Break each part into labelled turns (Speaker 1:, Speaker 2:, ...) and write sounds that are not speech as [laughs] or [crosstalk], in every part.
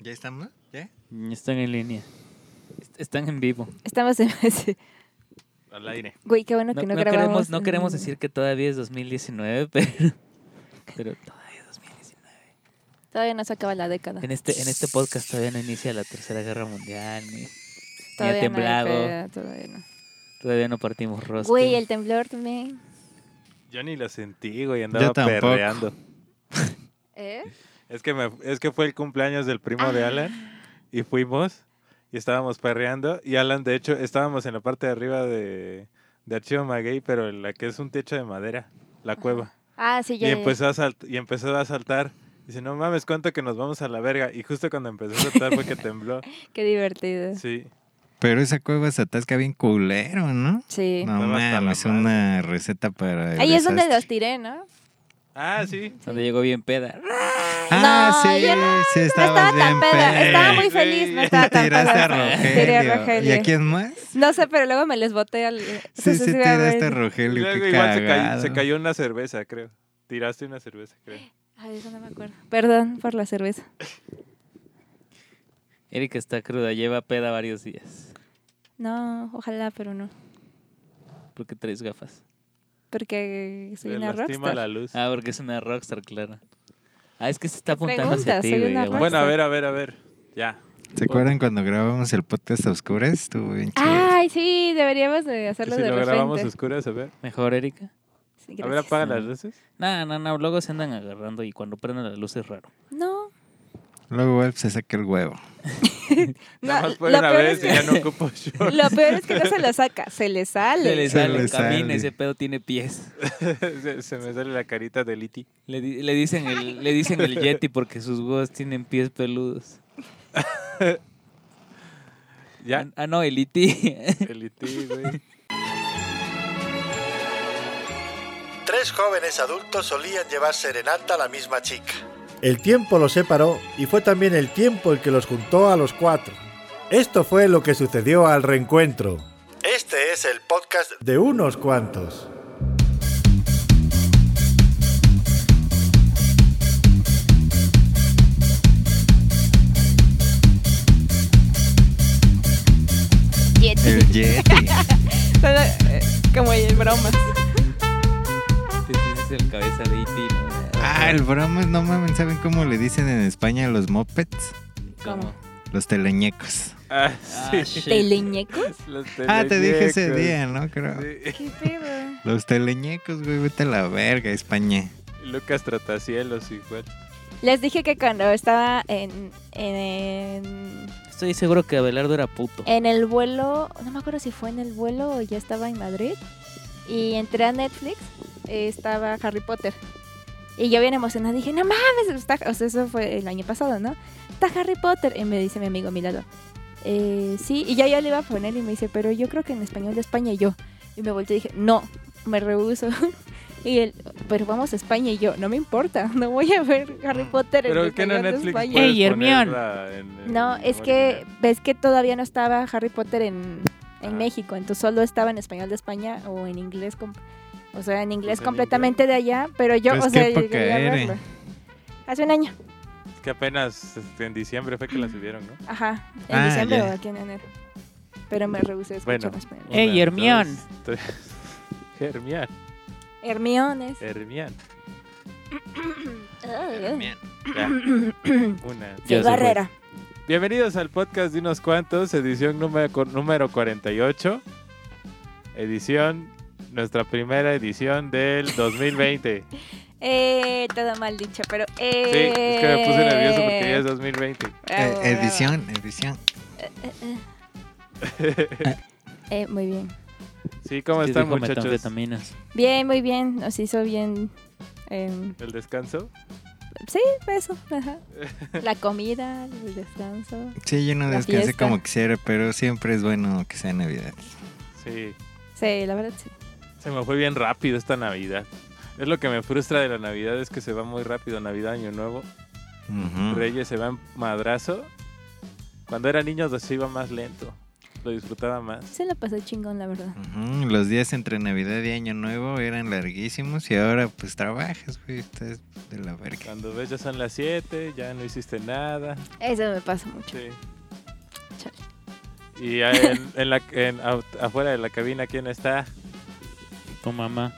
Speaker 1: ¿Ya estamos? ¿Ya?
Speaker 2: Están en línea. Est- Están en vivo.
Speaker 3: Estamos en... [laughs]
Speaker 1: Al aire.
Speaker 3: Güey, qué bueno que no, grabamos.
Speaker 2: queremos, no queremos
Speaker 3: en-
Speaker 2: decir que todavía es 2019, [laughs] pero, pero todavía es 2019.
Speaker 3: Mm. Todavía no se acaba la década.
Speaker 2: En este, en este podcast todavía no inicia la Tercera Guerra Mundial, ni, ni
Speaker 3: Todavía
Speaker 2: ha temblado,
Speaker 3: No, hay peda, todavía no.
Speaker 2: todavía no partimos rostro.
Speaker 3: Güey, el temblor también.
Speaker 4: Yo ni lo sentí, güey, andaba
Speaker 1: Yo tampoco.
Speaker 4: perreando.
Speaker 3: ¿Eh?
Speaker 4: Es que, me, es que fue el cumpleaños del primo
Speaker 3: Ah.
Speaker 4: de Alan y fuimos y estábamos perreando. Y Alan, de hecho, estábamos en la parte de arriba de, de Archivo Maguey, pero en la que es un techo de madera, la cueva.
Speaker 3: Ah, sí,
Speaker 4: Y
Speaker 3: ya. ya, ya.
Speaker 1: pues,
Speaker 4: empezó, a salt- y empezó a saltar. Dice, no mames, cuánto que nos vamos a la verga. Y justo cuando empezó a saltar fue
Speaker 3: [laughs]
Speaker 4: que tembló.
Speaker 3: Qué divertido. Sí.
Speaker 4: Sí.
Speaker 1: Pero esa cueva se atasca bien culero, ¿no? No
Speaker 4: Estaba hasta la
Speaker 1: mames,
Speaker 4: madre.
Speaker 1: una receta para. el
Speaker 3: Ahí es donde
Speaker 1: desastre.
Speaker 3: los tiré, ¿no?
Speaker 4: Ah, sí.
Speaker 2: Donde llegó bien peda.
Speaker 1: Ah,
Speaker 3: No,
Speaker 1: sí,
Speaker 3: yo no-
Speaker 1: sí,
Speaker 3: No
Speaker 1: estabas
Speaker 3: estaba tan
Speaker 1: bien
Speaker 3: peda.
Speaker 1: pedo. [laughs]
Speaker 3: Estaba muy
Speaker 4: Sí,
Speaker 3: feliz, no
Speaker 4: sí.
Speaker 3: estaba tan
Speaker 1: Tiraste a
Speaker 3: peda. Tiré
Speaker 1: Rogelio.
Speaker 3: a
Speaker 1: ¿Y a
Speaker 3: Rogelio. Pues
Speaker 1: quién más?
Speaker 3: No sé, pero luego me les boté al.
Speaker 1: Sí, sí, tiraste a
Speaker 4: Y
Speaker 1: Rogelio.
Speaker 4: luego
Speaker 1: qué
Speaker 4: igual se cayó,
Speaker 1: cagado.
Speaker 4: se cayó una cerveza, creo. Tiraste una cerveza, creo.
Speaker 3: Ay, eso no me acuerdo. Perdón por la cerveza.
Speaker 2: Erika está cruda, lleva peda varios días.
Speaker 3: No, ojalá, pero no.
Speaker 2: Porque traes gafas.
Speaker 3: Porque soy
Speaker 4: Le
Speaker 3: una
Speaker 4: lastima
Speaker 3: rockstar.
Speaker 4: la luz.
Speaker 2: Ah, porque es una rockstar, claro. Ah, es que se está apuntando hacia
Speaker 3: Pregunta,
Speaker 2: ti,
Speaker 3: soy
Speaker 2: güey.
Speaker 3: una
Speaker 2: aguanta.
Speaker 4: Bueno, a ver, a ver, a ver. Ya.
Speaker 1: ¿Se acuerdan cuando grabamos el podcast a oscuras? Estuvo bien chido.
Speaker 3: Ay, sí, deberíamos de hacerlo
Speaker 4: si
Speaker 3: de
Speaker 4: lo grabamos
Speaker 3: repente.
Speaker 4: oscuras, a ver.
Speaker 2: Mejor, Erika.
Speaker 3: Sí,
Speaker 4: A ver,
Speaker 3: gracias.
Speaker 4: apaga las luces.
Speaker 2: No, no, no, luego se andan agarrando y cuando prenden las luces es raro.
Speaker 3: No,
Speaker 1: Luego Web se saca el huevo.
Speaker 3: No,
Speaker 4: Nada más
Speaker 3: lo
Speaker 4: fue una
Speaker 3: peor
Speaker 4: vez y
Speaker 3: es
Speaker 4: ya
Speaker 3: que-
Speaker 4: no
Speaker 3: [laughs]
Speaker 4: ocupo shorts.
Speaker 3: Lo peor es que no se lo saca, se le sale.
Speaker 2: Se le
Speaker 1: Se
Speaker 2: sale,
Speaker 1: le
Speaker 2: camina,
Speaker 1: sale.
Speaker 2: ese pedo tiene pies.
Speaker 4: se, se me sale la carita de Liti.
Speaker 2: Le, di- le dicen el, le dicen el Yeti porque sus huevos tienen pies peludos.
Speaker 4: Ya,
Speaker 2: Ah, no, el [laughs] Este IT.
Speaker 4: el Liti, güey.
Speaker 5: Tres jóvenes adultos solían llevar serenata a la misma chica.
Speaker 6: El tiempo los separó y fue también el tiempo el que los juntó a los cuatro. Esto fue lo que sucedió al reencuentro
Speaker 5: Este es el podcast
Speaker 6: de unos cuantos.
Speaker 1: El
Speaker 3: [laughs]
Speaker 1: Yeti.
Speaker 3: Solo, eh, como el broma.
Speaker 2: Ese es el cabeza de IT. ¿no?
Speaker 1: Ah, el bromas, no mames, ¿saben cómo le dicen en España a los mopeds?
Speaker 3: ¿Cómo?
Speaker 1: Los teleñecos.
Speaker 4: Ah,
Speaker 2: Ah,
Speaker 4: sí.
Speaker 2: shit.
Speaker 4: [laughs]
Speaker 3: ¿Teleñecos?
Speaker 4: Los
Speaker 1: Ah, te dije ese
Speaker 4: teleñecos.
Speaker 1: día, ¿no? Creo.
Speaker 4: Sí.
Speaker 3: Qué pedo.
Speaker 1: Los teleñecos, güey, vete a la verga, España.
Speaker 4: [laughs] Lucas Tratacielos igual.
Speaker 3: Les dije que cuando estaba en, en,
Speaker 2: Estoy seguro que Abelardo era puto.
Speaker 3: en el vuelo, no me acuerdo si fue en el vuelo o ya estaba en Madrid, y entré a Netflix, eh, estaba Harry Potter. Y yo bien emocionada dije, no mames, está, o sea, eso fue el año pasado, ¿no? Está Harry Potter. Y me dice mi amigo a mi lado, "Eh, sí, y ya yo le iba a poner y me dice, pero yo creo que en español de España y yo. Y me volteé y dije, no, me rehuso. [laughs] Y él, pero vamos a España y yo, no me importa, [laughs] no voy a ver Harry Potter en
Speaker 4: Mm. Pero que no
Speaker 3: español de
Speaker 4: Netflix.
Speaker 3: España".
Speaker 4: puedes
Speaker 2: Ey, Hermión.
Speaker 4: ponerla en- en
Speaker 3: No, es que
Speaker 4: original.
Speaker 3: ves que todavía no estaba Harry Potter en, en
Speaker 4: Ah.
Speaker 3: México, entonces solo estaba en español de España o en inglés, com- o sea, en inglés
Speaker 4: Pues en
Speaker 3: completamente de allá, pero yo,
Speaker 1: Pues
Speaker 3: o
Speaker 1: qué
Speaker 3: sea,
Speaker 1: poca
Speaker 3: llegué a
Speaker 1: eres.
Speaker 3: verlo. Hace un año,
Speaker 4: Es que apenas este, en diciembre fue que la subieron, ¿no?
Speaker 3: ajá, en
Speaker 1: Ah,
Speaker 3: diciembre
Speaker 1: ya.
Speaker 3: o aquí en enero. Pero me rehusé a escuchar
Speaker 4: Bueno.
Speaker 3: español.
Speaker 2: Ey,
Speaker 4: Una,
Speaker 2: Hermión.
Speaker 4: dos, tres. [laughs] Hermión,
Speaker 3: Hermiones.
Speaker 4: Eh,
Speaker 3: [coughs]
Speaker 4: Hermión.
Speaker 3: Ay,
Speaker 4: Ya,
Speaker 3: ay.
Speaker 4: una.
Speaker 2: Ya se fue.
Speaker 3: Barrera.
Speaker 4: Bienvenidos al podcast de unos cuantos, edición número, número 48. Edición, nuestra primera edición del 2020. sí,
Speaker 3: Eh, todo mal dicho, pero... Eh,
Speaker 4: es que me puse nervioso porque ya es 2020.
Speaker 3: bravo,
Speaker 1: Eh,
Speaker 3: bravo.
Speaker 1: edición, edición.
Speaker 3: Eh, muy bien.
Speaker 4: Sí, ¿cómo
Speaker 2: Yo
Speaker 4: están
Speaker 2: digo
Speaker 4: muchachos?
Speaker 2: Este metanfetaminas.
Speaker 3: Bien, muy bien, nos hizo bien... em,
Speaker 4: ¿El descanso?
Speaker 3: Eso,
Speaker 4: [laughs]
Speaker 3: ajá. La comida, el descanso.
Speaker 1: Sí, yo no
Speaker 3: La
Speaker 1: descansé
Speaker 3: fiesta.
Speaker 1: como quisiera, pero siempre es bueno que sea Navidad.
Speaker 4: Sí,
Speaker 3: Sí, la verdad sí.
Speaker 4: se me fue bien rápido esta Navidad. Es lo que me frustra de la Navidad, es que se va muy rápido Navidad, Año Nuevo.
Speaker 1: Ujú. Mm.
Speaker 4: Reyes se va en madrazo. Cuando era niño se iba más lento. lo disfrutaba más.
Speaker 3: Se lo pasó chingón, la verdad.
Speaker 1: Ujú, Los días entre Navidad y Año Nuevo eran larguísimos y ahora pues trabajas, güey. Estás de la verga.
Speaker 4: Cuando ves ya son las 7, ya no hiciste nada.
Speaker 3: Eso me pasa mucho. [laughs]
Speaker 4: Sí.
Speaker 3: Chale.
Speaker 4: Y a-
Speaker 3: [laughs]
Speaker 4: en, en la, en, au- afuera de la cabina, ¿quién está? [laughs]
Speaker 2: Tu mamá.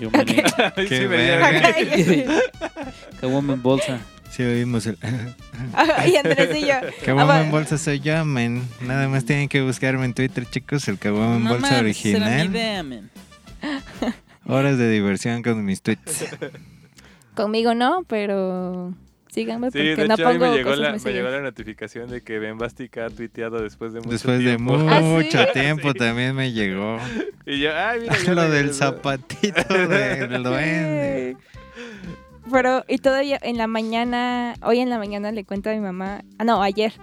Speaker 2: Yo me
Speaker 4: Ay,
Speaker 1: Qué
Speaker 4: sí, me
Speaker 1: verga.
Speaker 4: dieron-
Speaker 2: Caguama en bolsa.
Speaker 1: Sí, oímos el...
Speaker 3: Ajá, y Andrés y yo.
Speaker 1: Caguama en
Speaker 3: Ah,
Speaker 1: bolsa soy yo, men. Nada más tienen que buscarme en Twitter, chicos, el Caguama [laughs] en bolsa original. Horas de diversión con mis
Speaker 3: [laughs]
Speaker 1: tweets.
Speaker 3: Conmigo no, pero síganme
Speaker 4: Sí,
Speaker 3: porque
Speaker 4: de
Speaker 3: no
Speaker 4: hecho, a mí
Speaker 3: pongo
Speaker 4: me llegó,
Speaker 3: cosas
Speaker 4: la,
Speaker 3: muy
Speaker 4: me llegó
Speaker 3: seguidas.
Speaker 4: la notificación de que Ben Bastica ha tuiteado después de mucho
Speaker 1: Después de
Speaker 4: tiempo.
Speaker 3: ¿Ah, sí?
Speaker 1: mucho
Speaker 3: [laughs]
Speaker 1: tiempo también me llegó
Speaker 4: [laughs] Y yo, ay, mira.
Speaker 1: [laughs]
Speaker 4: ya
Speaker 1: lo del
Speaker 4: regresó.
Speaker 3: [laughs]
Speaker 1: zapatito del duende.
Speaker 3: Pero, y todavía en la mañana, hoy en la mañana le cuento a mi mamá, ah, no, ayer,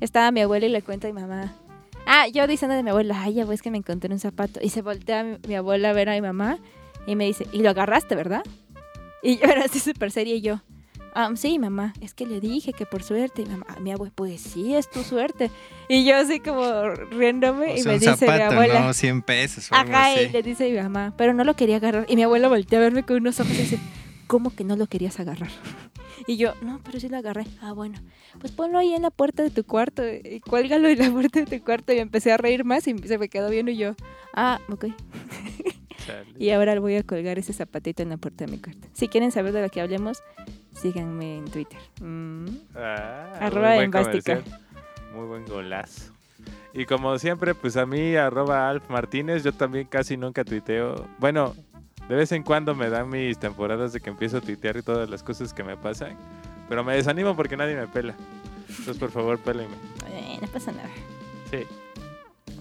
Speaker 3: estaba mi abuela y le cuento a mi mamá. Ah, yo diciendo de mi abuela, ay, ya ves que me encontré un zapato. Y se voltea mi, mi abuela a ver a mi mamá y me dice, ¿y lo agarraste, verdad? Y yo era así súper seria y yo, "Ah, sí, mamá, es que le dije que por suerte. Y mi mamá, "Ah, mi abuela, pues sí, es tu suerte. Y yo así como riéndome
Speaker 1: O
Speaker 3: y
Speaker 1: sea,
Speaker 3: me
Speaker 1: un
Speaker 3: dice mi
Speaker 1: zapato,
Speaker 3: abuela.
Speaker 1: ¿no? 100 pesos o algo
Speaker 3: Ajá, y
Speaker 1: así.
Speaker 3: le dice mi mamá, pero no lo quería agarrar. Y mi abuela voltea a verme con unos ojos y dice, ¿cómo que no lo querías agarrar? Y yo, no, pero sí lo agarré. Ah, bueno, pues ponlo ahí en la puerta de tu cuarto eh, y cuélgalo en la puerta de tu cuarto. Y empecé a reír más y se me quedó viendo y yo, ah, ok.
Speaker 4: Chale.
Speaker 3: Y ahora voy a colgar ese zapatito en la puerta de mi cuarto. Si quieren saber de lo que hablemos, síganme en Twitter. Mm.
Speaker 4: Ah,
Speaker 3: Arroba
Speaker 4: muy buen
Speaker 3: en Bastica.
Speaker 4: comercial. Muy buen golazo. Y como siempre, pues a mí, arroba Alf Martínez, yo también casi nunca tuiteo. Bueno, de vez en cuando me dan mis temporadas de que empiezo a tuitear y todas las cosas que me pasan. Pero me desanimo porque nadie me pela. Entonces, por favor, pélenme.
Speaker 3: Eh, no pasa nada.
Speaker 4: Sí.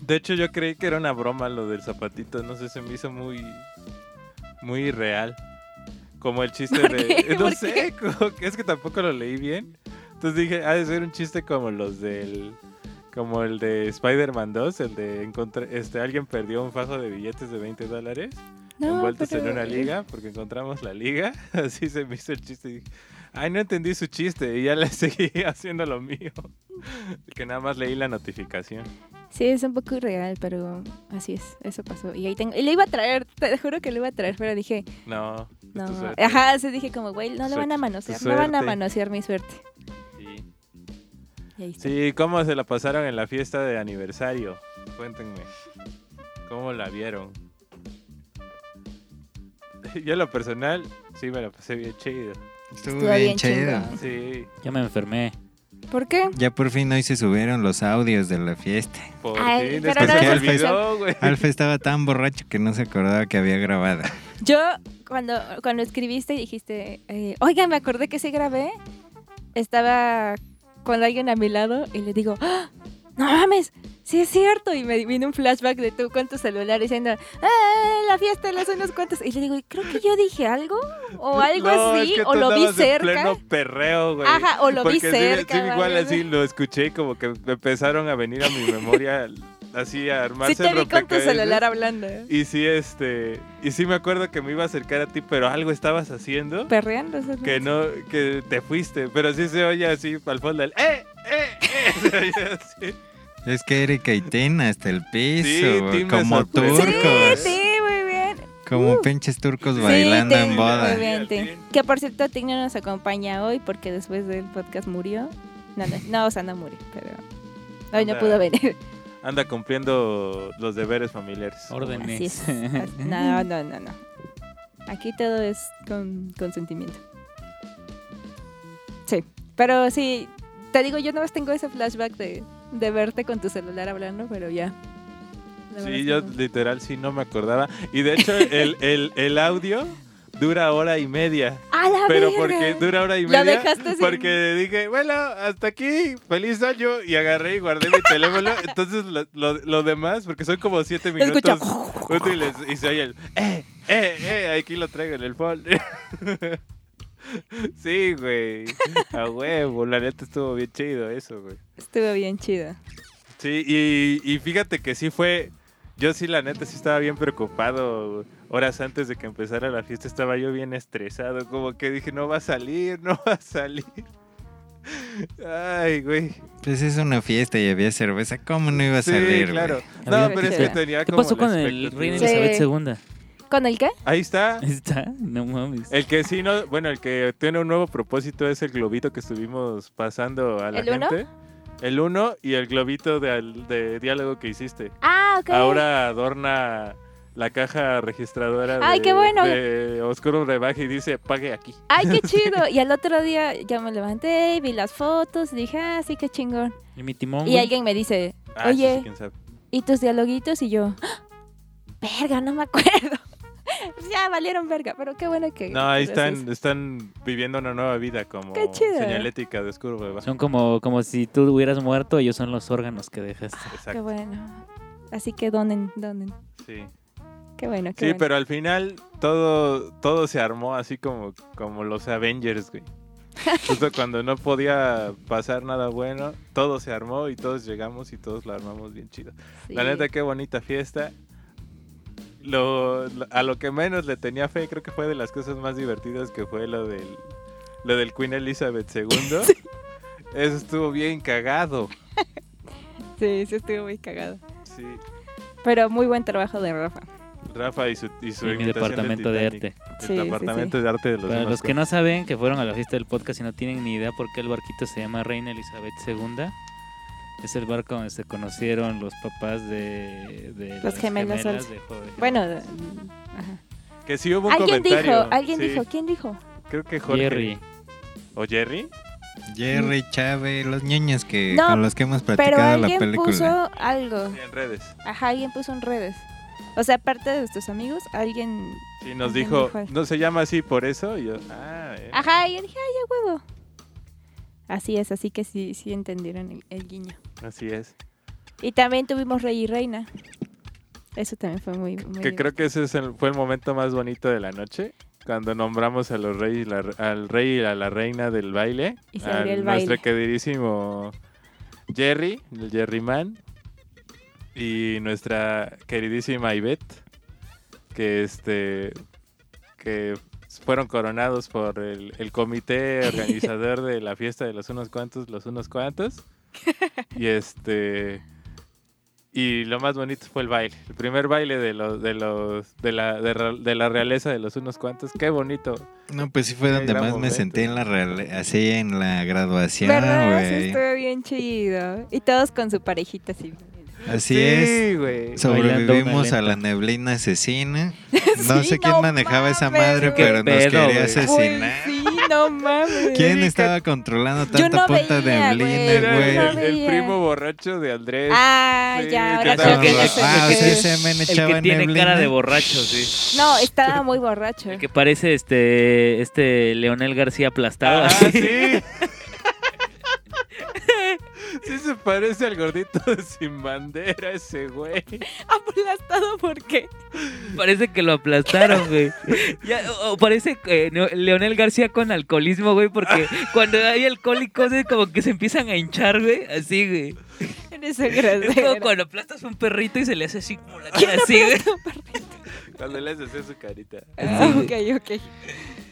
Speaker 4: De hecho, yo creí que era una broma lo del zapatito. No sé, se me hizo muy. Muy real. Como el chiste
Speaker 3: ¿Por
Speaker 4: de. eh,
Speaker 3: qué?
Speaker 4: No
Speaker 3: ¿Por
Speaker 4: sé, [laughs] como que- es que tampoco lo leí bien. Entonces dije, ha de ser un chiste como los del. Como el de Spider-Man 2, el de encontrar. Este, alguien perdió un fajo de billetes de 20 dólares envueltos en
Speaker 3: pero-
Speaker 4: una liga, porque encontramos la liga. [laughs] Así se me hizo el chiste. y dije, Ay, no entendí su chiste y ya le [laughs] seguí haciendo lo mío. [laughs] Que nada más leí la notificación.
Speaker 3: Sí, es un poco irreal, pero así es, eso pasó. Y ahí tengo, y le iba a traer, te juro que le iba a traer, pero dije,
Speaker 4: No. es tu
Speaker 3: no,
Speaker 4: suerte.
Speaker 3: ajá, se dije como, güey, no le van
Speaker 4: Suerte,
Speaker 3: a
Speaker 4: tu
Speaker 3: manosear, no van a
Speaker 4: suerte.
Speaker 3: manosear mi suerte.
Speaker 4: Sí.
Speaker 3: Y ahí está.
Speaker 4: Sí, ¿cómo se la pasaron en la fiesta de aniversario? Cuéntenme. ¿Cómo la vieron? [laughs] Yo en lo personal, sí me la pasé bien chido.
Speaker 1: Estuvo
Speaker 3: Estuvo
Speaker 1: bien
Speaker 3: bien
Speaker 1: chido.
Speaker 3: chingón.
Speaker 4: Sí,
Speaker 2: Ya me enfermé.
Speaker 3: ¿Por qué?
Speaker 1: Ya por fin hoy se subieron los audios de la fiesta.
Speaker 4: por
Speaker 3: Ay,
Speaker 4: fin.
Speaker 3: pero
Speaker 4: es que
Speaker 1: no
Speaker 4: se
Speaker 1: es
Speaker 4: olvidó, güey.
Speaker 1: Alfa estaba tan borracho que no se acordaba que había grabado.
Speaker 3: Yo, cuando, cuando escribiste y dijiste, eh, oiga, me acordé que sí grabé, estaba con alguien a mi lado y le digo, "¡Ah! no mames, sí es cierto. Y me vino un flashback de tú con tu celular diciendo, ¡eh, la fiesta de los unos cuantos! Y le digo, creo que yo dije algo, o algo
Speaker 4: [laughs] No, es
Speaker 3: así,
Speaker 4: que
Speaker 3: o
Speaker 4: tú
Speaker 3: lo vi
Speaker 4: andabas en
Speaker 3: cerca.
Speaker 4: pleno perreo, güey.
Speaker 3: Ajá, o lo vi
Speaker 4: Porque sí,
Speaker 3: cerca.
Speaker 4: Sí, igual
Speaker 3: ¿vale?
Speaker 4: así lo escuché y como que empezaron a venir a mi memoria así a
Speaker 3: Sí
Speaker 4: armarse
Speaker 3: te vi con tu
Speaker 4: rompecabezas.
Speaker 3: celular hablando, ¿eh?
Speaker 4: Y sí, este. Y sí me acuerdo que me iba a acercar a ti, pero algo estabas haciendo
Speaker 3: perreando. o sea,
Speaker 4: que no. que te fuiste. Pero sí se oye así al fondo el ¡eh! ¡eh! ¡eh! [laughs] Se oye así.
Speaker 1: Es que Erika y Tin hasta el piso,
Speaker 4: Sí,
Speaker 1: güey,
Speaker 4: Tin me
Speaker 1: como
Speaker 4: sorprendió.
Speaker 1: turcos.
Speaker 3: Sí, muy bien.
Speaker 1: Como
Speaker 3: Uh.
Speaker 1: pinches turcos bailando
Speaker 3: sí,
Speaker 1: en
Speaker 3: Ting,
Speaker 1: boda.
Speaker 3: muy bien, Ting. Que por cierto, Ting no nos acompaña hoy porque después del podcast murió. No, no, no, o sea, no murió, pero hoy no
Speaker 4: Anda.
Speaker 3: pudo
Speaker 4: [laughs]
Speaker 3: venir.
Speaker 4: Anda cumpliendo los deberes familiares.
Speaker 2: Órdenes. [laughs]
Speaker 3: Así es. Así- No, no, no, no. Aquí todo es con consentimiento. Sí, pero sí, te digo, yo nomás tengo ese flashback de, de verte con tu celular hablando, pero ya. La verdad es
Speaker 4: Sí,
Speaker 3: que
Speaker 4: yo
Speaker 3: no.
Speaker 4: literal sí no me acordaba. Y de hecho, el, el, el audio dura hora y media.
Speaker 3: ¡A la
Speaker 4: Pero
Speaker 3: verga!
Speaker 4: porque dura hora y
Speaker 3: Lo
Speaker 4: media.
Speaker 3: dejaste sin-
Speaker 4: Porque dije, bueno, hasta aquí, feliz año. Y agarré y guardé mi teléfono. Entonces lo, lo- lo demás, porque son como siete
Speaker 3: Lo escucho.
Speaker 4: minutos útiles. Y se oye el, eh, eh, eh, aquí lo traigo en el folder. [laughs] sí, güey. A huevo, la neta estuvo bien chido eso, güey.
Speaker 3: Estuvo bien chido.
Speaker 4: Sí, y, y fíjate que sí fue. Yo sí, la neta, sí estaba bien preocupado. Horas antes de que empezara la fiesta estaba yo bien estresado. Como que dije, no va a salir, no va a salir. Ay, güey.
Speaker 1: Pues es una fiesta y había cerveza. ¿Cómo no iba a
Speaker 4: Sí,
Speaker 1: salir?
Speaker 4: claro.
Speaker 1: güey?
Speaker 4: No,
Speaker 2: Había
Speaker 4: pero es
Speaker 2: que-
Speaker 4: que tenía
Speaker 2: ¿Qué
Speaker 4: como
Speaker 2: pasó
Speaker 4: la
Speaker 2: con el
Speaker 4: expectativa.
Speaker 2: rey
Speaker 3: Sí.
Speaker 2: Elizabeth II?
Speaker 3: ¿Con el qué?
Speaker 4: Ahí está.
Speaker 2: ¿Está? No mames.
Speaker 4: El que sí, no, bueno, el que tiene un nuevo propósito es el globito que estuvimos pasando a la
Speaker 3: ¿El uno?
Speaker 4: gente. El uno y el globito de, al- de diálogo que hiciste.
Speaker 3: Ah, ok.
Speaker 4: Ahora adorna la caja registradora
Speaker 3: Ay,
Speaker 4: de,
Speaker 3: qué bueno.
Speaker 4: de Oscuro Rebaje y dice, pague aquí.
Speaker 3: Ay,
Speaker 4: [laughs]
Speaker 3: qué chido. Y al otro día ya me levanté, vi las fotos, dije, ah, sí, qué chingón.
Speaker 2: ¿Y mi timón?
Speaker 3: Y
Speaker 2: güey?
Speaker 3: alguien me dice,
Speaker 4: Ah, sí, sí,
Speaker 3: Oye.
Speaker 4: quién sabe.
Speaker 3: ¿y tus dialoguitos? Y yo, ¡ah! verga, no me acuerdo. [laughs] Pues ya valieron verga, pero qué bueno que.
Speaker 4: No, ahí
Speaker 3: que lo haces.
Speaker 4: están, están viviendo una nueva vida como
Speaker 3: pues, Qué chido. ¿eh?
Speaker 4: señalética de Oscuro Rebaje.
Speaker 2: Son como, como si tú hubieras muerto, ellos son los órganos que dejaste.
Speaker 3: Qué
Speaker 4: Exacto.
Speaker 3: bueno. Así que donen, donen.
Speaker 4: Sí.
Speaker 3: Qué bueno, qué
Speaker 4: Sí,
Speaker 3: bueno.
Speaker 4: pero al final todo, todo se armó así como, como los
Speaker 3: [laughs]
Speaker 4: Avengers, güey. Justo cuando no podía pasar nada bueno, todo se armó y todos llegamos y todos la armamos bien chido. La
Speaker 3: Sí.
Speaker 4: neta, qué bonita fiesta. Lo, lo- a lo que menos le tenía fe, creo que fue de las cosas más divertidas que fue lo del, lo del Queen Elizabeth II.
Speaker 3: [laughs]
Speaker 4: Eso estuvo bien cagado.
Speaker 3: Sí, sí, estuvo muy cagado.
Speaker 4: Sí,
Speaker 3: Pero muy buen trabajo de Rafa.
Speaker 4: Rafa y su, y su
Speaker 2: Y mi
Speaker 4: imitación de
Speaker 2: departamento de,
Speaker 4: Titanic.
Speaker 2: arte.
Speaker 3: Sí, sí,
Speaker 4: El
Speaker 3: sí.
Speaker 4: departamento de arte de los
Speaker 2: Para
Speaker 4: demás
Speaker 2: los que no saben, que fueron a la fiesta del podcast y no tienen ni idea por qué el barquito se llama Reina Elizabeth II, es el barco donde se conocieron los papás de, de las
Speaker 3: gemelos Olsen.
Speaker 2: de Jorge.
Speaker 3: Bueno, ajá.
Speaker 4: Que sí hubo un
Speaker 3: alguien dijo,
Speaker 4: comentario.
Speaker 3: alguien
Speaker 4: sí,
Speaker 3: dijo, ¿quién dijo?
Speaker 4: Creo que Jorge.
Speaker 2: Jerry.
Speaker 4: ¿O Jerry?
Speaker 1: Jerry, Chávez, los niños que,
Speaker 3: Mm. No,
Speaker 1: con los que hemos
Speaker 3: Pero
Speaker 1: platicado la
Speaker 3: alguien
Speaker 1: película.
Speaker 3: puso algo.
Speaker 4: Sí, en redes.
Speaker 3: Ajá, alguien puso en redes. O sea, aparte de tus amigos, alguien.
Speaker 4: Sí, nos
Speaker 3: Alguien
Speaker 4: dijo,
Speaker 3: dijo eso.
Speaker 4: no se llama así por eso. Y yo, ah, eh.
Speaker 3: Ajá, y yo dije, ay, ya huevo. Así es, así que sí, sí entendieron el, el guiño.
Speaker 4: así es.
Speaker 3: Y también tuvimos Rey y Reina. Eso también fue muy. muy
Speaker 4: Que creo que ese es el- fue el momento más bonito de la noche. Cuando nombramos a los reyes, la- al rey y a la reina del baile.
Speaker 3: Y se
Speaker 4: al
Speaker 3: abrió el
Speaker 4: Nuestro
Speaker 3: baile.
Speaker 4: queridísimo Jerry, el Jerry Man. Y nuestra queridísima Ivette. Que este. Que fueron coronados por el, el comité
Speaker 3: [laughs]
Speaker 4: organizador de la fiesta de los unos cuantos, los
Speaker 3: [laughs]
Speaker 4: unos cuantos. Y este. Y lo más bonito fue el baile. El primer baile de los de los de la, de, ra- de la realeza de los unos cuantos. Qué bonito.
Speaker 1: No, pues sí fue
Speaker 4: Qué
Speaker 1: donde
Speaker 4: gran
Speaker 1: más me
Speaker 4: momento.
Speaker 1: sentí en la real- así en la graduación,
Speaker 3: ¿Verdad? Sí,
Speaker 1: Ah, güey.
Speaker 3: estuvo bien chido. Y todos con su parejita así.
Speaker 1: Así
Speaker 4: sí,
Speaker 1: es.
Speaker 4: güey.
Speaker 1: Sobrevivimos
Speaker 2: una
Speaker 1: a la
Speaker 2: lenta.
Speaker 1: neblina asesina. No
Speaker 3: [laughs] Sí,
Speaker 1: sé quién
Speaker 3: no
Speaker 1: manejaba esa
Speaker 3: mames,
Speaker 1: madre,
Speaker 3: güey.
Speaker 1: pero nos
Speaker 2: Qué pedo,
Speaker 1: quería
Speaker 2: güey.
Speaker 3: Güey,
Speaker 1: asesinar.
Speaker 3: sí, no mames.
Speaker 1: Pues ¿Quién estaba controlando
Speaker 3: Yo
Speaker 1: tanta
Speaker 3: no
Speaker 1: punta
Speaker 3: veía,
Speaker 1: de
Speaker 3: güey,
Speaker 1: neblina,
Speaker 4: Era el,
Speaker 3: no
Speaker 1: güey?
Speaker 3: veía.
Speaker 4: el primo borracho de Andrés.
Speaker 3: Ah, ya,
Speaker 4: Sí, que
Speaker 3: ahora
Speaker 4: estaba
Speaker 3: creo que ya
Speaker 4: borracho.
Speaker 3: sé
Speaker 1: Ah,
Speaker 3: de
Speaker 1: sí,
Speaker 3: qué es.
Speaker 1: ese men
Speaker 2: El
Speaker 1: echaba
Speaker 2: que tiene
Speaker 1: neblina.
Speaker 2: cara de borracho, sí.
Speaker 3: No, estaba muy
Speaker 2: [laughs]
Speaker 3: borracho.
Speaker 2: El que parece este este Leonel García aplastado.
Speaker 4: Ah,
Speaker 2: así.
Speaker 4: sí. [laughs] sí se parece al gordito de sin bandera ese güey.
Speaker 3: Aplastado, ¿por qué?
Speaker 2: Parece que lo aplastaron,
Speaker 3: [laughs]
Speaker 2: güey. Ya, o- o parece eh, Neo- Leonel García con alcoholismo, güey,
Speaker 3: [laughs]
Speaker 2: porque cuando hay alcohólicos es como que se empiezan a hinchar, güey, así, güey.
Speaker 3: Eres un
Speaker 2: Es como
Speaker 3: grosero.
Speaker 2: cuando aplastas un perrito y se le hace así como la cara así, güey.
Speaker 4: Cuando le haces su carita.
Speaker 3: Ah, ok, [laughs] ok.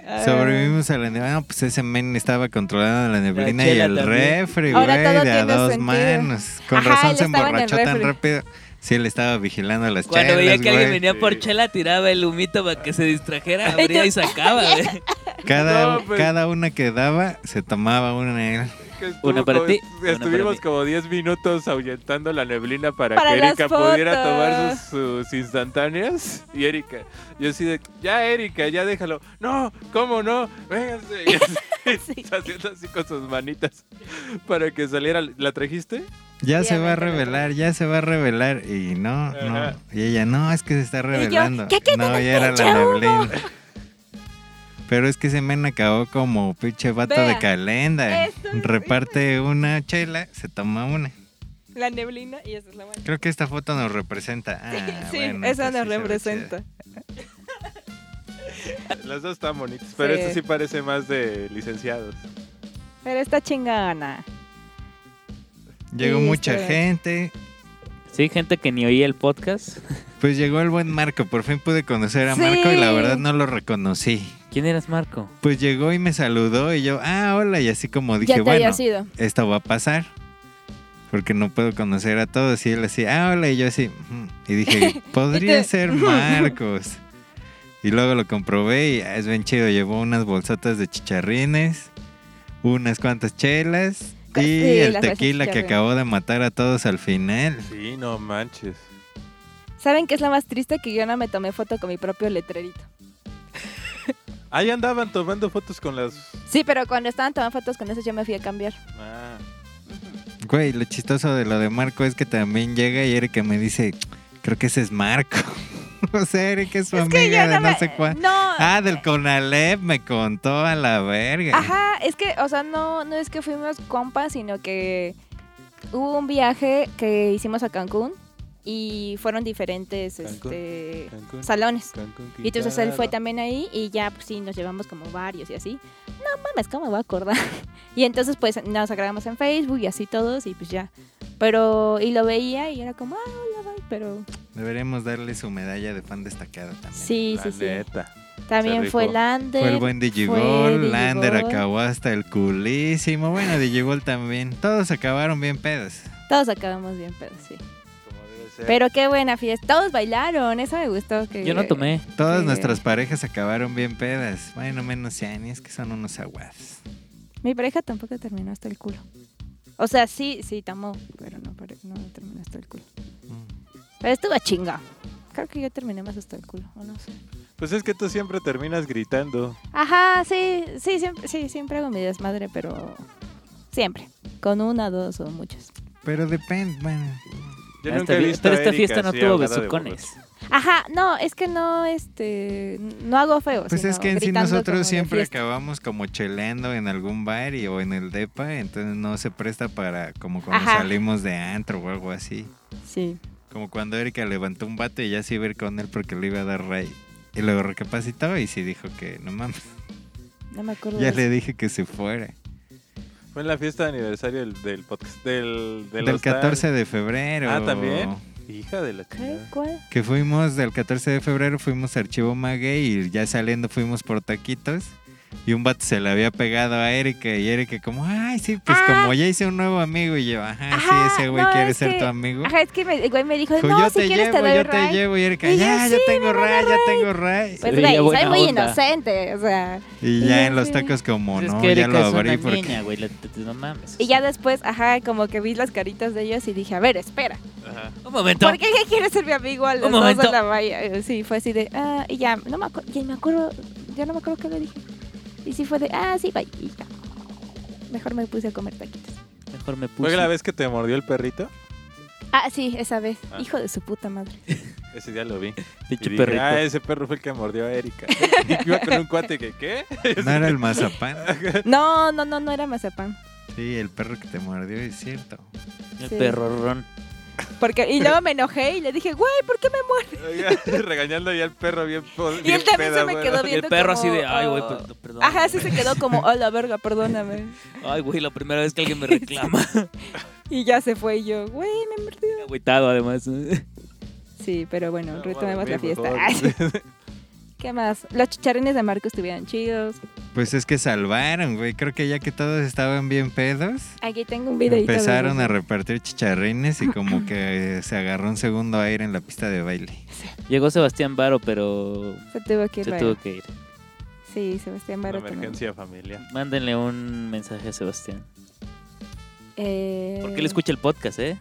Speaker 3: Ah.
Speaker 1: Sobrevivimos a la neblina. No, pues ese men estaba controlando la neblina y
Speaker 2: chela
Speaker 1: el
Speaker 2: también.
Speaker 1: refri, güey,
Speaker 3: Ahora todo
Speaker 1: de a
Speaker 3: tiene
Speaker 1: dos
Speaker 3: sentido.
Speaker 1: manos. Con
Speaker 3: Ajá,
Speaker 1: razón
Speaker 3: él
Speaker 1: se
Speaker 3: estaba en el
Speaker 1: emborrachó tan
Speaker 3: refri.
Speaker 1: rápido. Sí, él estaba vigilando las
Speaker 2: Cuando veía
Speaker 1: chelas,
Speaker 2: que alguien
Speaker 1: güey.
Speaker 2: venía por
Speaker 4: Sí.
Speaker 2: chela, tiraba el humito para que se
Speaker 3: [laughs]
Speaker 2: distrajera, abría y sacaba, güey.
Speaker 1: Cada,
Speaker 4: No, pues.
Speaker 1: cada una que daba, se tomaba una él.
Speaker 4: Que estuvo
Speaker 2: Una para
Speaker 4: como-
Speaker 2: ti,
Speaker 4: estu-
Speaker 2: una para
Speaker 4: Estuvimos
Speaker 2: mí.
Speaker 4: como 10 minutos ahuyentando la neblina para,
Speaker 3: Para
Speaker 4: que
Speaker 3: las
Speaker 4: Erika pudiera
Speaker 3: fotos.
Speaker 4: tomar sus, sus instantáneas. Y Erika, yo así de, ya Erika, ya déjalo. No, ¿cómo no? Vénganse. Y así,
Speaker 3: [laughs] Sí.
Speaker 4: [laughs] haciendo así con sus manitas para que saliera. ¿La trajiste?
Speaker 1: Ya
Speaker 3: Sí,
Speaker 1: se va a
Speaker 3: obviamente,
Speaker 1: revelar, ya se va a revelar. Y no,
Speaker 4: Ajá.
Speaker 1: no. Y ella, no, es que se está
Speaker 3: yo,
Speaker 1: revelando.
Speaker 3: ¿qué quieren
Speaker 1: no, ya era la
Speaker 3: pinche humo?
Speaker 1: neblina. Pero es que ese men acabó como pinche vato
Speaker 3: Vea,
Speaker 1: de calenda.
Speaker 3: esto-
Speaker 1: Reparte una chela, se toma una.
Speaker 3: La neblina y esa es la buena.
Speaker 1: Creo que esta foto nos representa. Ah,
Speaker 3: [laughs] sí,
Speaker 1: bueno,
Speaker 3: esa
Speaker 1: esta sí
Speaker 3: nos
Speaker 1: se ve
Speaker 3: representa.
Speaker 4: Las dos están bonitas, pero
Speaker 3: Sí.
Speaker 4: esta sí parece más de licenciados.
Speaker 3: Pero está chingona.
Speaker 1: chida. Llegó
Speaker 3: Sí,
Speaker 1: mucha
Speaker 3: está bien.
Speaker 1: gente.
Speaker 2: Sí, gente que ni oía el podcast.
Speaker 1: Pues llegó el buen Marco. Por fin pude conocer a Marco y la
Speaker 3: Sí.
Speaker 1: verdad no lo reconocí.
Speaker 2: ¿Quién eras, Marco?
Speaker 1: Pues llegó y me saludó y yo, ah, hola, y así como dije,
Speaker 3: ya te
Speaker 1: bueno,
Speaker 3: había sido.
Speaker 1: esto va a pasar. Porque no puedo conocer a todos. Y él así, ah, hola. Y yo así, "Ujú". y
Speaker 3: [laughs]
Speaker 1: dije, podría ser Marcos. Y luego lo comprobé y ah, es bien chido. Llevó unas bolsotas de chicharrines, unas cuantas chelas y
Speaker 3: Sí,
Speaker 1: el
Speaker 3: las bolsas de
Speaker 1: tequila que
Speaker 3: chicharrines.
Speaker 1: acabó de matar a todos al final.
Speaker 4: Sí, no manches.
Speaker 3: ¿Saben qué es lo más triste? Que yo no me tomé foto con mi propio letrerito.
Speaker 4: Ahí andaban tomando fotos con las...
Speaker 3: Sí, pero cuando estaban tomando fotos con eso yo me fui a cambiar.
Speaker 4: Ah,
Speaker 1: Güey, lo chistoso de lo de Marco es que también llega y Erika me dice, creo que ese es Marco. [laughs] o sea, Erika es su
Speaker 3: Es
Speaker 1: amiga
Speaker 3: que yo
Speaker 1: de
Speaker 3: no
Speaker 1: no
Speaker 3: me...
Speaker 1: sé cuánto.
Speaker 3: No.
Speaker 1: Ah, del Conalep me contó a la verga.
Speaker 3: Ajá, es que, o sea, no, no es que fuimos compas, sino que hubo un viaje que hicimos a Cancún y fueron diferentes
Speaker 4: Cancún,
Speaker 3: este,
Speaker 4: Cancún,
Speaker 3: salones.
Speaker 4: Cancún,
Speaker 3: Y entonces él fue
Speaker 4: Quintana
Speaker 3: también ahí y ya pues, sí nos llevamos como varios y así. No mames, ¿cómo me voy a acordar? [laughs] Y entonces pues nos agregamos en Facebook y así todos y pues ya. Pero y lo veía y era como, ah, hola, bye, pero
Speaker 1: Deberíamos darle su medalla de fan destacado también.
Speaker 3: sí,
Speaker 4: La
Speaker 3: sí, sí.
Speaker 4: neta.
Speaker 3: También
Speaker 4: se
Speaker 3: fue
Speaker 4: rifó.
Speaker 3: Lander.
Speaker 1: Fue el buen Digigol,
Speaker 3: Digigol.
Speaker 1: Lander acabó hasta el culísimo. Bueno, Digigol también. Todos acabaron bien pedos.
Speaker 3: Todos acabamos bien, pero sí.
Speaker 4: Como debe ser.
Speaker 3: Pero qué buena fiesta. Todos bailaron, eso me gustó. Que...
Speaker 2: Yo no tomé.
Speaker 1: Todas
Speaker 3: Sí.
Speaker 1: nuestras parejas acabaron bien pedas. Bueno, menos Yanni, es que son unos aguados.
Speaker 3: Mi pareja tampoco terminó hasta el culo. O sea, sí, sí, tomó, pero no, pare- no terminó hasta el culo.
Speaker 4: Mm.
Speaker 3: Pero estuvo chinga. Creo que yo terminé más hasta el culo, o no sé.
Speaker 4: Pues es que tú siempre terminas gritando.
Speaker 3: Ajá, sí, sí, siempre, sí, siempre hago mi desmadre, pero siempre. Con una, dos o muchas.
Speaker 1: Pero depende, bueno.
Speaker 3: Pues
Speaker 4: Yo
Speaker 2: Pero
Speaker 4: nunca he
Speaker 2: esta-
Speaker 4: visto
Speaker 2: pero
Speaker 4: a
Speaker 2: esta
Speaker 4: Erika
Speaker 2: fiesta no
Speaker 4: así
Speaker 2: tuvo
Speaker 4: ahogada de
Speaker 2: besucones.
Speaker 3: Ajá, no, es que no, este, no hago feo.
Speaker 1: Pues es
Speaker 3: sino
Speaker 1: que en sí
Speaker 3: gritando como de
Speaker 1: nosotros siempre
Speaker 3: fiesta.
Speaker 1: acabamos como cheleando en algún bar y, o en el depa, entonces no se presta para como cuando
Speaker 3: Ajá.
Speaker 1: salimos de antro o algo así.
Speaker 3: Sí.
Speaker 1: Como cuando Erika levantó un bate y ya se iba a ir con él porque le iba a dar ray. Y luego recapacitó y sí dijo que no mames.
Speaker 3: No me acuerdo.
Speaker 1: Ya
Speaker 3: de
Speaker 1: le dije que se fuera.
Speaker 4: besucos. Fue en la fiesta de aniversario del, del podcast. Del, del
Speaker 1: Del
Speaker 4: hostal.
Speaker 1: 14 de febrero.
Speaker 4: Ah, ¿también? Hija de la chingada.
Speaker 3: ¿Qué? ¿Cuál?
Speaker 1: Que fuimos del 14 de febrero, fuimos a Archivo Maguey y ya saliendo fuimos por taquitos. Y un vato se le había pegado a Erika y Erika como, ay, sí, pues
Speaker 3: Ah.
Speaker 1: como ya hice un nuevo amigo y yo, ajá,
Speaker 3: Ajá,
Speaker 1: sí, ese güey
Speaker 3: no,
Speaker 1: quiere
Speaker 3: es
Speaker 1: ser
Speaker 3: que-
Speaker 1: tu amigo.
Speaker 3: Ajá, es que me- el güey me dijo,
Speaker 1: Dijo,
Speaker 3: no,
Speaker 1: Pues yo
Speaker 3: si
Speaker 1: te
Speaker 3: quieres
Speaker 1: llevo,
Speaker 3: te doy
Speaker 1: yo
Speaker 3: ride".
Speaker 1: te llevo y Erika,
Speaker 3: Y yo,
Speaker 1: ya, yo
Speaker 3: "Sí, me
Speaker 1: tengo
Speaker 3: van a
Speaker 1: ray, ya
Speaker 3: dar
Speaker 1: tengo ray.
Speaker 3: Pues
Speaker 2: Sí,
Speaker 3: güey,
Speaker 2: ya buena
Speaker 3: soy muy
Speaker 2: onda.
Speaker 3: inocente, o sea.
Speaker 1: Y
Speaker 3: Y
Speaker 1: ya
Speaker 3: yo
Speaker 1: en los
Speaker 3: sí.
Speaker 1: tacos como,
Speaker 2: Pues es
Speaker 1: no,
Speaker 2: que
Speaker 1: ya
Speaker 2: Erika
Speaker 1: lo
Speaker 2: es una
Speaker 1: abrí porque...
Speaker 2: niña, güey. la- te- No mames.
Speaker 3: Y ya después, ajá, como que vi las caritas de ellos y dije, a ver, espera.
Speaker 2: Un momento.
Speaker 3: ¿Por qué ya quieres ser mi amigo a las
Speaker 2: Un
Speaker 3: dos
Speaker 2: momento.
Speaker 3: de la valla? Eh, Sí, fue así de, ah, y ya, no me acuerdo, ya me acuerdo, ya no me acuerdo qué le dije. Y sí fue de, ah, sí, bye, y ya. Mejor me puse a comer taquitos.
Speaker 2: Mejor me puse.
Speaker 4: ¿Fue la vez que te mordió el perrito?
Speaker 3: Ah, sí, esa vez.
Speaker 4: Ah.
Speaker 3: Hijo de su puta madre.
Speaker 4: Ese día lo vi.
Speaker 2: [laughs] Pinche
Speaker 4: Y dije,
Speaker 2: perrito.
Speaker 4: ah, ese perro fue el que mordió a Erika. [laughs] Y iba con un cuate que, ¿qué?
Speaker 1: No era el mazapán.
Speaker 3: No, no, no, no era mazapán.
Speaker 1: Sí, el perro que te mordió es cierto.
Speaker 2: El
Speaker 3: sí.
Speaker 2: perrorrón.
Speaker 3: Porque, y luego me enojé y le dije, güey, ¿por qué me muerde?
Speaker 4: Oiga, [laughs] Regañando ya al perro bien po-
Speaker 3: Y
Speaker 4: bien
Speaker 3: él también se
Speaker 4: peda,
Speaker 3: me
Speaker 4: güey.
Speaker 2: Y
Speaker 3: quedó
Speaker 2: el
Speaker 3: viendo
Speaker 2: perro
Speaker 3: como,
Speaker 2: así de, ay, güey,
Speaker 3: "Oh".
Speaker 2: perdón. perdón,
Speaker 3: Ajá, sí
Speaker 2: güey".
Speaker 3: se quedó como, a la verga, perdóname.
Speaker 2: Ay, güey, la primera vez que alguien me reclama.
Speaker 3: [laughs] Y ya se fue y yo, güey, me mordió.
Speaker 2: Agüitado, además.
Speaker 3: Sí, pero bueno,
Speaker 4: No,
Speaker 3: retomemos la
Speaker 4: mames,
Speaker 3: fiesta.
Speaker 4: por
Speaker 3: Ay,
Speaker 4: favor.
Speaker 3: [laughs] ¿Qué más? Los chicharrones de Marco estuvieron chidos.
Speaker 1: Pues es que salvaron, güey. Creo que ya que todos estaban bien pedos,
Speaker 3: Aquí tengo un videito. de
Speaker 1: empezaron
Speaker 3: ellos.
Speaker 1: a repartir chicharrines y como que se agarró un segundo aire en la pista de baile.
Speaker 2: Llegó Sebastián Varo, pero
Speaker 3: Se tuvo que ir.
Speaker 2: se
Speaker 3: Varo.
Speaker 2: tuvo que ir.
Speaker 3: Sí, Sebastián
Speaker 4: Una
Speaker 3: Varo también.
Speaker 4: emergencia familiar.
Speaker 2: Mándenle un mensaje a Sebastián.
Speaker 3: Eh...
Speaker 2: Porque él escucha el podcast, ¿eh?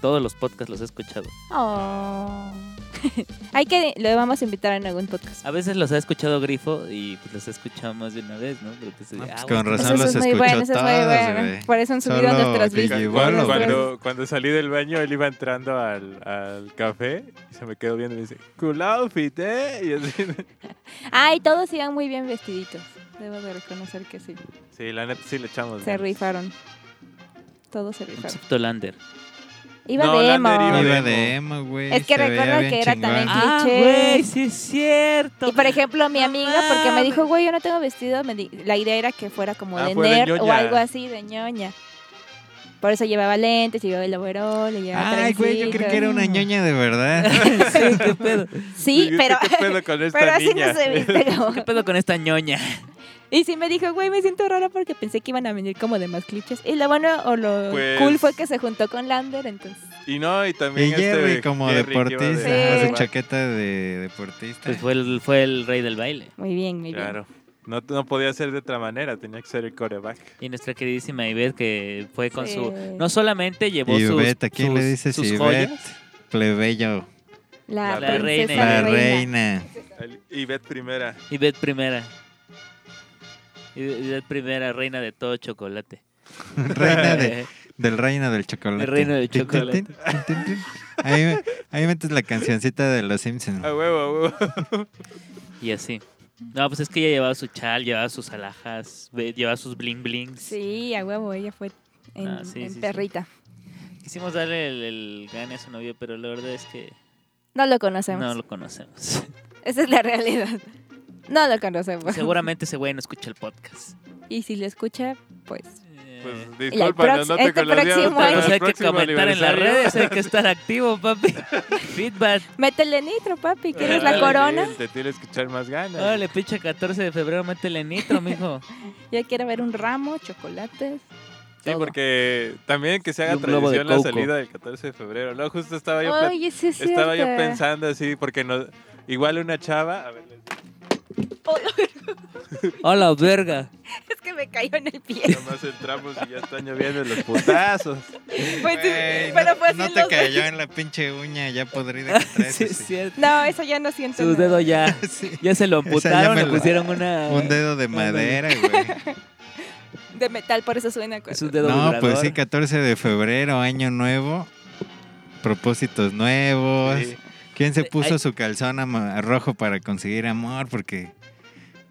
Speaker 2: Todos los podcasts los he escuchado.
Speaker 3: Oh. [laughs] Hay que... Lo vamos a invitar en algún podcast.
Speaker 2: A veces los ha escuchado Grifo y pues los he escuchado más de una vez, ¿no? Pero entonces,
Speaker 1: No, pues,
Speaker 2: ah,
Speaker 1: con
Speaker 2: bueno,
Speaker 1: razón
Speaker 3: Eso
Speaker 1: los
Speaker 3: es muy
Speaker 1: escuchó
Speaker 3: bueno, eso es muy
Speaker 1: todos,
Speaker 3: bueno.
Speaker 1: güey.
Speaker 3: Por eso han subido
Speaker 1: Solo
Speaker 3: nuestras
Speaker 1: que
Speaker 3: vistas.
Speaker 1: llegó
Speaker 4: Cuando,
Speaker 1: Igual,
Speaker 4: cuando, cuando salí del baño, él iba entrando al, al café y se me quedó viendo y me dice, cool outfit, ¿eh? Y así.
Speaker 3: Ay, todos iban muy bien vestiditos. Debo de reconocer que sí.
Speaker 4: Sí, la neta sí le echamos.
Speaker 3: Se
Speaker 4: ganas.
Speaker 3: rifaron. Todos se rifaron.
Speaker 2: Excepto Lander.
Speaker 3: Iba
Speaker 4: No,
Speaker 3: de emo.
Speaker 4: Lander iba
Speaker 1: Iba
Speaker 4: de
Speaker 1: de emo, güey.
Speaker 3: Es que
Speaker 1: se veía
Speaker 3: recuerda
Speaker 1: bien
Speaker 3: que era
Speaker 1: chingón.
Speaker 3: también
Speaker 1: Ah,
Speaker 2: Ah,
Speaker 3: clichés.
Speaker 2: güey, sí es cierto.
Speaker 3: Y por ejemplo, mi
Speaker 2: No
Speaker 3: amiga, porque me dijo,
Speaker 2: mames.
Speaker 3: güey, yo no tengo vestido, me di- la idea era que fuera como
Speaker 4: Ah,
Speaker 3: de
Speaker 4: fue de
Speaker 3: nerd o
Speaker 4: ñoña.
Speaker 3: algo así, de ñoña. Por eso llevaba lentes, llevaba el overol, le llevaba
Speaker 1: Ay, güey, yo creí que era una
Speaker 3: trencito.
Speaker 1: ñoña de verdad.
Speaker 2: Sí, [laughs] qué pedo.
Speaker 3: Sí,
Speaker 4: Dijiste,
Speaker 3: pero,
Speaker 4: ¿Qué pedo con
Speaker 3: [laughs]
Speaker 4: esta
Speaker 3: pero así
Speaker 4: niña?
Speaker 3: no se viste. como- [laughs]
Speaker 2: ¿Qué pedo con esta ñoña?
Speaker 3: Y sí me dijo, güey, me siento rara porque pensé que iban a venir como de más clichés. Y lo bueno o lo
Speaker 4: Pues-
Speaker 3: cool fue que se juntó con Lander, entonces.
Speaker 4: Y no, y también
Speaker 1: Y Jerry
Speaker 4: este,
Speaker 1: como
Speaker 4: Jerry que iba de-
Speaker 1: deportista,
Speaker 3: Sí.
Speaker 1: con su chaqueta de deportista.
Speaker 2: Pues fue el, fue el rey del baile.
Speaker 3: Muy bien, muy bien.
Speaker 4: Claro. No, no podía ser de otra manera, tenía que ser el coreback.
Speaker 2: Y nuestra queridísima Ivette que fue con
Speaker 3: Sí.
Speaker 2: su... No solamente llevó
Speaker 1: y
Speaker 2: sus,
Speaker 1: Ivette, ¿a quién
Speaker 2: sus-
Speaker 1: le dices
Speaker 2: sus
Speaker 1: Ivette?
Speaker 2: joyas.
Speaker 1: Plebeyo,
Speaker 3: La,
Speaker 4: La
Speaker 1: la
Speaker 2: reina. La
Speaker 3: princesa
Speaker 1: reina.
Speaker 4: El- Y Beth primera.
Speaker 2: Ivette primera. Ivette primera, reina de todo chocolate.
Speaker 1: Reina [laughs] de, del reino del chocolate.
Speaker 2: El reino del
Speaker 1: Tin, tin,
Speaker 2: chocolate.
Speaker 1: tin, tin, tin, tin. Ahí, me- ahí metes la cancioncita de Los Simpsons.
Speaker 4: A huevo, a huevo.
Speaker 2: [laughs] Y así. No, pues es que ella llevaba su chal, llevaba sus alhajas, ve- llevaba sus bling blings.
Speaker 3: Sí, a huevo, ella fue en,
Speaker 2: Ah, sí,
Speaker 3: en
Speaker 2: sí, sí.
Speaker 3: perrita.
Speaker 2: Quisimos darle el, el gane a su novio, pero la verdad es que
Speaker 3: No lo conocemos.
Speaker 2: no lo conocemos. [laughs]
Speaker 3: Esa es la realidad. No lo conocemos.
Speaker 2: Seguramente ese güey no escucha el podcast.
Speaker 3: Y si lo escucha, pues.
Speaker 2: Eh,
Speaker 4: Pues
Speaker 3: Y la
Speaker 4: discúlpanos, no te
Speaker 3: prox- este próximo
Speaker 4: conocíamos, pero
Speaker 2: pero
Speaker 3: año.
Speaker 4: el
Speaker 2: sí hay que
Speaker 4: próximo
Speaker 2: comentar en las
Speaker 4: aniversario-
Speaker 2: redes,
Speaker 4: [laughs]
Speaker 2: hay que estar activo, papi. Feedback.
Speaker 3: Métele nitro, papi. ¿Quieres
Speaker 4: Dale,
Speaker 3: la corona?
Speaker 4: Te tienes que echar más ganas.
Speaker 2: Órale, pinche 14 de febrero, métele nitro, mijo.
Speaker 3: Yo quiero ver un ramo, chocolates.
Speaker 4: Sí,
Speaker 3: todo.
Speaker 4: porque también que se
Speaker 2: Y
Speaker 4: haga
Speaker 2: un globo de
Speaker 4: tradición la
Speaker 2: coco.
Speaker 4: salida del 14 de febrero. No, justo estaba yo, pla-
Speaker 3: Oye, sí es
Speaker 4: estaba yo
Speaker 3: cierto.
Speaker 4: pensando así, porque no, igual una chava... A ver, les-
Speaker 2: Hola, verga.
Speaker 3: Es que me cayó en el pie.
Speaker 4: nomás entramos y ya están lloviendo los
Speaker 1: [laughs]
Speaker 4: putazos.
Speaker 3: Pues, sí,
Speaker 1: Güey,
Speaker 3: pero
Speaker 1: no-
Speaker 3: fue así
Speaker 1: no,
Speaker 3: en
Speaker 1: te
Speaker 3: los-
Speaker 1: cayó en la pinche uña ya
Speaker 3: [laughs]
Speaker 1: podrida que traes.
Speaker 2: [laughs] Sí, es
Speaker 1: así.
Speaker 2: cierto.
Speaker 3: No, eso ya no siento.
Speaker 2: Su
Speaker 3: nada.
Speaker 2: dedo ya,
Speaker 1: Sí.
Speaker 2: ya se lo
Speaker 1: ya
Speaker 2: amputaron,
Speaker 1: me
Speaker 2: le
Speaker 1: lo-
Speaker 2: pusieron una...
Speaker 1: Un dedo de madera,
Speaker 3: [laughs]
Speaker 1: güey.
Speaker 3: De metal, por eso suena. cuerda.
Speaker 2: Es un dedo
Speaker 1: No, pues sí,
Speaker 2: vibrador.
Speaker 1: 14 de febrero, año nuevo, propósitos nuevos.
Speaker 4: Sí.
Speaker 1: ¿Quién se
Speaker 2: Eh,
Speaker 1: puso
Speaker 2: ay.
Speaker 1: su calzón ama- rojo para conseguir amor? Porque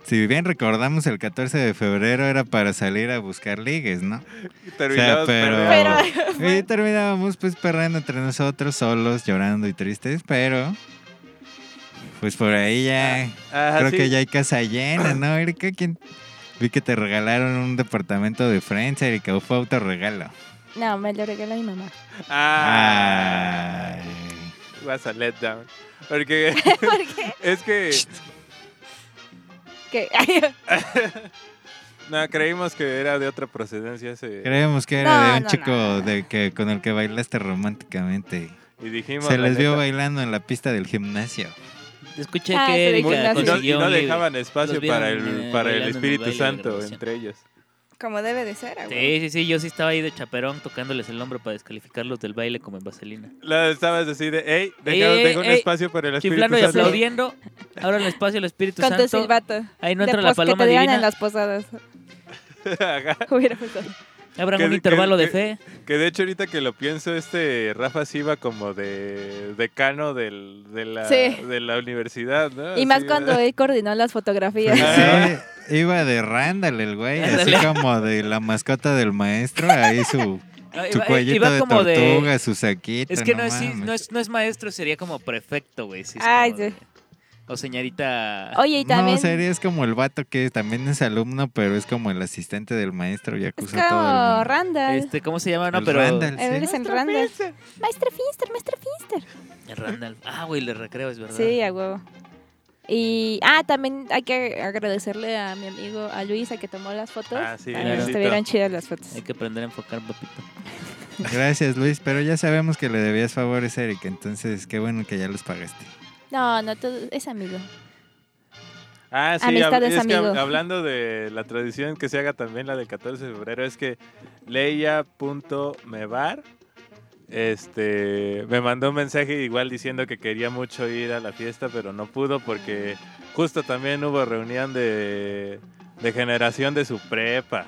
Speaker 1: si bien recordamos el 14 de febrero era para salir a buscar ligues, ¿no?
Speaker 4: Y terminamos
Speaker 1: pero-
Speaker 4: perdiendo.
Speaker 3: [laughs] Pero
Speaker 1: Y terminábamos pues perrando entre nosotros, solos, llorando y tristes, pero pues por ahí ya
Speaker 4: Ah,
Speaker 1: creo
Speaker 4: sí.
Speaker 1: que ya hay casa llena, ¿no, Erika? ¿Quién? Vi que te regalaron un departamento de Friends, Erika, o fue autorregalo.
Speaker 3: [laughs] no, me lo regaló mi mamá. [laughs]
Speaker 4: Ah,
Speaker 1: Ay.
Speaker 4: vas a let down.
Speaker 2: [laughs]
Speaker 4: Porque
Speaker 3: ¿Por qué?
Speaker 4: es que
Speaker 3: ¿Qué?
Speaker 4: no creímos que era de otra procedencia ese
Speaker 1: Creemos que era
Speaker 3: No,
Speaker 1: de un
Speaker 3: no,
Speaker 1: chico
Speaker 3: no.
Speaker 1: de que con el que bailaste románticamente.
Speaker 4: y dijimos
Speaker 1: Se
Speaker 4: la
Speaker 1: les vio
Speaker 4: neta,
Speaker 1: bailando en la pista del
Speaker 2: [laughs]
Speaker 1: gimnasio.
Speaker 2: Escuché
Speaker 3: Ah,
Speaker 2: que
Speaker 3: se ve
Speaker 2: Erika
Speaker 3: que
Speaker 4: y no, y
Speaker 2: consiguió
Speaker 4: no
Speaker 2: un libro.
Speaker 4: dejaban espacio
Speaker 2: Los vieron,
Speaker 4: para
Speaker 2: eh,
Speaker 4: el para el
Speaker 2: bailando en el
Speaker 4: Espíritu
Speaker 2: baile de
Speaker 4: Santo
Speaker 2: graduación.
Speaker 4: entre ellos.
Speaker 3: [laughs] Como debe de ser, güey.
Speaker 2: Sí, sí, sí, yo sí estaba ahí de chaperón tocándoles el hombro para descalificarlos del baile como en vaselina.
Speaker 4: La estabas así de, hey,
Speaker 2: Ey,
Speaker 4: deja,
Speaker 2: ey,
Speaker 4: deja un
Speaker 2: ey,
Speaker 4: espacio para el Espíritu
Speaker 2: Chiflando y
Speaker 4: Santo.
Speaker 2: aplaudiendo. Ahora el espacio del Espíritu
Speaker 3: Con tu
Speaker 2: Santo.
Speaker 3: silbato.
Speaker 2: Ahí no
Speaker 3: De
Speaker 2: entra la
Speaker 3: pos- que
Speaker 2: paloma
Speaker 3: te digan en
Speaker 2: divina.
Speaker 3: las posadas.
Speaker 4: [laughs]
Speaker 3: [laughs]
Speaker 4: Ajá.
Speaker 3: Hubiera gustado.
Speaker 2: Habrá
Speaker 4: que-
Speaker 2: un
Speaker 4: que-
Speaker 2: intervalo de
Speaker 4: que-
Speaker 2: fe.
Speaker 4: que de hecho ahorita que lo pienso, este Rafa sí iba como de decano del, de, la,
Speaker 3: Sí.
Speaker 4: de la universidad, ¿no?
Speaker 3: Y más
Speaker 4: Así,
Speaker 3: cuando él coordinó las fotografías.
Speaker 4: Ah.
Speaker 1: Sí, iba de Randall el güey, así
Speaker 2: Ándale.
Speaker 1: como de la mascota del maestro, ahí
Speaker 2: [laughs]
Speaker 1: su,
Speaker 2: Ah,
Speaker 1: su
Speaker 2: iba-
Speaker 1: cuellito
Speaker 2: iba
Speaker 1: de
Speaker 2: como de-
Speaker 1: tortuga, su saquito.
Speaker 2: Es que no es, sí,
Speaker 1: mames.
Speaker 2: no, es, no es maestro, sería como prefecto, güey. sí, es
Speaker 3: Ay,
Speaker 2: como de-
Speaker 3: sí.
Speaker 2: O señorita.
Speaker 3: Oye, y
Speaker 1: [laughs]
Speaker 3: también.
Speaker 1: No, sería es como el vato que también es alumno, pero es como el asistente del maestro y
Speaker 3: es
Speaker 1: acusa pues, a todo el
Speaker 3: como
Speaker 1: mundo.
Speaker 3: Randall.
Speaker 2: Este, ¿Cómo se llama? No,
Speaker 1: El
Speaker 2: pero.
Speaker 1: Randall, sí.
Speaker 3: Eres en Randall. Maestro Finster, maestro Finster.
Speaker 2: El Randall. Ah, güey, le recreo, es verdad.
Speaker 3: Sí, a huevo. Y, ah, también hay que agradecerle a mi amigo, a Luisa, que tomó las fotos.
Speaker 4: Ah, sí,
Speaker 3: También
Speaker 2: Luisito.
Speaker 3: estuvieron chidas las fotos.
Speaker 2: Hay que aprender a enfocar, papito.
Speaker 1: Gracias, Luis, pero ya sabemos que le debías favores, Erika, entonces qué bueno que ya los
Speaker 2: [laughs]
Speaker 1: pagaste.
Speaker 3: No, no, todo es amigo.
Speaker 4: Ah, sí,
Speaker 3: Amistad
Speaker 4: hab-
Speaker 3: es
Speaker 4: es que hab-
Speaker 3: amigo.
Speaker 4: hablando de la tradición que se haga también la del 14 de febrero, es que leia.mevar este, me mandó un mensaje igual diciendo que quería mucho ir a la fiesta, pero no pudo porque justo también hubo reunión de, de generación de su prepa.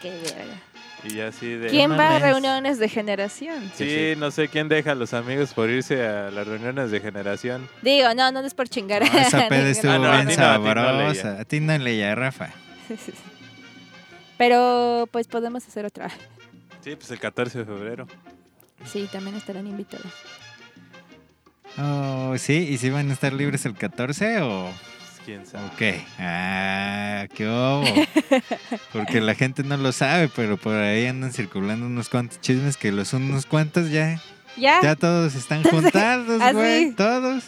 Speaker 3: Qué verga.
Speaker 4: Y ya así de...
Speaker 3: ¿Quién va a
Speaker 2: mames.
Speaker 3: reuniones de generación?
Speaker 4: Sí, no sé quién deja a los amigos por irse a las reuniones de generación.
Speaker 3: Digo, no, no es por chingar.
Speaker 1: No, esa peda estuvo
Speaker 4: Ah, no, a
Speaker 1: bien
Speaker 4: ti no, a ti no,
Speaker 1: sabrosa. A ti no leía, Rafa.
Speaker 3: Pero pues podemos hacer otra.
Speaker 4: Sí, pues el 14 de febrero.
Speaker 3: Sí, también estarán invitados.
Speaker 1: Oh, sí, ¿y si van a estar libres el 14 o...?
Speaker 4: pues, ¿Quién sabe?
Speaker 1: Ok. Ah, qué bobo. Porque la gente no lo sabe, pero por ahí andan circulando unos cuantos chismes que los unos cuantos ya,
Speaker 3: Ya.
Speaker 1: ya todos están
Speaker 3: [laughs]
Speaker 1: juntados,
Speaker 3: Ah. así.
Speaker 1: güey. Todos.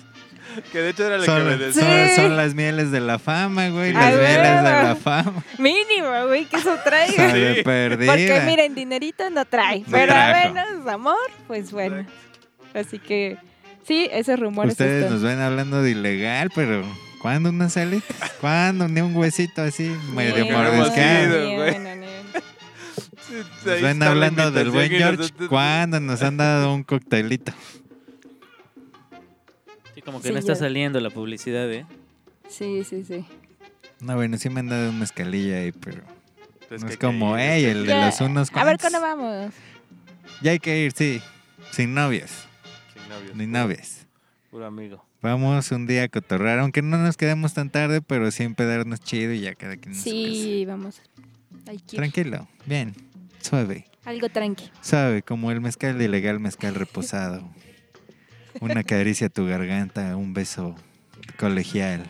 Speaker 4: Que de hecho era lo que me
Speaker 1: Son,
Speaker 4: decía.
Speaker 1: son-
Speaker 3: Sí.
Speaker 1: son las mieles de la fama, güey.
Speaker 4: Sí.
Speaker 1: Las
Speaker 4: Ay,
Speaker 1: mieles de
Speaker 3: bueno.
Speaker 1: la fama.
Speaker 3: Mínimo, güey, que eso traiga.
Speaker 1: Sabe perdida.
Speaker 3: Porque miren, dinerito no trae.
Speaker 1: No
Speaker 3: pero
Speaker 1: trajo.
Speaker 3: menos amor, pues bueno. Así que sí, esos rumores
Speaker 1: Ustedes
Speaker 3: están-
Speaker 1: nos ven hablando de ilegal, pero ¿cuándo una sale? ¿Cuándo? Ni un huesito así, medio
Speaker 3: Ni
Speaker 4: mordisqueado.
Speaker 3: uno,
Speaker 1: mordisqueado.
Speaker 4: Mordisqueado,
Speaker 3: ni
Speaker 4: güey.
Speaker 3: uno, ni uno.
Speaker 4: Sí,
Speaker 1: Nos
Speaker 4: ahí
Speaker 1: ven
Speaker 4: está la
Speaker 1: hablando del
Speaker 4: invitación
Speaker 1: buen
Speaker 4: y
Speaker 1: George.
Speaker 4: nosotros-
Speaker 1: ¿Cuándo nos han dado un coctelito?
Speaker 2: Sí, como que
Speaker 3: Sí,
Speaker 2: no está
Speaker 3: ya.
Speaker 2: saliendo la publicidad, ¿eh?
Speaker 3: Sí, sí, sí.
Speaker 1: No, bueno, sí me han dado una escalilla ahí, pero
Speaker 4: Pues
Speaker 1: no
Speaker 4: que
Speaker 1: es como, ey,
Speaker 4: caí.
Speaker 1: el de
Speaker 3: Ya,
Speaker 1: los unos
Speaker 3: A ver,
Speaker 1: cuantos.
Speaker 3: ¿cuándo vamos?
Speaker 1: Ya hay que ir, sí. Sin novias,
Speaker 4: Sin novios, pues,
Speaker 1: ni novias.
Speaker 4: Puro amigo.
Speaker 1: Vamos un día a cotorrar, aunque no nos quedemos tan tarde, pero siempre darnos chido y ya cada quien en su
Speaker 3: Sí, vamos. Hay que
Speaker 1: casa.
Speaker 3: ir.
Speaker 1: Tranquilo, bien, suave.
Speaker 3: Algo tranqui.
Speaker 1: Sabe, como el mezcal ilegal, mezcal reposado. Una caricia a tu garganta, un beso colegial.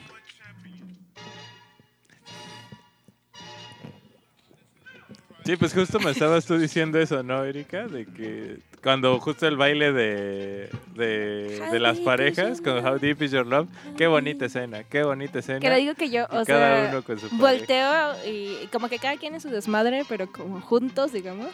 Speaker 4: Sí, pues justo me estabas tú diciendo eso, ¿no, Erika? De que cuando justo el baile de, de,
Speaker 3: How
Speaker 4: de las
Speaker 3: deep is
Speaker 4: parejas
Speaker 3: your
Speaker 4: con
Speaker 3: love?
Speaker 4: How Deep Is Your Love, qué bonita escena, qué bonita escena.
Speaker 3: Que lo digo que yo,
Speaker 4: Y
Speaker 3: o
Speaker 4: cada
Speaker 3: sea,
Speaker 4: uno con su pareja.
Speaker 3: volteo y como que cada quien es su desmadre, pero como juntos, digamos.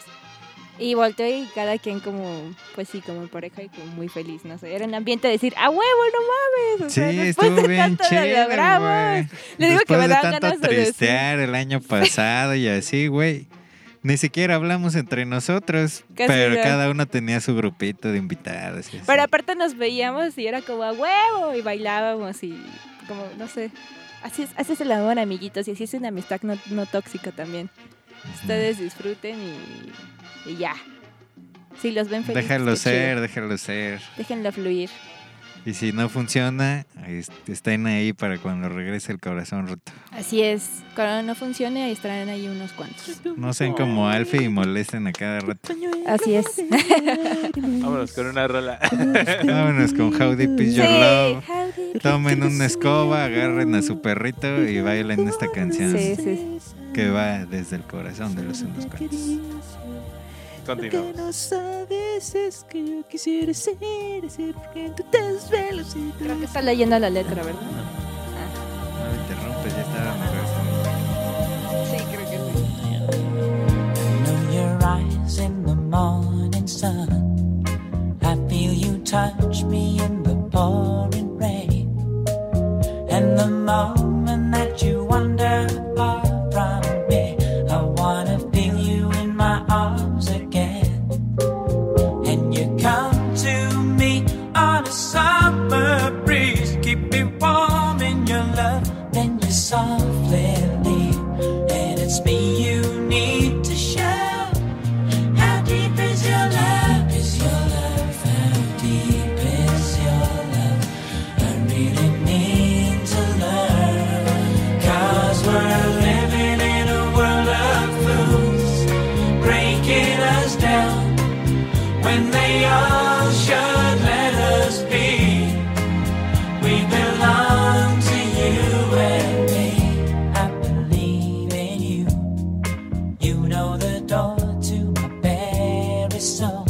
Speaker 3: Y volteo y cada quien como, pues sí, como en pareja y como muy feliz, no sé. Era un ambiente de decir, ¡a huevo, no [laughs] mames! O
Speaker 1: Sí,
Speaker 3: sea, después
Speaker 1: estuvo
Speaker 3: de
Speaker 1: bien
Speaker 3: tanto lo
Speaker 1: chido,
Speaker 3: logramos.
Speaker 1: güey.
Speaker 3: Le digo que
Speaker 1: Después
Speaker 3: me
Speaker 1: de
Speaker 3: daban
Speaker 1: tanto
Speaker 3: ganas de decir-
Speaker 1: tristear el
Speaker 3: [laughs]
Speaker 1: año pasado y así, güey. Ni siquiera hablamos entre nosotros,
Speaker 3: Casi
Speaker 1: pero
Speaker 3: no.
Speaker 1: cada uno tenía su grupito de invitados. y así.
Speaker 3: Pero aparte nos veíamos y era como, ¡a huevo! Y bailábamos y como, no sé. Así es, así es el amor, amiguitos, y así es una amistad no, no tóxica también.
Speaker 1: Ujú.
Speaker 3: Ustedes disfruten y, y ya. Si los ven felices.
Speaker 1: Déjalo
Speaker 3: qué chido.
Speaker 1: ser, déjalo ser.
Speaker 3: Déjenlo fluir.
Speaker 1: Y si no funciona, ahí est- estén ahí para cuando regrese el corazón roto.
Speaker 3: Así es. Cuando no funcione, ahí estarán ahí unos cuantos.
Speaker 1: No sean como Alfie y molesten a cada rato.
Speaker 3: Así es. Sí.
Speaker 4: Vámonos con una rola.
Speaker 1: [laughs]
Speaker 4: [laughs]
Speaker 1: Vámonos con How Deep Is Your Love.
Speaker 3: how did-
Speaker 1: Tomen una escoba, agarren a su perrito y bailen esta canción
Speaker 3: Sí, sí.
Speaker 1: que va desde el corazón de los unos cuantos.
Speaker 4: Continuamos.
Speaker 7: Lo que no sabes es que yo quisiera ser ese porque tú te desvelas y te
Speaker 3: Creo que está leyendo la letra, ¿verdad?
Speaker 1: No me interrumpes, ya estaba mejor esa música.
Speaker 3: Sí, creo que sí.
Speaker 7: know your eyes in the morning sun. I feel you touch me in the pouring rain. And the moment that you wander far from me, I wanna feel you in my arms again. And you come to me on a summer breeze. Keep me warm in your love, then you softly leave. And it's me you need to show. How deep is your love? Is your love? How deep is your love? I really need to learn. Cause we're living in a world of fools, breaking us down when they all should let us be. We belong to you and me. I believe in you. You know the door to my very soul.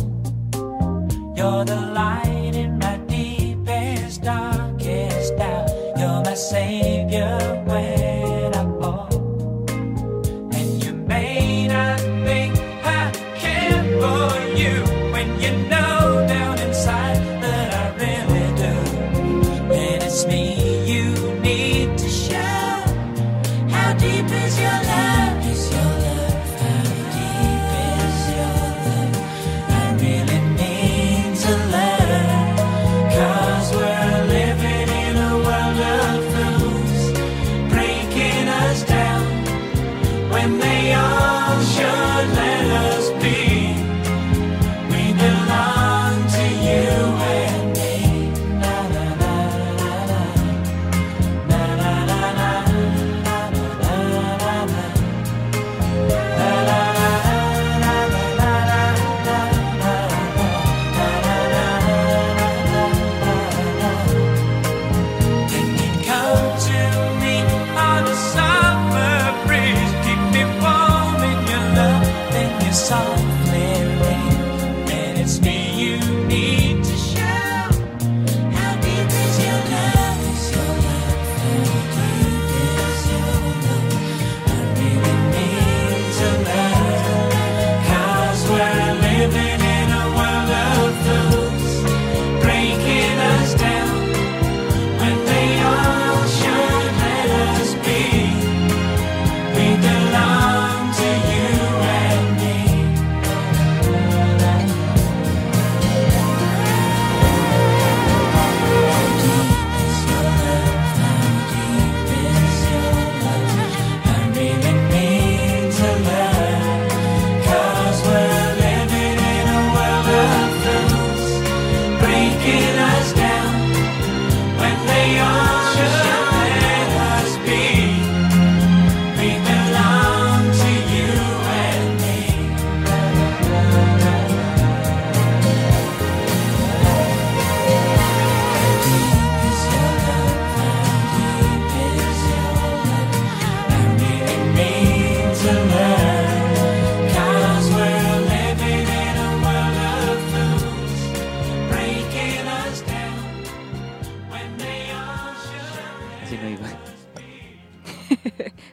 Speaker 7: You're the light in my deepest, darkest doubt. You're my savior when I fall. And you may not think I care for you when you know down inside that I really do. And it's me you need to show. How deep is your love? Is your love? How deep is your love? I really need to learn.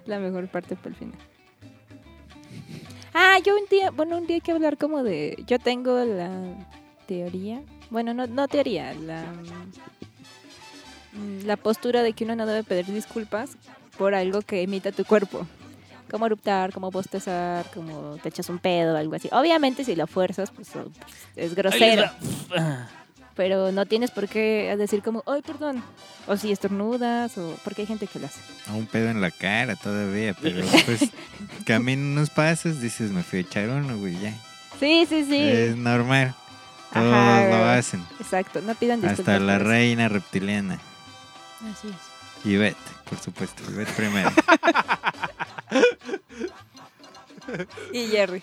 Speaker 3: la mejor parte para el final. Ah, yo un día, bueno, un día hay que hablar como de, yo tengo la teoría, bueno, no, no teoría, la, mm, la postura de que uno no debe pedir disculpas por algo que imita tu cuerpo. Como eruptar, como bostezar, como te echas un pedo, algo así. Obviamente si lo fuerzas, pues oh, pues, es grosero pero no tienes por qué decir como, ay, perdón, o si estornudas, o porque hay gente que lo hace.
Speaker 1: A un pedo en la cara todavía, pero pues camino unos pasos, dices, me fui a echar uno, güey, ya.
Speaker 3: Sí, sí, sí.
Speaker 1: Es normal. Todos
Speaker 3: Ajá.
Speaker 1: lo hacen.
Speaker 3: Exacto, no pidan disculpas.
Speaker 1: Hasta la
Speaker 3: por eso.
Speaker 1: reina reptiliana.
Speaker 3: Así es.
Speaker 1: Ivette, por supuesto. Ivette
Speaker 3: [laughs]
Speaker 1: primero.
Speaker 3: Y Jerry.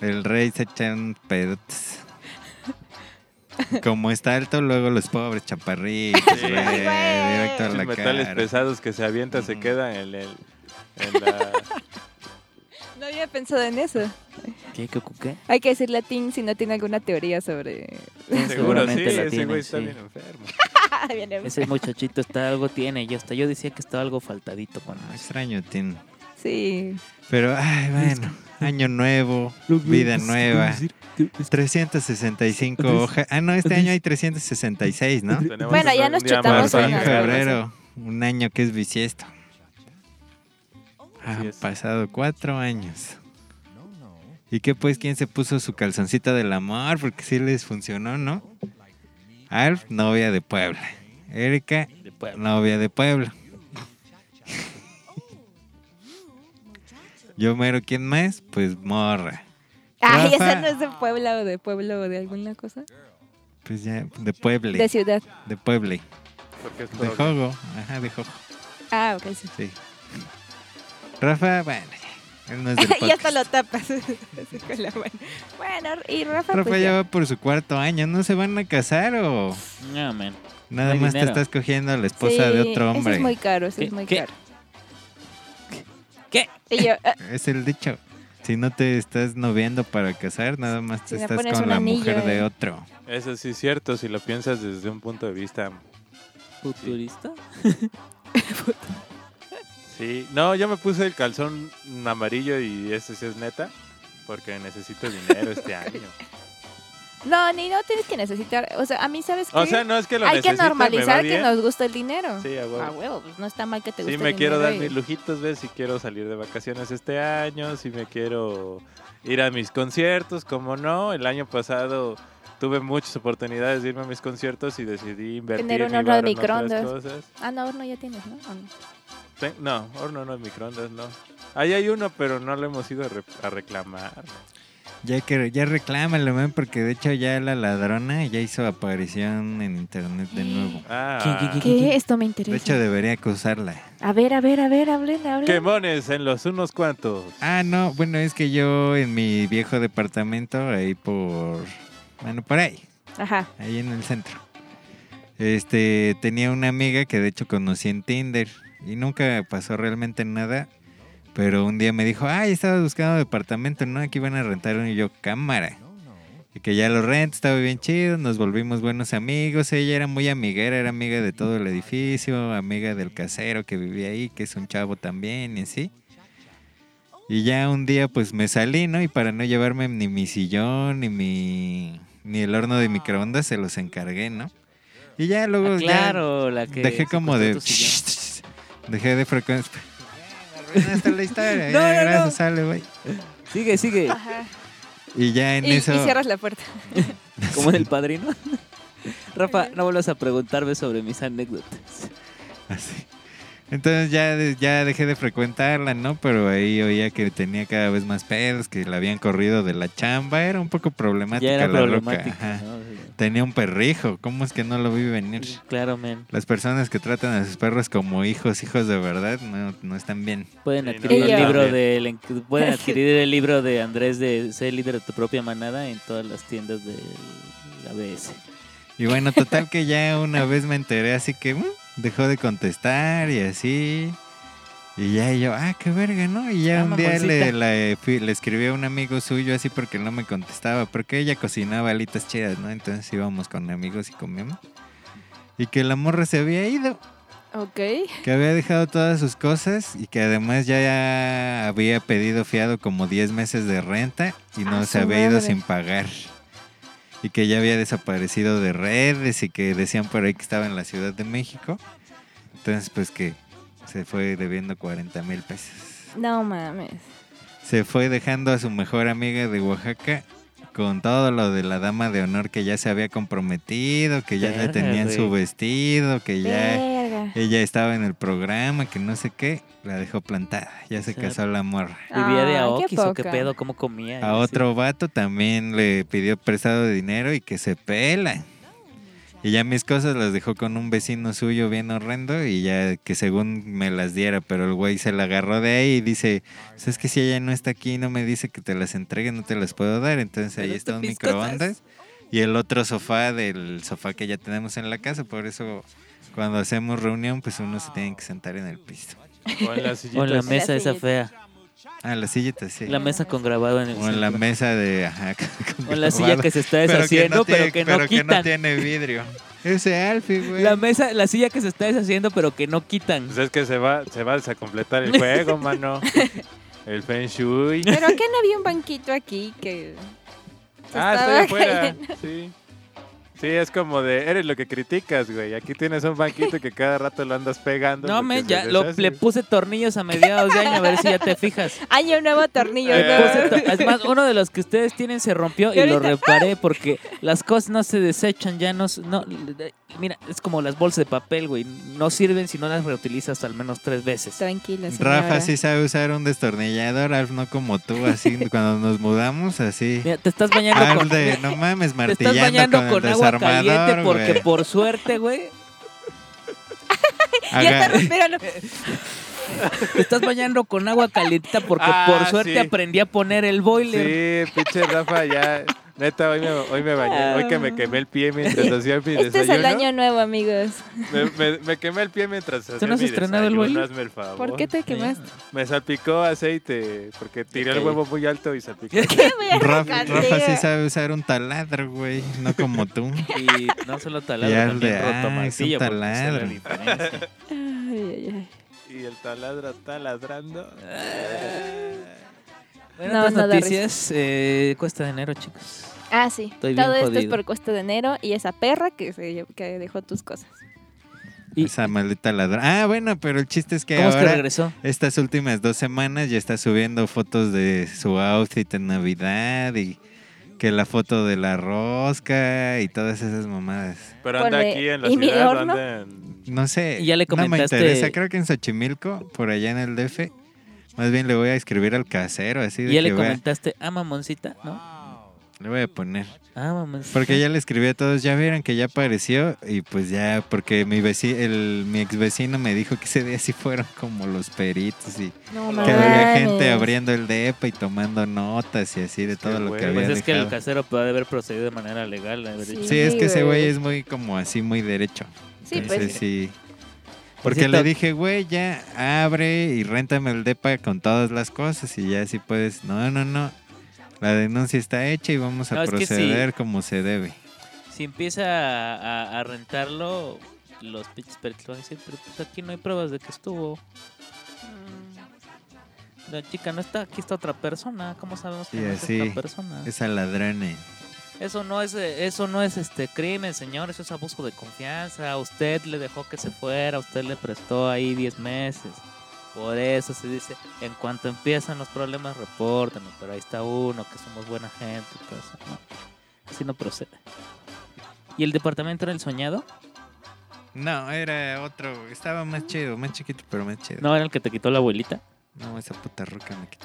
Speaker 1: El rey se echan pedotes. Como está alto, luego los pobres chaparritos, güey,
Speaker 3: güey.
Speaker 1: directo a
Speaker 4: Los
Speaker 1: la
Speaker 4: metales
Speaker 1: cara.
Speaker 4: pesados que se avienta se
Speaker 1: Ujú.
Speaker 4: quedan en el...
Speaker 1: [laughs]
Speaker 4: en la-
Speaker 3: No había pensado en eso.
Speaker 2: ¿Qué? ¿Qué? ¿Qué? qué?
Speaker 3: Hay que decirle a Tim si no tiene alguna teoría sobre...
Speaker 4: Seguro sí,
Speaker 2: Seguramente la
Speaker 4: ese
Speaker 2: tienen,
Speaker 4: güey está
Speaker 2: sí.
Speaker 4: bien
Speaker 1: [laughs]
Speaker 4: enfermo.
Speaker 3: Ah, bien, bien.
Speaker 2: Ese muchachito está algo tiene. Yo hasta yo decía que estaba algo faltadito con
Speaker 1: Ah,
Speaker 2: eso.
Speaker 1: Extraño, Tim.
Speaker 3: Sí.
Speaker 1: Pero, ay, bueno, año nuevo, vida nueva. 365 hojas. Ah, no, este año hay 366, ¿no?
Speaker 4: Tenemos
Speaker 3: Bueno, ya
Speaker 4: un
Speaker 3: nos
Speaker 4: día
Speaker 3: chutamos
Speaker 4: más
Speaker 1: Marzo
Speaker 4: para
Speaker 1: en
Speaker 3: una.
Speaker 4: cagarla.
Speaker 1: febrero, un año que es bisiesto.
Speaker 4: Así
Speaker 1: Han
Speaker 4: es.
Speaker 1: pasado cuatro años. ¿Y qué pues? ¿Quién se puso su calzoncita del amor? Porque sí les funcionó, ¿no? Alf, novia de Puebla. Erika,
Speaker 2: De Puebla.
Speaker 1: novia de Puebla. Yo mero, ¿quién más? Pues morra.
Speaker 3: Ay,
Speaker 1: Rafa.
Speaker 3: esa Ah, no es de Puebla o de Pueblo o de alguna cosa.
Speaker 1: Pues ya, de Puebla.
Speaker 3: De ciudad.
Speaker 1: De Puebla.
Speaker 4: Porque es
Speaker 1: De
Speaker 4: todo-
Speaker 1: Jogo. Ajá, de Jogo.
Speaker 3: Ah, ok, sí.
Speaker 1: Sí. Rafa, bueno, ya. Él no es del
Speaker 3: [laughs] y hasta
Speaker 1: podcast.
Speaker 3: lo tapas. [laughs] Así con la mano. Bueno, y Rafa,
Speaker 1: Rafa
Speaker 3: pues
Speaker 1: ya
Speaker 3: ya.
Speaker 1: va por su cuarto año. ¿No se van a casar o
Speaker 2: No, man.
Speaker 1: nada
Speaker 2: hay
Speaker 1: más
Speaker 2: dinero.
Speaker 1: te estás cogiendo a la esposa de
Speaker 3: Sí,
Speaker 1: otro
Speaker 3: Eso
Speaker 1: hombre?
Speaker 3: es
Speaker 1: Es,
Speaker 3: muy caro, eso es
Speaker 2: ¿Qué?
Speaker 3: muy
Speaker 2: ¿Qué?
Speaker 3: caro.
Speaker 2: ¿Qué?
Speaker 3: Y yo, ah,
Speaker 1: el dicho. Si no te estás noviando para casar, nada más
Speaker 3: Si
Speaker 1: te
Speaker 3: le
Speaker 1: estás
Speaker 3: pones
Speaker 1: con
Speaker 3: un
Speaker 1: la
Speaker 3: anillo,
Speaker 1: mujer
Speaker 3: eh.
Speaker 1: de otro.
Speaker 4: Eso sí es cierto, si lo piensas desde un punto de vista...
Speaker 2: ¿Futurista?
Speaker 4: Sí, no, yo me puse el calzón amarillo y ese sí es neta, porque necesito
Speaker 1: [laughs]
Speaker 4: dinero este año.
Speaker 3: no, ni no tienes que necesitar. O sea, a mí, ¿sabes qué?
Speaker 4: O sea, no es que lo
Speaker 3: Hay que
Speaker 4: necesite, me va
Speaker 3: normalizar que
Speaker 4: bien.
Speaker 3: nos gusta el dinero.
Speaker 4: Sí, a huevo.
Speaker 3: A huevo, pues no está mal que te guste
Speaker 4: Sí,
Speaker 3: el
Speaker 4: me quiero dar mis
Speaker 3: dinero
Speaker 4: lujitos, ¿ves? Si quiero salir de vacaciones este año, si me quiero ir a mis conciertos, como no. El año pasado tuve muchas oportunidades de irme a mis conciertos y decidí invertir
Speaker 3: Tener un
Speaker 4: mi
Speaker 3: horno de
Speaker 4: varo en otras
Speaker 3: microondas.
Speaker 4: cosas.
Speaker 3: y- Ah, no, no, ya tienes, ¿no? ¿O no?
Speaker 4: Ten- No, horno no de microondas, no. Ahí hay uno, pero no lo hemos ido a, re- a reclamar.
Speaker 1: Ya que ya reclámalo, man, porque de hecho ya la ladrona ya hizo aparición en internet de nuevo.
Speaker 4: Ah,
Speaker 2: ¿Qué,
Speaker 3: ¿Qué? Esto me
Speaker 1: De
Speaker 3: interesa.
Speaker 1: hecho debería acusarla.
Speaker 3: A ver, a ver, a ver, hablen, hablen.
Speaker 4: quemones en los unos cuantos.
Speaker 1: Ah, no, bueno, es que yo en mi viejo departamento, ahí por... Bueno, por ahí.
Speaker 4: [laughs]
Speaker 3: Ajá.
Speaker 1: ahí en el centro. Este, tenía una amiga que de hecho conocí en Tinder y nunca pasó realmente nada, pero un día me dijo, ay, estaba buscando departamento, ¿no? Aquí van a rentar uno", y yo, cámara. Y que ya lo rento, estaba bien chido, nos volvimos buenos amigos, ella era muy amiguera, era amiga de todo el edificio, amiga del casero que vivía ahí, que es un chavo también y así. Y ya un día pues me salí, ¿no? Y para no llevarme ni mi sillón, ni mi ni el horno de microondas, se los encargué, ¿no? Y ya luego
Speaker 2: Ah, claro, la
Speaker 1: ya
Speaker 2: que.
Speaker 1: dejé como de
Speaker 2: secuestró tu sillón.
Speaker 1: [laughs] dejé de frecuencia. Hasta la historia, ya,
Speaker 2: No, no, no.
Speaker 1: gracias, sale, güey.
Speaker 2: Sigue, sigue.
Speaker 3: Ajá.
Speaker 1: Y ya en
Speaker 3: Y, y
Speaker 1: eso
Speaker 3: cierras la puerta.
Speaker 2: Como en el padrino. [laughs] Rafa, no vuelvas a preguntarme sobre mis anécdotas.
Speaker 1: Así. Entonces ya, de- ya dejé de frecuentarla, ¿no? Pero ahí oía que tenía cada vez más pedos, que la habían corrido de la chamba. Era un poco problemática
Speaker 2: Ya era
Speaker 1: la loca,
Speaker 2: problemática.
Speaker 1: ajá.
Speaker 2: ¿no? Sí.
Speaker 1: Tenía un perrijo, ¿cómo es que no lo vi venir?
Speaker 2: Claro, men.
Speaker 1: Las personas que tratan a sus perros como hijos, hijos de verdad, no, no están bien.
Speaker 2: Pueden
Speaker 4: Sí, no,
Speaker 2: adquirir
Speaker 3: no,
Speaker 2: el libro
Speaker 4: también.
Speaker 2: de
Speaker 1: [laughs]
Speaker 2: pueden adquirir el libro de Andrés de ser líder de tu propia manada en todas las tiendas de la ABS.
Speaker 1: Y bueno, total que ya una vez me enteré, así que mm, dejó de contestar y así. Y ya yo, ah, qué verga, ¿no? Y ya
Speaker 2: Ah,
Speaker 1: un día
Speaker 2: mamoncita.
Speaker 1: le, la- eh, fui- le escribí a un amigo suyo así porque no me contestaba, porque ella cocinaba alitas chidas, ¿no? Entonces íbamos con amigos y comíamos. Y que la morra se había ido.
Speaker 3: Ok.
Speaker 1: que había dejado todas sus cosas y que además ya había pedido fiado como 10 meses de renta y no
Speaker 3: Ah,
Speaker 1: se
Speaker 3: su
Speaker 1: había ido
Speaker 3: madre.
Speaker 1: sin pagar. Y que ya había desaparecido de redes y que decían por ahí que estaba en la Ciudad de México. Entonces, pues que se fue debiendo 40 mil pesos.
Speaker 3: No mames.
Speaker 1: Se fue dejando a su mejor amiga de Oaxaca con todo lo de la dama de honor que ya se había comprometido, que ya le
Speaker 2: Verga,
Speaker 1: tenían su
Speaker 2: güey.
Speaker 1: vestido, que ya...
Speaker 3: Verga.
Speaker 1: Ella estaba en el programa, que no sé qué, la dejó plantada. Ya se casó la morra.
Speaker 2: Vivía de
Speaker 3: Ay,
Speaker 2: Aokis o qué
Speaker 3: poca.
Speaker 2: pedo, cómo comía.
Speaker 1: A otro vato también le pidió prestado de dinero y que se pela. Y ya mis cosas las dejó con un vecino suyo bien horrendo y ya que según me las diera, pero el güey se la agarró de ahí y dice, ¿sabes que si ella no está aquí y no me dice que te las entregue, no te las puedo dar? Entonces ahí
Speaker 2: Pero
Speaker 1: está
Speaker 2: están
Speaker 1: un
Speaker 2: mis cosas.
Speaker 1: microondas y el otro sofá del sofá que ya tenemos en la casa, por eso cuando hacemos reunión pues uno se tiene que sentar en el piso.
Speaker 4: O en
Speaker 2: [laughs]
Speaker 4: las
Speaker 2: O en la
Speaker 4: sillitas.
Speaker 2: mesa
Speaker 3: La
Speaker 2: esa
Speaker 3: sillita.
Speaker 2: fea.
Speaker 1: Ah, la sillita, sí.
Speaker 2: La mesa con grabado en el
Speaker 1: O en la
Speaker 2: centro.
Speaker 1: mesa de... ajá, [laughs] con
Speaker 2: O en la silla
Speaker 1: grabado.
Speaker 2: que se está
Speaker 1: Pero que
Speaker 2: deshaciendo, pero
Speaker 1: tiene-
Speaker 2: que no,
Speaker 1: que no
Speaker 2: quitan.
Speaker 1: tiene vidrio. Ese Alfie, güey.
Speaker 2: la mesa, la silla que se está deshaciendo, pero que no quitan.
Speaker 4: Pues es que se va, se va a desacompletar el juego,
Speaker 3: [laughs]
Speaker 4: mano. El Feng Shui.
Speaker 3: Pero aquí no había un banquito aquí que. se
Speaker 4: Ah, estoy
Speaker 3: estaba [laughs]
Speaker 4: afuera.
Speaker 3: cayendo.
Speaker 4: Sí. Sí, es como de, eres lo que criticas, güey. Aquí tienes un banquito que cada rato lo andas pegando.
Speaker 2: No,
Speaker 4: porque
Speaker 2: me
Speaker 4: se
Speaker 2: ya lo-
Speaker 4: deshace.
Speaker 2: le puse tornillos a mediados de año, a ver si ya te
Speaker 1: [laughs]
Speaker 2: fijas.
Speaker 3: Hay un nuevo tornillo.
Speaker 4: Eh,
Speaker 2: Le
Speaker 3: nuevo.
Speaker 2: puse to- Pues, es más, uno de los que ustedes tienen se rompió y lo
Speaker 3: ahorita-
Speaker 2: reparé porque las cosas no se desechan, ya no, s- no mira, es como las bolsas de papel, güey, no sirven si no las reutilizas al menos tres veces.
Speaker 3: Tranquila, señora.
Speaker 1: Rafa sí sabe usar un destornillador, Alf no como tú,
Speaker 2: [laughs]
Speaker 1: así cuando nos mudamos, así.
Speaker 2: Mira, te estás bañando
Speaker 1: Alf
Speaker 2: con
Speaker 1: de, no mames,
Speaker 2: te estás
Speaker 1: Ah, martillando
Speaker 2: bañando
Speaker 1: con,
Speaker 2: con
Speaker 1: el
Speaker 2: agua caliente
Speaker 1: desarmador,
Speaker 2: porque
Speaker 1: güey.
Speaker 2: por suerte, güey, [laughs]
Speaker 3: Ya está
Speaker 1: Agar-
Speaker 3: respirando.
Speaker 2: te estás bañando con agua calientita porque
Speaker 4: Ah,
Speaker 2: por suerte
Speaker 4: sí.
Speaker 2: aprendí a poner el boiler.
Speaker 4: Sí, pinche Rafa, ya. Neta, hoy me, hoy me bañé. Hoy que me quemé el
Speaker 3: [laughs]
Speaker 4: pie mientras hacía mi
Speaker 3: Este es
Speaker 4: desayuno.
Speaker 3: el año nuevo, amigos.
Speaker 4: Me, me- me quemé el pie mientras hacía
Speaker 2: no has
Speaker 4: mi
Speaker 2: estrenado el
Speaker 4: desayuno,
Speaker 2: vuelo?
Speaker 4: hazme el favor.
Speaker 3: ¿Por qué te quemaste?
Speaker 4: Me salpicó aceite porque tiré el
Speaker 2: Ok.
Speaker 4: huevo muy alto
Speaker 2: [laughs]
Speaker 4: y salpicó.
Speaker 3: ¿Qué voy a
Speaker 1: Rafa,
Speaker 3: contigo?
Speaker 1: Rafa sí sabe usar un taladro, güey, no como tú.
Speaker 2: Y no solo taladro,
Speaker 1: Y Alf
Speaker 2: también
Speaker 1: de,
Speaker 2: roto
Speaker 1: ah, es un
Speaker 2: martillo, porque se ve la
Speaker 1: taladro.
Speaker 2: diferencia.
Speaker 3: Ay, ay, ay.
Speaker 4: Y el taladro está ladrando.
Speaker 2: Bueno,
Speaker 3: No,
Speaker 2: otras
Speaker 3: no da
Speaker 2: noticias, eh, cuesta de enero, chicos.
Speaker 3: Ah, sí.
Speaker 2: Estoy bien
Speaker 3: Todo esto es
Speaker 2: jodido.
Speaker 3: por costo de enero y esa perra que, se, lle- que dejó tus cosas.
Speaker 2: Y-
Speaker 1: Esa maldita ladra. Ah, bueno, pero el chiste es que
Speaker 2: ¿Cómo es que
Speaker 1: ahora
Speaker 2: regresó?
Speaker 1: estas últimas dos semanas ya está subiendo fotos de su outfit en Navidad y que la foto de la rosca y todas esas mamadas.
Speaker 4: Pero anda
Speaker 3: Ponle,
Speaker 4: aquí en la
Speaker 3: ¿y mi
Speaker 4: ciudad,
Speaker 3: horno?
Speaker 4: anda
Speaker 3: [laughs]
Speaker 4: en...
Speaker 1: No sé.
Speaker 2: Y ya le
Speaker 1: No me
Speaker 2: comentaste-
Speaker 1: interesa, creo que en Xochimilco, por allá en el DF. Más bien le voy a escribir al casero, así de
Speaker 2: Y ya
Speaker 1: que
Speaker 2: le
Speaker 1: vea.
Speaker 2: comentaste, ah, mamoncita, ¿no?
Speaker 1: Le voy a poner.
Speaker 2: Ah, mamoncita.
Speaker 1: Porque ya le escribí a todos, ya vieron que ya apareció. Y pues ya, porque mi veci- el, mi ex vecino me dijo que ese día sí fueron como los peritos y
Speaker 3: No
Speaker 4: Que
Speaker 1: que había
Speaker 3: mames.
Speaker 1: gente abriendo el DEPA y tomando notas y así de todo
Speaker 4: que,
Speaker 1: lo
Speaker 4: güey,
Speaker 1: que había
Speaker 2: Pues es que el
Speaker 1: dejado.
Speaker 2: casero puede haber procedido de manera legal. haber
Speaker 3: Sí.
Speaker 2: dicho,
Speaker 1: Sí, es que ese
Speaker 3: güey.
Speaker 1: güey es muy como así, muy derecho.
Speaker 3: Sí,
Speaker 1: Entonces,
Speaker 3: pues.
Speaker 1: sí.
Speaker 2: Por
Speaker 1: Porque
Speaker 2: cierto-
Speaker 1: le dije, güey, ya abre y réntame el DEPA con todas las cosas y ya si puedes. No, no, no. La denuncia está hecha y vamos a
Speaker 2: No, es que sí.
Speaker 1: proceder como se debe.
Speaker 2: Si empieza a, a- a rentarlo, los pinches peritos van a decir, pero pues aquí no hay pruebas de que estuvo.
Speaker 3: Mm.
Speaker 2: La chica no está, aquí está otra persona. ¿Cómo sabemos que
Speaker 1: Y
Speaker 2: no
Speaker 1: así,
Speaker 2: es otra persona?
Speaker 1: Esa ladrane.
Speaker 2: Eso no es eh, eso no es este crimen, señor, eso es abuso de confianza. Usted le dejó que se fuera, usted le prestó ahí 10 meses. Por eso se dice, en cuanto empiezan los problemas, repórtenlo, pero ahí está uno, que somos buena gente, y todo eso, ¿no? Así no procede. ¿Y el departamento era el soñado?
Speaker 1: No, era otro. Estaba más chido, más chiquito, pero más chido. No,
Speaker 2: ¿No era el que te quitó la abuelita?
Speaker 1: esa puta roca me quitó.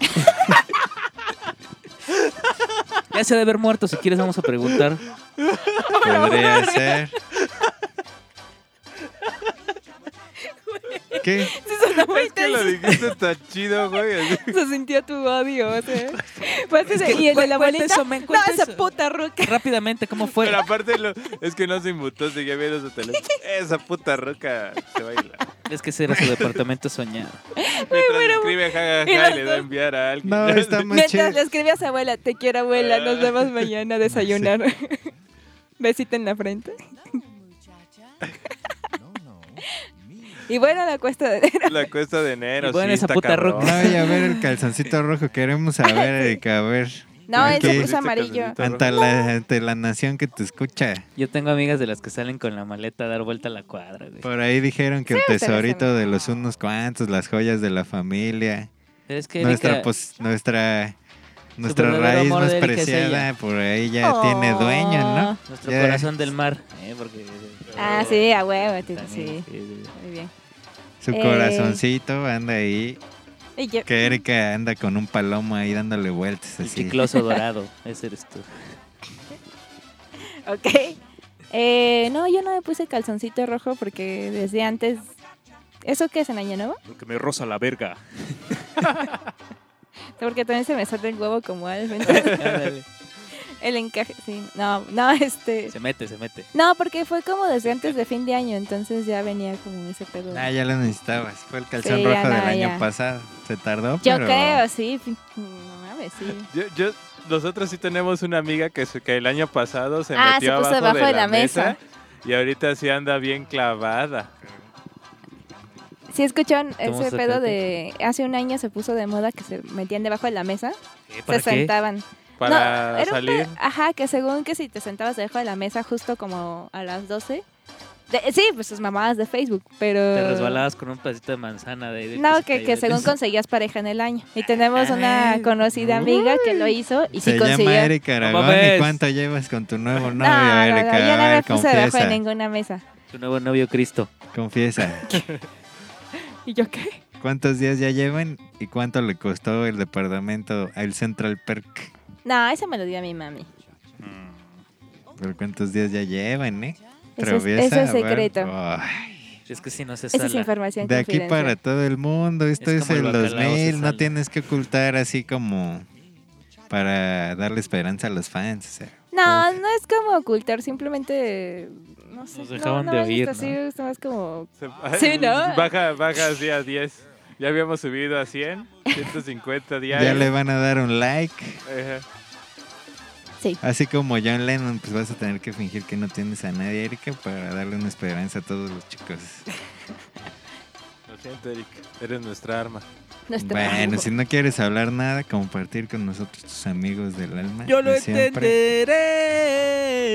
Speaker 2: Ya se ha de haber muerto, si quieres vamos a preguntar.
Speaker 1: [laughs] Podría ser. ¿Qué?
Speaker 3: Se sonó muy
Speaker 4: Es que lo
Speaker 3: tenso.
Speaker 4: dijiste tan chido, güey.
Speaker 3: [laughs]
Speaker 4: así.
Speaker 3: Se sintió tu odio, o sea. Fue así
Speaker 2: Es
Speaker 3: de-
Speaker 2: que-
Speaker 3: y el de la
Speaker 2: cu- cuenta
Speaker 3: abuelita.
Speaker 2: eso, men,
Speaker 3: no,
Speaker 2: cuenta
Speaker 3: esa
Speaker 2: eso.
Speaker 3: puta ruca.
Speaker 2: Rápidamente, ¿cómo fue?
Speaker 4: Pero aparte lo- es que no se inmutó, seguía viendo su teléfono. Esa puta roca
Speaker 3: [laughs]
Speaker 4: se baila.
Speaker 2: Es que ese era su departamento soñado.
Speaker 4: Mientras escribe jajaja
Speaker 3: Y los
Speaker 4: y le
Speaker 3: dos.
Speaker 4: da a enviar
Speaker 2: [laughs]
Speaker 4: a alguien. [laughs]
Speaker 1: No,
Speaker 3: [laughs]
Speaker 1: está más chido.
Speaker 3: Mientras le escribí a su abuela, te quiero abuela, nos vemos mañana a desayunar. [laughs] Besito en la frente. Y bueno, la cuesta de
Speaker 4: La cuesta de enero.
Speaker 2: Y bueno,
Speaker 4: sí,
Speaker 2: esa
Speaker 4: está
Speaker 2: puta
Speaker 4: cabrón.
Speaker 1: No, y a ver el calzoncito rojo, queremos saber, Erika, a ver.
Speaker 3: No,
Speaker 1: ¿Por
Speaker 3: él se
Speaker 1: qué?
Speaker 3: puso amarillo.
Speaker 4: Está
Speaker 1: Ante la, ante la nación que te escucha.
Speaker 2: Yo tengo amigas de las que salen con la maleta a dar vuelta a la cuadra, güey.
Speaker 1: Por ahí dijeron que el
Speaker 3: ustedes
Speaker 1: tesorito
Speaker 3: saben.
Speaker 1: de los unos cuantos, las joyas de la familia,
Speaker 2: Pero es que
Speaker 1: nuestra
Speaker 2: Erika-
Speaker 1: pos- nuestra nuestra
Speaker 2: verdadero
Speaker 1: raíz
Speaker 2: amor
Speaker 1: más
Speaker 2: de Erika es
Speaker 1: preciada,
Speaker 2: ella.
Speaker 1: por ahí ya tiene dueño, ¿no?
Speaker 2: Nuestro
Speaker 1: Ya.
Speaker 2: corazón del mar. eh, porque- eh,
Speaker 3: Ah, sí, a huevo, sí,
Speaker 2: También,
Speaker 3: sí.
Speaker 2: sí, sí.
Speaker 3: Muy bien.
Speaker 1: Su
Speaker 3: Eh.
Speaker 1: corazoncito anda ahí,
Speaker 3: Y yo-
Speaker 1: que Erika anda con un palomo ahí dándole
Speaker 4: Pues
Speaker 1: vueltas
Speaker 2: El
Speaker 1: así.
Speaker 4: [laughs]
Speaker 2: chicloso dorado, ese eres tú.
Speaker 3: Ok. Eh, no, yo no me puse calzoncito rojo porque desde antes. ¿Eso qué es en Año Nuevo?
Speaker 1: [laughs]
Speaker 2: Porque me rosa la verga.
Speaker 3: Porque también se me sale el huevo como al
Speaker 2: [laughs]
Speaker 3: entonces, El encaje, sí. No, no, este.
Speaker 2: se mete, se mete.
Speaker 3: No, porque fue como desde antes de fin de año, entonces ya venía como ese pedo.
Speaker 1: Ah, ya lo necesitabas. Fue el calzón
Speaker 3: Sí, ya,
Speaker 1: rojo del
Speaker 3: no,
Speaker 1: año
Speaker 3: ya.
Speaker 1: pasado. Se tardó,
Speaker 3: Yo
Speaker 1: pero
Speaker 3: creo, sí. fin- No mames, sí.
Speaker 4: Yo, yo- nosotros sí tenemos una amiga que, se- que el año pasado se
Speaker 3: Ah, se
Speaker 4: metió
Speaker 3: puso
Speaker 4: abajo,
Speaker 3: debajo
Speaker 4: de, la, mesa,
Speaker 3: mesa.
Speaker 4: y ahorita sí anda bien clavada.
Speaker 3: Sí escucharon
Speaker 2: Tomamos
Speaker 3: ese
Speaker 2: el
Speaker 3: pedo de hace un año se puso de moda que se metían debajo de la mesa, se sentaban.
Speaker 4: Para
Speaker 3: No, era un
Speaker 4: salir.
Speaker 3: pe- Ajá, que según que si te sentabas debajo de la mesa justo como a las 12. de- sí, pues sus mamadas de Facebook, pero
Speaker 2: Te resbalabas con un pedacito de manzana de ahí del
Speaker 3: No,
Speaker 2: se
Speaker 3: que,
Speaker 2: cayó
Speaker 3: que
Speaker 2: del
Speaker 3: según
Speaker 2: piso.
Speaker 3: conseguías pareja en el año. Y tenemos una conocida amiga que lo hizo
Speaker 1: Ah,
Speaker 3: y sí
Speaker 1: Se llama
Speaker 3: consiguió.
Speaker 1: Erika Aragón.
Speaker 2: mames.
Speaker 1: ¿Y cuánto llevas con tu nuevo
Speaker 3: No,
Speaker 1: novio,
Speaker 3: no, no,
Speaker 1: Erika?
Speaker 3: yo
Speaker 1: A
Speaker 3: no me
Speaker 1: ver,
Speaker 3: puse debajo de
Speaker 1: confiesa.
Speaker 3: ninguna mesa.
Speaker 2: Tu nuevo novio Cristo.
Speaker 1: Confiesa.
Speaker 3: ¿Y yo qué?
Speaker 1: ¿Cuántos días ya llevan y cuánto le costó el departamento al Central Perk?
Speaker 3: No, esa me lo dio a mi mami.
Speaker 1: Pero ¿Cuántos días ya llevan, eh?
Speaker 3: Eso es,
Speaker 1: Traviesa,
Speaker 3: eso es
Speaker 1: a ver.
Speaker 3: secreto.
Speaker 1: Ay,
Speaker 2: Es que si no se
Speaker 3: Esa es
Speaker 2: sala.
Speaker 3: información
Speaker 1: de aquí
Speaker 3: confidencial.
Speaker 1: para todo el mundo. Esto
Speaker 2: Es
Speaker 1: es,
Speaker 2: como
Speaker 1: el
Speaker 2: el bacalao, se
Speaker 1: 2000. No
Speaker 2: sale.
Speaker 1: tienes que ocultar así como para darle esperanza a los fans. o sea.
Speaker 3: No, no es como ocultar, simplemente. No sé.
Speaker 2: Nos dejaban
Speaker 3: no,
Speaker 2: de
Speaker 3: no,
Speaker 2: oír,
Speaker 3: es así,
Speaker 2: ¿no?
Speaker 3: es más como.
Speaker 4: Se-
Speaker 3: [laughs] Sí, ¿no?
Speaker 4: [laughs] Baja, baja así a 10. Ya habíamos subido a 100, 150 diarios.
Speaker 1: [laughs] Ya le van a dar un like.
Speaker 4: Ajá.
Speaker 3: Sí.
Speaker 1: Así como John Lennon, pues vas a tener que fingir que no tienes a nadie, Erika, para darle una esperanza a todos los chicos.
Speaker 4: Lo siento, Eric. Eres nuestra arma.
Speaker 3: No está
Speaker 1: Bueno, si no quieres hablar nada, compartir con nosotros tus amigos del alma. de siempre.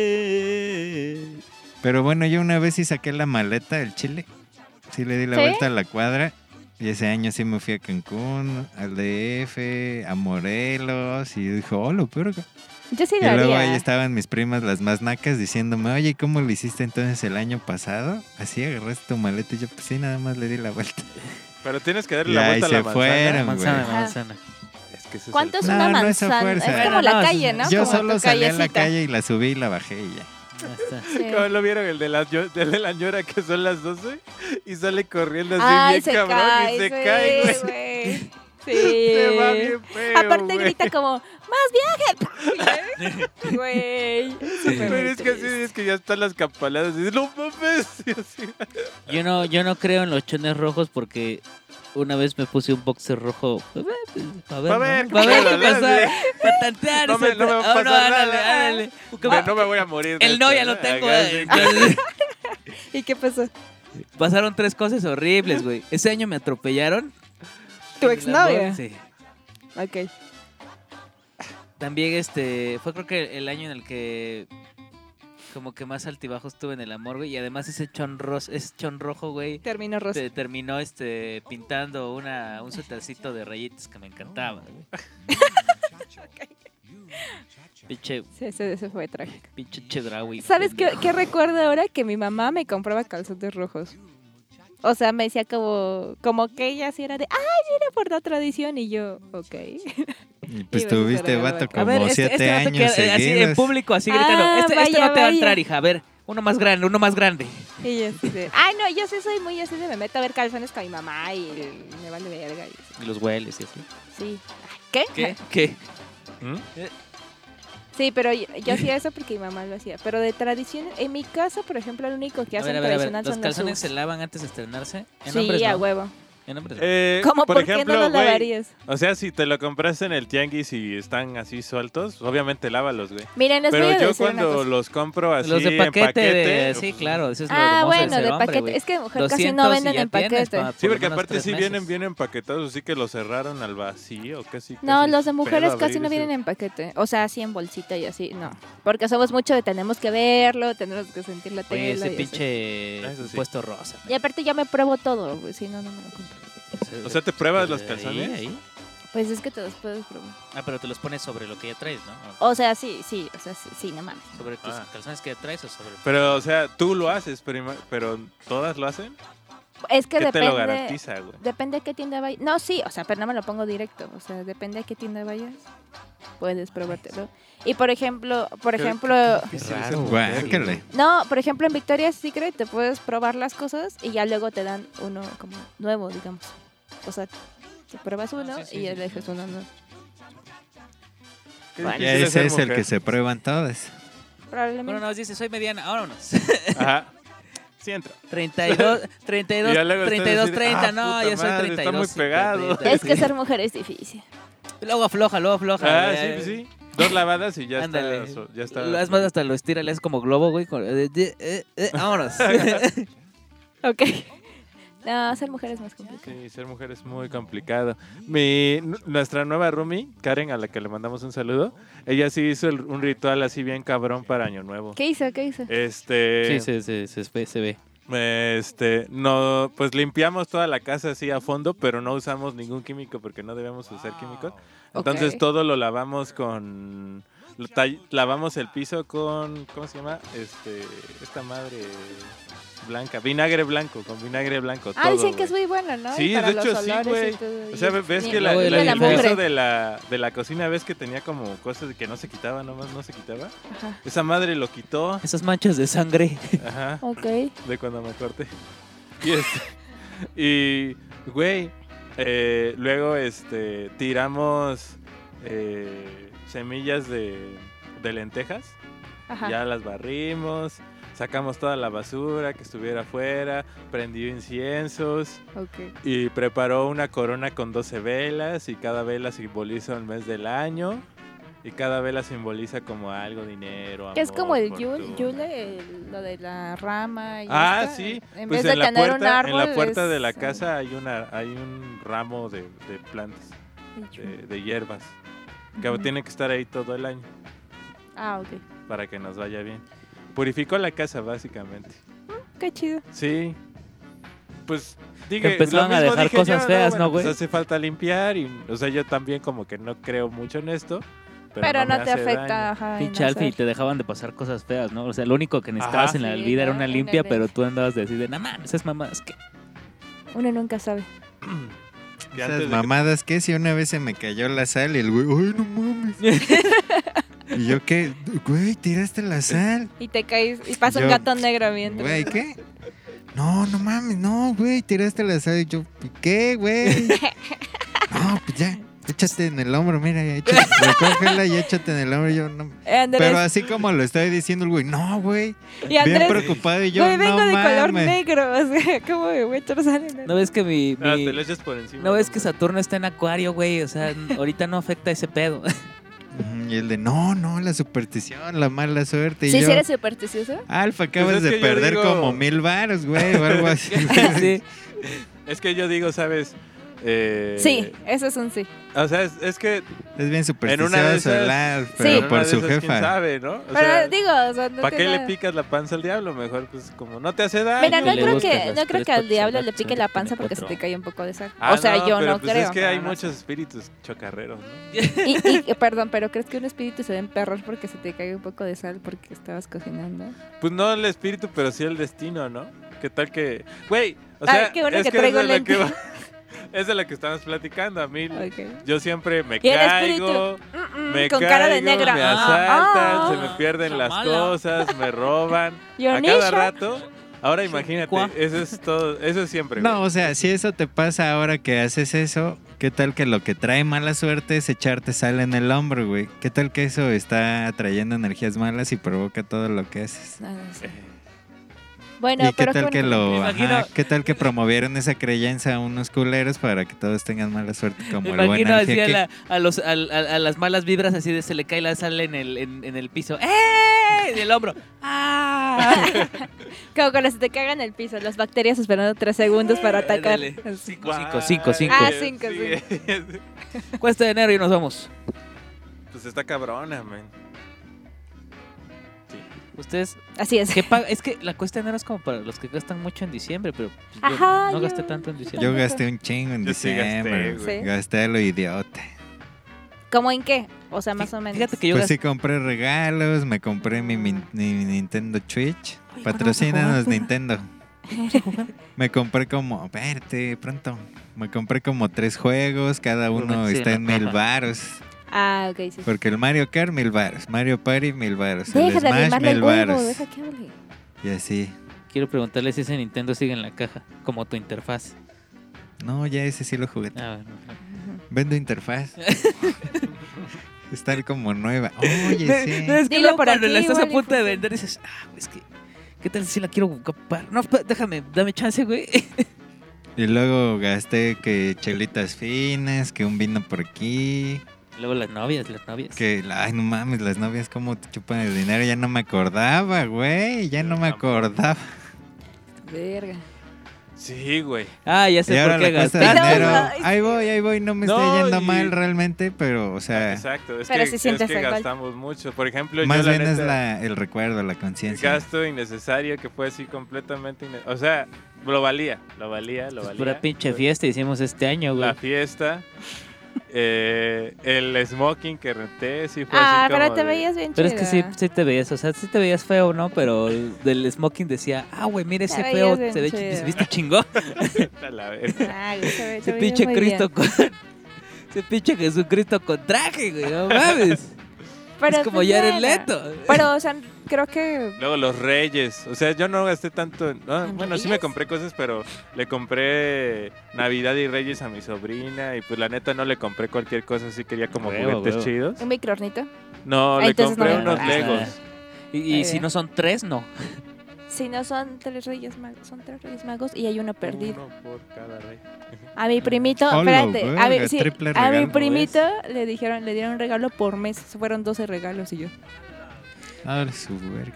Speaker 2: entenderé.
Speaker 1: Pero bueno, yo una vez sí saqué la maleta del Chile. Sí le di la
Speaker 3: ¿Sí?
Speaker 1: vuelta a la cuadra. Y ese año sí me fui a Cancún, al DF, a Morelos. Y dijo, oh, lo peor.
Speaker 3: Yo sí
Speaker 1: Y
Speaker 3: lo
Speaker 1: luego
Speaker 3: haría. ¿eh?
Speaker 1: ahí estaban mis primas, las más nacas, diciéndome, oye, ¿cómo lo hiciste entonces el año pasado? Así agarraste tu maleta y yo, pues sí, nada más le di la vuelta.
Speaker 4: Pero tienes que darle
Speaker 1: Y
Speaker 4: la
Speaker 1: ahí
Speaker 4: vuelta a la
Speaker 1: se
Speaker 4: manzana.
Speaker 1: fueron, güey.
Speaker 2: Manzana,
Speaker 3: Ajá.
Speaker 2: manzana.
Speaker 4: Es que ese es el
Speaker 3: ¿Cuánto es
Speaker 1: No,
Speaker 3: una
Speaker 1: no es a
Speaker 3: manzana?
Speaker 1: fuerza.
Speaker 3: es como la
Speaker 2: Bueno, no,
Speaker 3: calle, ¿no?
Speaker 1: Yo
Speaker 3: como
Speaker 1: solo
Speaker 3: tu
Speaker 1: salí a la
Speaker 3: callecita.
Speaker 1: calle y la subí y la bajé y ya.
Speaker 2: Ya está.
Speaker 3: Sí.
Speaker 4: ¿Cómo lo vieron? El de la, yo- el de la ñora que son las 12 y sale corriendo así
Speaker 3: Ay,
Speaker 4: bien
Speaker 3: se
Speaker 4: cabrón
Speaker 3: cae,
Speaker 4: y se
Speaker 3: sí,
Speaker 4: cae, güey.
Speaker 3: güey.
Speaker 4: [laughs] Se va
Speaker 3: Sí.
Speaker 4: bien feo,
Speaker 3: Aparte
Speaker 4: güey.
Speaker 3: grita como, ¡más
Speaker 4: [laughs]
Speaker 3: viaje! Güey. súper
Speaker 4: Pero es que así
Speaker 3: triste.
Speaker 4: es que ya están las campanadas y dices, no mames. [laughs] Y así.
Speaker 2: Yo no, yo no creo en los chones rojos porque una vez me puse un boxer rojo. A ver,
Speaker 4: Pa'
Speaker 2: ¿no?
Speaker 4: ver,
Speaker 2: Pa' ver qué
Speaker 4: ándale, [laughs]
Speaker 2: pasar. Para tantear.
Speaker 4: No me-
Speaker 2: ese
Speaker 4: no me va a
Speaker 2: tra- Ah, no,
Speaker 4: pasar nada. Ah,
Speaker 2: ándale, ándale. Porque
Speaker 4: Me-
Speaker 2: va-
Speaker 4: no me voy a morir. de
Speaker 2: El no
Speaker 4: esto,
Speaker 2: ya lo
Speaker 4: ¿no?
Speaker 2: tengo.
Speaker 4: Acá,
Speaker 2: eh.
Speaker 4: sí.
Speaker 2: Entonces,
Speaker 3: ¿Y qué pasó?
Speaker 2: pasaron tres cosas horribles, güey. Ese año me atropellaron.
Speaker 3: ¿Tu
Speaker 2: En el
Speaker 3: exnovia?
Speaker 2: amor, Sí.
Speaker 3: Ok.
Speaker 2: También este fue creo que el año en el que como que más altibajos tuve en el amor, güey, y además ese chon ros, ese chon rojo, güey,
Speaker 3: Terminó rosa.
Speaker 2: te- terminó este pintando una un suétercito de rayitas que me encantaba, [laughs] güey. Pinche
Speaker 3: Sí, sí, eso fue trágico.
Speaker 2: pinche chedraui.
Speaker 3: ¿Sabes qué,
Speaker 2: pendejo.
Speaker 3: qué recuerdo ahora? Que mi mamá me compraba calzones rojos. O sea, me decía como, como que ella sí era de, ay, mira por la tradición. Y yo, ok.
Speaker 1: Y pues
Speaker 3: Iba a
Speaker 1: tuviste
Speaker 3: superar,
Speaker 1: vato
Speaker 3: vato.
Speaker 1: como
Speaker 2: este-
Speaker 1: siete
Speaker 2: este vato
Speaker 1: años
Speaker 2: que- así en
Speaker 1: seguidos.
Speaker 2: público así gritando,
Speaker 3: Ah,
Speaker 2: este, este
Speaker 3: vaya,
Speaker 2: no te va a
Speaker 3: vaya.
Speaker 2: entrar, hija, a ver, uno más grande, uno más grande.
Speaker 3: Y yo así de, ay, no, yo sí soy muy así de me meto a ver calzones con mi mamá y me vale verga. Y así.
Speaker 2: Y los hueles y así.
Speaker 3: Sí. ¿Qué? [laughs]
Speaker 2: ¿Qué? ¿Qué?
Speaker 4: [laughs] ¿Mm?
Speaker 3: Sí, pero yo, yo hacía eso porque mi mamá lo hacía. Pero de tradición, en mi casa, por ejemplo, el único que
Speaker 2: A
Speaker 3: hacen
Speaker 2: ver, a ver, a ver.
Speaker 3: tradicional
Speaker 2: ¿Los
Speaker 3: son los
Speaker 2: calzones se
Speaker 3: uvas.
Speaker 2: lavan antes de estrenarse? En
Speaker 3: Sí,
Speaker 2: hombres
Speaker 3: a
Speaker 2: no.
Speaker 3: huevo.
Speaker 2: En nombre de-
Speaker 4: Eh,
Speaker 3: ¿Cómo?
Speaker 4: por,
Speaker 3: ¿Por, qué
Speaker 4: ejemplo,
Speaker 3: no lo
Speaker 4: güey,
Speaker 3: lavarías?
Speaker 4: o sea, si te lo compraste en el tianguis y están así sueltos, obviamente lávalos, güey.
Speaker 3: Miren, les voy
Speaker 4: Pero
Speaker 3: a
Speaker 4: yo
Speaker 3: decir una
Speaker 4: cuando
Speaker 3: cosa.
Speaker 4: los compro así
Speaker 2: los de
Speaker 4: en
Speaker 2: paquete,
Speaker 4: paquete,
Speaker 2: de- sí,
Speaker 4: pues,
Speaker 2: claro, eso es lo
Speaker 3: Ah,
Speaker 2: hermoso
Speaker 3: bueno,
Speaker 2: ser
Speaker 3: de
Speaker 2: hombre,
Speaker 3: paquete.
Speaker 2: güey.
Speaker 3: es que mujer
Speaker 2: 200
Speaker 3: casi no venden
Speaker 2: y ya
Speaker 3: en
Speaker 2: tienes
Speaker 3: paquete.
Speaker 2: para
Speaker 4: Sí,
Speaker 2: por lo
Speaker 4: porque
Speaker 2: menos
Speaker 4: aparte
Speaker 2: tres
Speaker 4: sí
Speaker 2: meses.
Speaker 4: vienen bien empaquetados, así que los cerraron al vacío, casi.
Speaker 3: No,
Speaker 4: casi
Speaker 3: los de
Speaker 4: es
Speaker 3: mujeres
Speaker 4: pedo
Speaker 3: casi no
Speaker 4: abrir ese-
Speaker 3: vienen en paquete. O sea, así en bolsita y así, no. Porque somos mucho de tenemos que verlo, tenemos que sentir la tela.
Speaker 2: Oye, ese
Speaker 3: y así.
Speaker 2: pinche
Speaker 4: Eso sí.
Speaker 2: puesto rosa.
Speaker 3: Y aparte yo me pruebo todo, güey, si no, no me lo compro.
Speaker 4: O sea, ¿te pruebas los calzones?
Speaker 2: Ahí, ahí.
Speaker 3: Pues es que te los puedes probar.
Speaker 2: Ah, pero te los pones sobre lo que ya traes, ¿no?
Speaker 3: O sea, sí, sí, o sea, sí, sí, no mames.
Speaker 2: Sobre tus
Speaker 4: Ah.
Speaker 2: calzones que ya traes o sobre...
Speaker 4: Pero, o sea, tú lo haces, pero, ima- pero todas lo hacen.
Speaker 3: Es que
Speaker 4: ¿Qué te lo
Speaker 3: depende...
Speaker 4: garantiza, güey?
Speaker 3: Depende a qué tienda vayas. No, sí, o sea, pero no me lo pongo directo. O sea, depende a qué tienda vayas. Puedes probártelo. Y por ejemplo, por
Speaker 4: Qué- qué-
Speaker 3: ejemplo,
Speaker 4: Qué
Speaker 2: Qué
Speaker 4: difícil es
Speaker 2: raro,
Speaker 4: ser
Speaker 2: güey.
Speaker 4: mujer,
Speaker 1: Guácale.
Speaker 3: no, por ejemplo en Victoria's Secret te puedes probar las cosas y ya luego te dan uno como nuevo, digamos. O sea, te pruebas uno
Speaker 2: Ah, sí, sí,
Speaker 3: y ya
Speaker 2: sí,
Speaker 3: le
Speaker 2: sí.
Speaker 3: dejas uno nuevo.
Speaker 4: Qué
Speaker 3: Bueno.
Speaker 1: Ya
Speaker 4: difícil es
Speaker 1: ese
Speaker 4: ser
Speaker 1: es el
Speaker 4: mujer.
Speaker 1: que se prueban todas.
Speaker 3: Probablemente.
Speaker 2: Bueno, nos dice, soy mediana,
Speaker 4: [laughs]
Speaker 2: vámonos.
Speaker 4: Ajá. Sí, entra.
Speaker 2: 32,
Speaker 4: Y ya
Speaker 2: 32,
Speaker 4: luego ustedes
Speaker 2: 32,
Speaker 4: dicen,
Speaker 2: 30,
Speaker 4: "Ah,
Speaker 2: no,
Speaker 4: puta
Speaker 2: ya soy
Speaker 4: madre,
Speaker 2: 32.
Speaker 4: está muy
Speaker 2: sí,
Speaker 4: pegado".
Speaker 2: 30,
Speaker 3: es que
Speaker 2: sí.
Speaker 3: ser mujer es difícil.
Speaker 2: Luego afloja, luego afloja.
Speaker 4: Ah, sí,
Speaker 2: güey.
Speaker 4: pues sí. Dos lavadas y ya
Speaker 2: Ándale.
Speaker 4: está. so- Ya está.
Speaker 2: Lo- Es más, hasta lo estira, le hace como globo, güey. con- eh, eh, eh, eh,
Speaker 4: [laughs]
Speaker 2: vámonos.
Speaker 3: Ok. [laughs] No, ser mujer es más complicado.
Speaker 4: Sí, ser mujer es muy complicado. Mi, n- nuestra nueva roomie, Karen, a la que le mandamos un saludo, ella sí hizo el- un ritual así bien cabrón para Año Nuevo.
Speaker 3: ¿Qué hizo? ¿Qué hizo?
Speaker 4: Este,
Speaker 2: se, se, se, ve- se ve.
Speaker 4: este, no, pues limpiamos toda la casa así a fondo, pero no usamos ningún químico porque no debemos usar químicos. Entonces
Speaker 3: Ok.
Speaker 4: todo lo lavamos con, lo tall- lavamos el piso con, ¿cómo se llama? Este, esta madre blanca, vinagre blanco, con vinagre blanco.
Speaker 3: Ah,
Speaker 4: todo,
Speaker 3: dicen que
Speaker 4: güey.
Speaker 3: es muy bueno, ¿no?
Speaker 4: Sí,
Speaker 3: Y para
Speaker 4: de hecho,
Speaker 3: los
Speaker 4: sí,
Speaker 3: olores y
Speaker 4: güey.
Speaker 3: todo,
Speaker 4: O
Speaker 3: y
Speaker 4: sea,
Speaker 3: el-
Speaker 4: ves
Speaker 3: y
Speaker 4: que
Speaker 3: el
Speaker 4: la,
Speaker 2: luego
Speaker 3: olor
Speaker 4: la-
Speaker 3: de la
Speaker 4: el piso
Speaker 3: mugre.
Speaker 4: de la, de la cocina, ves que tenía como cosas que no se quitaba, nomás no se quitaba.
Speaker 3: Ajá.
Speaker 4: Esa madre lo
Speaker 2: [laughs]
Speaker 4: quitó,
Speaker 2: Esas manchas de sangre.
Speaker 4: ajá,
Speaker 3: Ok.
Speaker 4: de cuando me corté. [laughs] Y, este- y, güey, eh, luego este, tiramos eh, semillas de, de lentejas,
Speaker 3: Ajá.
Speaker 4: ya las barrimos, sacamos toda la basura que estuviera afuera, prendió inciensos.
Speaker 3: Ok.
Speaker 4: Y preparó una corona con 12 velas y cada vela simboliza un mes del año y cada vela simboliza como algo, dinero, amor,
Speaker 3: Que es como el
Speaker 4: fortuna.
Speaker 3: yule, yule, el- lo de la rama y
Speaker 4: Ah,
Speaker 3: esta,
Speaker 4: sí.
Speaker 3: En vez
Speaker 4: pues
Speaker 3: de
Speaker 4: en la
Speaker 3: tener
Speaker 4: puerta,
Speaker 3: un árbol.
Speaker 4: en la puerta
Speaker 3: es
Speaker 4: de la
Speaker 3: el-
Speaker 4: casa hay una hay un ramo de, de plantas,
Speaker 3: el
Speaker 4: de,
Speaker 3: yule.
Speaker 4: de hierbas, eh, que
Speaker 3: Ujú.
Speaker 4: tiene que estar ahí todo el año
Speaker 3: Ah, ok.
Speaker 4: para que nos vaya bien. Purificó la casa básicamente.
Speaker 3: Qué chido.
Speaker 4: Sí. Pues
Speaker 2: Que
Speaker 4: dije,
Speaker 2: empezaban
Speaker 4: lo
Speaker 2: a
Speaker 4: mismo
Speaker 2: dejar
Speaker 4: dije
Speaker 2: cosas
Speaker 4: yo,
Speaker 2: feas,
Speaker 4: bueno,
Speaker 2: ¿no,
Speaker 4: pues
Speaker 2: güey?
Speaker 4: hace falta limpiar y o sea, yo también como que no creo mucho en esto, pero,
Speaker 3: Pero,
Speaker 4: me
Speaker 3: no, te
Speaker 4: hace
Speaker 3: afecta.
Speaker 4: daño.
Speaker 3: Ajá, en
Speaker 2: Pinche Alfie,
Speaker 3: hacer-
Speaker 2: te dejaban de pasar cosas feas, ¿no? O sea, lo único que necesitabas
Speaker 4: Ajá.
Speaker 2: en la
Speaker 3: Sí,
Speaker 2: vida era
Speaker 3: ¿no?
Speaker 2: una
Speaker 3: Una
Speaker 2: limpia,
Speaker 3: limpia.
Speaker 2: pero tú andabas de así de, no mames, esas mamás que...
Speaker 3: Uno nunca sabe.
Speaker 4: Que
Speaker 1: Esas
Speaker 4: antes de que-
Speaker 1: mamadas que si una vez se me cayó la sal y el güey, ay, no mames. y yo qué, güey, tiraste la sal.
Speaker 3: Y te caes y pasa un
Speaker 1: Yo-
Speaker 3: gato negro mientras.
Speaker 1: Güey, ¿qué? No, no mames, no, güey, tiraste la sal. Y yo, ¿qué, güey? no, pues ya, échate en el hombro, mira, échate, recógela y échate en el hombro. Y yo, no.
Speaker 3: Eh, Andrés,
Speaker 1: Pero así como lo estaba diciendo el güey, no, güey.
Speaker 3: y
Speaker 1: Bien
Speaker 3: Andrés,
Speaker 1: preocupado y yo,
Speaker 3: güey, vengo
Speaker 1: no
Speaker 3: de color
Speaker 1: mames.
Speaker 3: negro. [laughs] O sea, ¿cómo me voy a echar sal en el-
Speaker 2: ¿No ves que mi...
Speaker 4: Ah,
Speaker 2: mi-
Speaker 4: te lo echas por encima.
Speaker 2: ¿No ves que
Speaker 4: hombre.
Speaker 2: Saturno está en acuario, güey? O sea, [laughs] n- ahorita no afecta ese
Speaker 4: [laughs]
Speaker 2: pedo. [laughs]
Speaker 1: Ujú, Y el de, no, no, la superstición, la mala suerte. Y
Speaker 3: Sí,
Speaker 1: yo,
Speaker 3: si eres supersticioso.
Speaker 1: Alfa, acabas
Speaker 4: Pues es
Speaker 1: de
Speaker 4: que yo
Speaker 1: perder
Speaker 4: digo-
Speaker 1: como mil varos, güey, o algo
Speaker 4: [laughs]
Speaker 1: así. [laughs] güey.
Speaker 2: sí.
Speaker 4: Es que yo digo, ¿sabes? Eh,
Speaker 3: Sí, eso es un sí.
Speaker 4: O sea, es, es que
Speaker 1: Es bien
Speaker 4: En una de
Speaker 1: supersticioso el
Speaker 4: esas-
Speaker 1: Alf,
Speaker 3: Sí.
Speaker 1: pero
Speaker 4: en una
Speaker 1: por
Speaker 4: de
Speaker 1: su
Speaker 4: esas, quién
Speaker 1: jefa.
Speaker 4: sabe, ¿no? O
Speaker 3: Pero
Speaker 4: sea,
Speaker 3: digo, o sea, no
Speaker 4: ¿para qué
Speaker 3: tiene-
Speaker 4: le picas la panza al diablo? Mejor pues como no te hace daño.
Speaker 3: Mira, no
Speaker 2: Y le
Speaker 3: creo,
Speaker 2: buscas
Speaker 3: que,
Speaker 2: las
Speaker 3: no creo
Speaker 2: tres
Speaker 3: que al
Speaker 2: patas,
Speaker 3: diablo
Speaker 2: ¿verdad?
Speaker 3: le
Speaker 2: Sí,
Speaker 3: pique la
Speaker 2: tiene
Speaker 3: panza porque se
Speaker 2: cuatro.
Speaker 3: te cae un poco de sal.
Speaker 4: Ah,
Speaker 3: o sea, yo
Speaker 4: pero
Speaker 3: no
Speaker 4: pues
Speaker 3: creo.
Speaker 4: Es que hay
Speaker 3: no, no.
Speaker 4: muchos espíritus chocarreros, ¿no?
Speaker 3: Y, y- y, perdón, pero ¿crees que un espíritu se va a emperrar porque se te cae un poco de sal porque estabas cocinando?
Speaker 4: Pues no el espíritu, pero sí el destino, ¿no? ¿Qué tal que... Güey, o sea,
Speaker 3: Ay, qué bueno
Speaker 4: es
Speaker 3: que
Speaker 4: que, es
Speaker 3: traigo
Speaker 4: de lo
Speaker 3: lente.
Speaker 4: que va- [laughs] es de lo que estamos platicando. A mí,
Speaker 3: Ok.
Speaker 4: yo siempre me
Speaker 3: Y el
Speaker 4: caigo,
Speaker 3: Mm, mm,
Speaker 4: me
Speaker 3: con
Speaker 4: caigo,
Speaker 3: cara de negro.
Speaker 4: me asaltan,
Speaker 3: Ah,
Speaker 4: se me pierden
Speaker 2: la
Speaker 4: las
Speaker 2: mala.
Speaker 4: cosas,
Speaker 3: [laughs]
Speaker 4: me roban. a cada
Speaker 3: Dionisio.
Speaker 4: rato. Ahora imagínate,
Speaker 2: Cuá.
Speaker 4: eso es todo, eso es siempre.
Speaker 1: No,
Speaker 4: güey.
Speaker 1: o sea, si eso te pasa ahora que haces eso, ¿qué tal que lo que trae mala suerte es echarte sal en el hombro, güey? ¿Qué tal que eso está atrayendo energías malas y provoca todo lo que haces?
Speaker 3: Ah, no sé. Bueno,
Speaker 1: ¿Y qué
Speaker 3: pero
Speaker 1: tal que
Speaker 3: bueno.
Speaker 1: lo,
Speaker 2: Me imagino-
Speaker 1: ajá, qué tal que promovieron esa creencia a unos culeros para que todos tengan mala suerte como
Speaker 2: [laughs] Me
Speaker 1: el buen
Speaker 2: imagino así a,
Speaker 1: Argeque?
Speaker 2: la- a los, a, a- a las malas vibras, así de se le cae la sal en el, en, en el piso. ¡Eh! En el hombro. ¡Ah! [laughs]
Speaker 3: Como cuando se te cagan el piso, las bacterias esperando tres segundos para atacar.
Speaker 2: Ándale.
Speaker 3: Así.
Speaker 2: Cinco, cinco, cinco, cinco.
Speaker 3: Ah, cinco,
Speaker 4: cinco.
Speaker 2: Cuesta de enero y nos vamos.
Speaker 4: [laughs] Pues está cabrona, man.
Speaker 3: [laughs]
Speaker 2: Ustedes,
Speaker 3: Así es.
Speaker 2: ¿qué pa- Es que la cuesta de enero es como para los que gastan mucho en diciembre, pero pues, yo
Speaker 3: Ajá,
Speaker 2: no gasté
Speaker 3: yo-
Speaker 2: tanto en diciembre. [laughs]
Speaker 1: Yo gasté un chingo en
Speaker 4: Yo sí gasté,
Speaker 1: diciembre.
Speaker 3: güey. Sí.
Speaker 1: gasté a lo idiota.
Speaker 3: ¿Cómo en qué? O sea, más o menos.
Speaker 2: Fíjate que yo
Speaker 1: Pues
Speaker 2: gasté.
Speaker 1: sí compré regalos, me compré mi, min- mi Nintendo Switch. Patrocínanos Nintendo. Me compré como, verte pronto. Me compré como tres juegos, cada uno
Speaker 2: Sí,
Speaker 1: está
Speaker 2: la
Speaker 1: en mil
Speaker 2: caja.
Speaker 1: varos.
Speaker 3: Ah, ok, sí.
Speaker 1: Porque el Mario Kart, mil varos. Mario Party, mil varos. El
Speaker 3: Deja de
Speaker 1: Smash,
Speaker 3: arrimarle
Speaker 1: mil
Speaker 3: el huevo,
Speaker 1: varos.
Speaker 3: deja que hable.
Speaker 1: Y así.
Speaker 2: Quiero preguntarle si ese Nintendo sigue en la caja, como tu interfaz.
Speaker 1: No, ya ese sí lo jugué.
Speaker 2: Ah, bueno, ajá.
Speaker 1: Vendo interfaz. Está como nueva. Oye, sí.
Speaker 2: Es que
Speaker 3: Dilo
Speaker 2: luego
Speaker 3: por
Speaker 2: cuando
Speaker 3: aquí,
Speaker 2: la estás a
Speaker 3: igual y
Speaker 2: punto de
Speaker 3: funciona.
Speaker 2: vender, dices, ah, es que, ¿qué tal si la quiero comprar? No, pa- déjame, dame chance, güey. [laughs]
Speaker 1: Y luego gasté que chelitas finas, que un vino por aquí,
Speaker 2: Luego las novias, las novias.
Speaker 1: que, ay, no mames, las novias cómo te chupan el dinero, ya no me acordaba, güey, ya no me acordaba.
Speaker 3: Verga.
Speaker 4: Sí, güey.
Speaker 2: Ah, ya
Speaker 1: Y
Speaker 2: sé
Speaker 1: ahora
Speaker 2: por qué
Speaker 1: la cuesta
Speaker 2: gastar.
Speaker 1: de
Speaker 3: gastaste.
Speaker 1: dinero,
Speaker 3: No, ay,
Speaker 1: ahí voy, ahí voy, no me está
Speaker 4: No,
Speaker 1: yendo
Speaker 4: y-
Speaker 1: mal realmente, pero, o
Speaker 2: Eh.
Speaker 1: sea,
Speaker 4: Exacto. Es
Speaker 3: Pero
Speaker 4: que,
Speaker 3: sí sientes
Speaker 4: es que
Speaker 3: el golpe.
Speaker 4: gastamos mucho. Por ejemplo,
Speaker 1: más
Speaker 4: yo la
Speaker 1: bien es
Speaker 4: neta-
Speaker 1: la, el recuerdo, la
Speaker 4: El
Speaker 1: conciencia.
Speaker 4: gasto innecesario que fue así completamente inne- O sea, lo valía, lo valía, lo
Speaker 2: Es
Speaker 4: valía.
Speaker 2: pura pinche fiesta hicimos este año, güey.
Speaker 4: La fiesta. eh, el smoking que renté, sí fue
Speaker 3: Ah,
Speaker 4: así como
Speaker 3: pero te
Speaker 4: de-
Speaker 3: veías bien
Speaker 2: Pero es que sí,
Speaker 3: chida.
Speaker 2: sí te veías, o sea, sí te veías feo, ¿no? Pero del smoking decía, ah, güey, mira ese
Speaker 3: Te
Speaker 2: feo,
Speaker 3: veías bien
Speaker 2: se, ve, chi-
Speaker 3: chido.
Speaker 2: se viste chingón.
Speaker 4: A la verga.
Speaker 3: [laughs] Ah, güey, se ve- se
Speaker 2: Ese
Speaker 3: veía
Speaker 2: pinche
Speaker 3: muy
Speaker 2: Cristo
Speaker 3: bien.
Speaker 2: con... [laughs] Ese pinche Jesucristo con traje, güey, no mames.
Speaker 3: Pero,
Speaker 2: es como
Speaker 3: pues,
Speaker 2: ya eres
Speaker 3: bueno.
Speaker 2: leto.
Speaker 3: Pero, o sea, creo que.
Speaker 4: Luego los reyes. O sea, yo no gasté tanto. en- ah,
Speaker 3: ¿En
Speaker 4: bueno, sí me
Speaker 3: reyes?
Speaker 4: compré cosas, pero le compré Navidad y Reyes a mi sobrina. Y pues la neta no le compré cualquier cosa, así quería como
Speaker 2: Huevo,
Speaker 4: juguetes
Speaker 2: huevo.
Speaker 4: chidos.
Speaker 3: Un microornito.
Speaker 4: No,
Speaker 3: Ah,
Speaker 4: le
Speaker 3: Em, entonces no
Speaker 4: compré
Speaker 3: le
Speaker 4: unos
Speaker 2: compraste.
Speaker 4: legos.
Speaker 2: Y, y
Speaker 3: Ahí
Speaker 2: si
Speaker 3: ve.
Speaker 2: no son tres, no.
Speaker 3: Si no son tres reyes magos, son tres reyes magos y hay uno perdido.
Speaker 4: Uno por cada rey.
Speaker 3: A mi primito,
Speaker 1: Hola,
Speaker 3: espérate, a
Speaker 1: verga,
Speaker 3: mi, sí,
Speaker 1: triple
Speaker 3: a mi
Speaker 1: regalo,
Speaker 3: primito le dijeron, le dieron un regalo por mes, fueron 12 regalos y yo.
Speaker 1: Ahora su verga.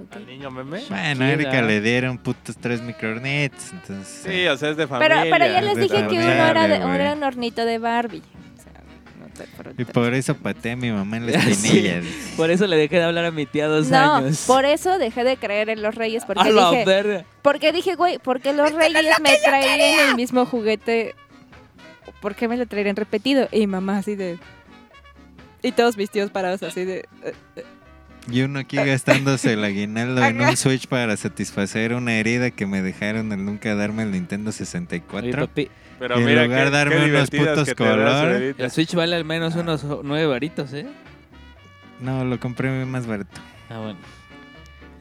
Speaker 3: ok.
Speaker 4: ¿Al niño meme?
Speaker 1: Bueno, a Erika le dieron putos tres micronets, entonces...
Speaker 4: Sí, o sea, es de
Speaker 3: Pero,
Speaker 4: familia.
Speaker 3: pero ya les
Speaker 1: de
Speaker 3: dije que uno
Speaker 1: familia,
Speaker 3: era, de,
Speaker 1: güey.
Speaker 3: era un hornito de Barbie. O sea, no te- por-
Speaker 1: Y por eso pateé a mi mamá en la
Speaker 2: [laughs] Sí.
Speaker 1: espinilla.
Speaker 2: Por eso le dejé de hablar a mi tía dos
Speaker 3: no,
Speaker 2: años.
Speaker 3: por eso dejé de creer en los reyes, porque
Speaker 2: a la
Speaker 3: dije,
Speaker 2: verga.
Speaker 3: porque dije, güey, ¿por qué los reyes me traían el mismo juguete? ¿Por qué me lo traerían repetido? Y mamá así de... Y todos mis tíos parados así de... eh,
Speaker 1: Y uno aquí gastándose el aguinaldo en un Switch para satisfacer una herida que me dejaron al nunca darme el Nintendo
Speaker 2: Oye,
Speaker 1: 64.
Speaker 2: papi,
Speaker 4: Pero
Speaker 1: Y en
Speaker 4: mira
Speaker 1: lugar
Speaker 4: qué-
Speaker 1: de darme
Speaker 4: qué
Speaker 1: unos
Speaker 4: divertidas
Speaker 1: putos
Speaker 4: que te das
Speaker 1: color,
Speaker 4: ahorita.
Speaker 2: el Switch vale al menos unos nueve varitos, ¿eh?
Speaker 1: No, lo compré más barato.
Speaker 2: Ah, bueno.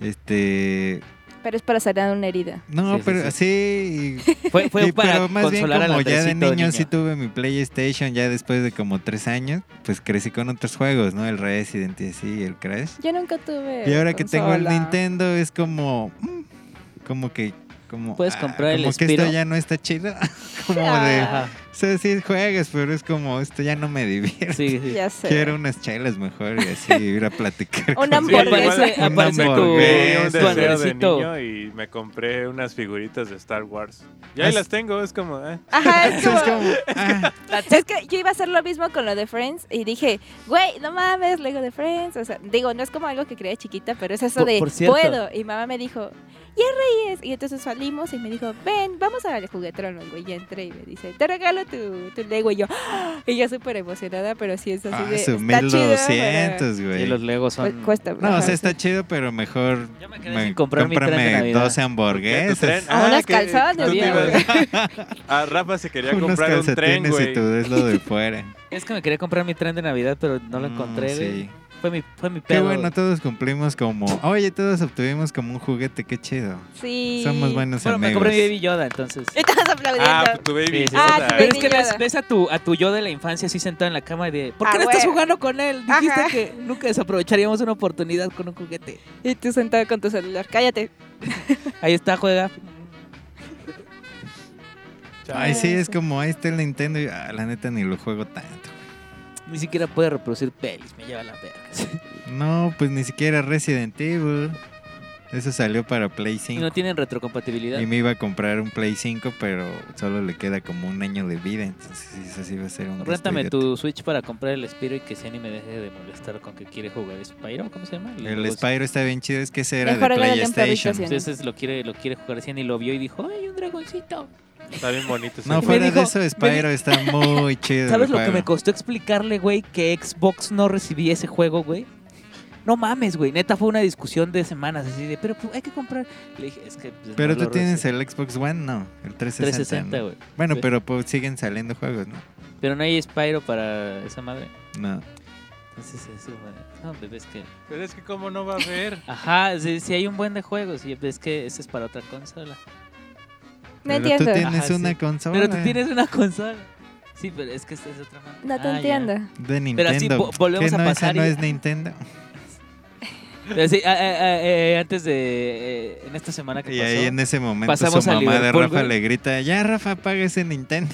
Speaker 1: Este.
Speaker 3: Pero es para sanar una herida.
Speaker 1: No,
Speaker 2: Sí, sí,
Speaker 1: pero
Speaker 2: sí.
Speaker 1: así.
Speaker 2: Fue, [laughs] fue
Speaker 1: y-
Speaker 2: para
Speaker 1: pero más bien
Speaker 2: consolar a
Speaker 1: como
Speaker 2: la
Speaker 1: ya de
Speaker 2: Andresito,
Speaker 1: niño,
Speaker 2: niña.
Speaker 1: sí tuve mi PlayStation ya después de como tres años, pues crecí con otros juegos, ¿no? El Resident y así, el Crash.
Speaker 3: Yo nunca tuve.
Speaker 1: Y ahora que tengo el
Speaker 3: consola.
Speaker 1: Nintendo es como. mm, Como que. Como, ah,
Speaker 2: Puedes comprar el
Speaker 1: como que esto
Speaker 2: Spyro.
Speaker 1: ya no está chido. [laughs] como de.
Speaker 3: Ah.
Speaker 2: Ajá,
Speaker 1: O sea, sí juegas, pero es como, esto ya no me divierte.
Speaker 2: sí, sí.
Speaker 3: Ya sé.
Speaker 1: Quiero unas chelas mejor y así ir a platicar.
Speaker 3: [laughs] Una
Speaker 1: con-
Speaker 4: Sí, igual
Speaker 2: aparece,
Speaker 1: una
Speaker 2: aparece
Speaker 1: hamburguesa,
Speaker 2: tu,
Speaker 4: Cumplí
Speaker 2: tu
Speaker 4: un deseo de
Speaker 2: Andresito.
Speaker 4: niño y me compré unas figuritas de Star Wars. Y ahí
Speaker 1: Es-
Speaker 4: las tengo, es como, eh,
Speaker 3: Ajá, es
Speaker 1: Sí, [laughs]
Speaker 3: como,
Speaker 1: es como, ah,
Speaker 3: es que yo iba a hacer lo mismo con lo de Friends y dije, güey, no mames, Lego de Friends. O sea, digo, no es como algo que creía chiquita, pero es eso
Speaker 2: Por-
Speaker 3: de
Speaker 2: por cierto.
Speaker 3: puedo. Y mamá me dijo, ya reyes. Y entonces salimos y me dijo, ven, vamos al juguetrón, güey. Y entré y me dice, te regalo tu, tu Lego. Y yo, ¡ah! y yo súper emocionada, pero sí es así
Speaker 1: ah,
Speaker 3: de.
Speaker 1: su
Speaker 3: está chido,
Speaker 1: 1200,
Speaker 2: Y
Speaker 1: güey.
Speaker 2: los Legos
Speaker 3: pero,
Speaker 2: son...
Speaker 3: pues, cuesta.
Speaker 1: No, o
Speaker 3: ajá,
Speaker 1: sea,
Speaker 3: sí.
Speaker 1: está chido, pero mejor
Speaker 2: Yo me quedé
Speaker 1: me,
Speaker 2: sin comprar mi tren de
Speaker 1: cómprame ¿eh?
Speaker 2: Navidad.
Speaker 1: 12
Speaker 4: ¿qué, tu tren?
Speaker 1: hamburguesas.
Speaker 3: Ah, unas
Speaker 4: que-
Speaker 3: calzadas
Speaker 4: tú
Speaker 2: de
Speaker 4: te
Speaker 2: viejo.
Speaker 3: [laughs]
Speaker 4: ibas- Ah, Rafa se
Speaker 1: [laughs]
Speaker 4: quería
Speaker 1: Unos
Speaker 4: comprar un tren,
Speaker 1: calcetines
Speaker 4: güey.
Speaker 1: y tú des lo de fuera.
Speaker 2: Es que me quería comprar mi tren de Navidad, pero [laughs] no lo
Speaker 1: Mm,
Speaker 2: encontré, güey.
Speaker 1: sí.
Speaker 2: fue mi, fue mi
Speaker 1: Qué
Speaker 2: pedo.
Speaker 1: bueno, todos cumplimos como. Oye, todos obtuvimos como un juguete, qué chido.
Speaker 3: Sí.
Speaker 1: Somos buenos
Speaker 2: Bueno, me
Speaker 1: amigos.
Speaker 2: compré mi Baby Yoda,
Speaker 3: [laughs]
Speaker 2: entonces.
Speaker 3: Estás aplaudiendo.
Speaker 4: Ah, tu baby.
Speaker 2: Sí, sí,
Speaker 3: Ah,
Speaker 4: Yoda.
Speaker 3: tu
Speaker 2: Pero es
Speaker 3: Baby
Speaker 2: que ves,
Speaker 3: Yoda.
Speaker 2: ves a, tu, a tu yo de la infancia así sentado en la cama y de... ¿Por
Speaker 3: Ah,
Speaker 2: qué no estás
Speaker 3: güey.
Speaker 2: jugando con él? Dijiste
Speaker 3: Ajá.
Speaker 2: que nunca desaprovecharíamos una oportunidad con un juguete.
Speaker 3: Y tú sentado con tu celular. Cállate.
Speaker 2: Ahí está, juega.
Speaker 1: Ay, sí, es como, ahí está el Nintendo. Y, ah, la neta, ni lo juego tanto.
Speaker 2: Ni siquiera puede reproducir pelis, me lleva la verga.
Speaker 1: No, pues ni siquiera Resident Evil. Eso salió para Play
Speaker 2: Y
Speaker 1: 5.
Speaker 2: no tienen retrocompatibilidad.
Speaker 1: Y me iba a comprar un Play 5, pero solo le queda como un año de vida, entonces eso sí va a ser un
Speaker 2: Réntame
Speaker 1: despelote.
Speaker 2: tu Switch para comprar el Spyro y que Sony me deje de molestar con que quiere jugar Spyro. ¿Cómo se llama?
Speaker 1: El Spyro está bien chido, es que ese era
Speaker 3: Mejor
Speaker 1: de
Speaker 3: hágale en
Speaker 1: PlayStation.
Speaker 3: improvisación.
Speaker 2: Entonces Pues lo quiere, lo quiere jugar Sony y lo vio y dijo, ¡ay, un dragoncito!
Speaker 4: Está bien bonito. ese
Speaker 1: No,
Speaker 4: juego.
Speaker 1: fuera
Speaker 2: dijo-
Speaker 1: de eso, Spyro está muy chido.
Speaker 2: ¿Sabes
Speaker 1: el
Speaker 2: lo que me
Speaker 1: juego.
Speaker 2: costó explicarle, güey, que Xbox no recibía ese juego, güey? No mames, güey. Neta fue una discusión de semanas así de, pero pues, hay que comprar. Le dije, es que. pues,
Speaker 1: Pero
Speaker 2: no
Speaker 1: tú
Speaker 2: lo
Speaker 1: tienes
Speaker 2: recibo".
Speaker 1: el Xbox One, no, el 360.
Speaker 2: 360,
Speaker 1: ¿no?
Speaker 2: güey.
Speaker 1: Bueno,
Speaker 2: Sí.
Speaker 1: pero pues, siguen saliendo juegos, ¿no?
Speaker 2: Pero no hay Spyro para esa madre.
Speaker 1: No.
Speaker 2: Entonces, eso, güey. No, bebé, es que.
Speaker 4: Pero es que cómo no va a haber.
Speaker 2: Ajá, si, si hay un buen de juegos. Y es que ese es para otra consola.
Speaker 3: No
Speaker 1: pero
Speaker 3: entiendo.
Speaker 1: tú tienes
Speaker 2: Ajá,
Speaker 1: una
Speaker 2: sí.
Speaker 1: consola.
Speaker 2: Pero tú tienes una consola. Sí, pero es que esta es otra madre.
Speaker 3: No te
Speaker 2: Ah, ya.
Speaker 3: entiendo.
Speaker 1: De Nintendo.
Speaker 2: Pero así vo- volvemos
Speaker 1: ¿Qué
Speaker 2: a
Speaker 1: no, esa
Speaker 2: pasar y-
Speaker 1: no es Nintendo.
Speaker 2: Pero sí, ah, ah, ah, eh, antes de. eh, en esta semana que
Speaker 1: Y
Speaker 2: pasó.
Speaker 1: ahí en ese momento
Speaker 2: Pasamos
Speaker 1: su
Speaker 2: a
Speaker 1: mamá de
Speaker 2: Liverpool,
Speaker 1: Rafa
Speaker 2: güey.
Speaker 1: le grita, ya Rafa, paga ese
Speaker 2: [laughs]
Speaker 1: Nintendo.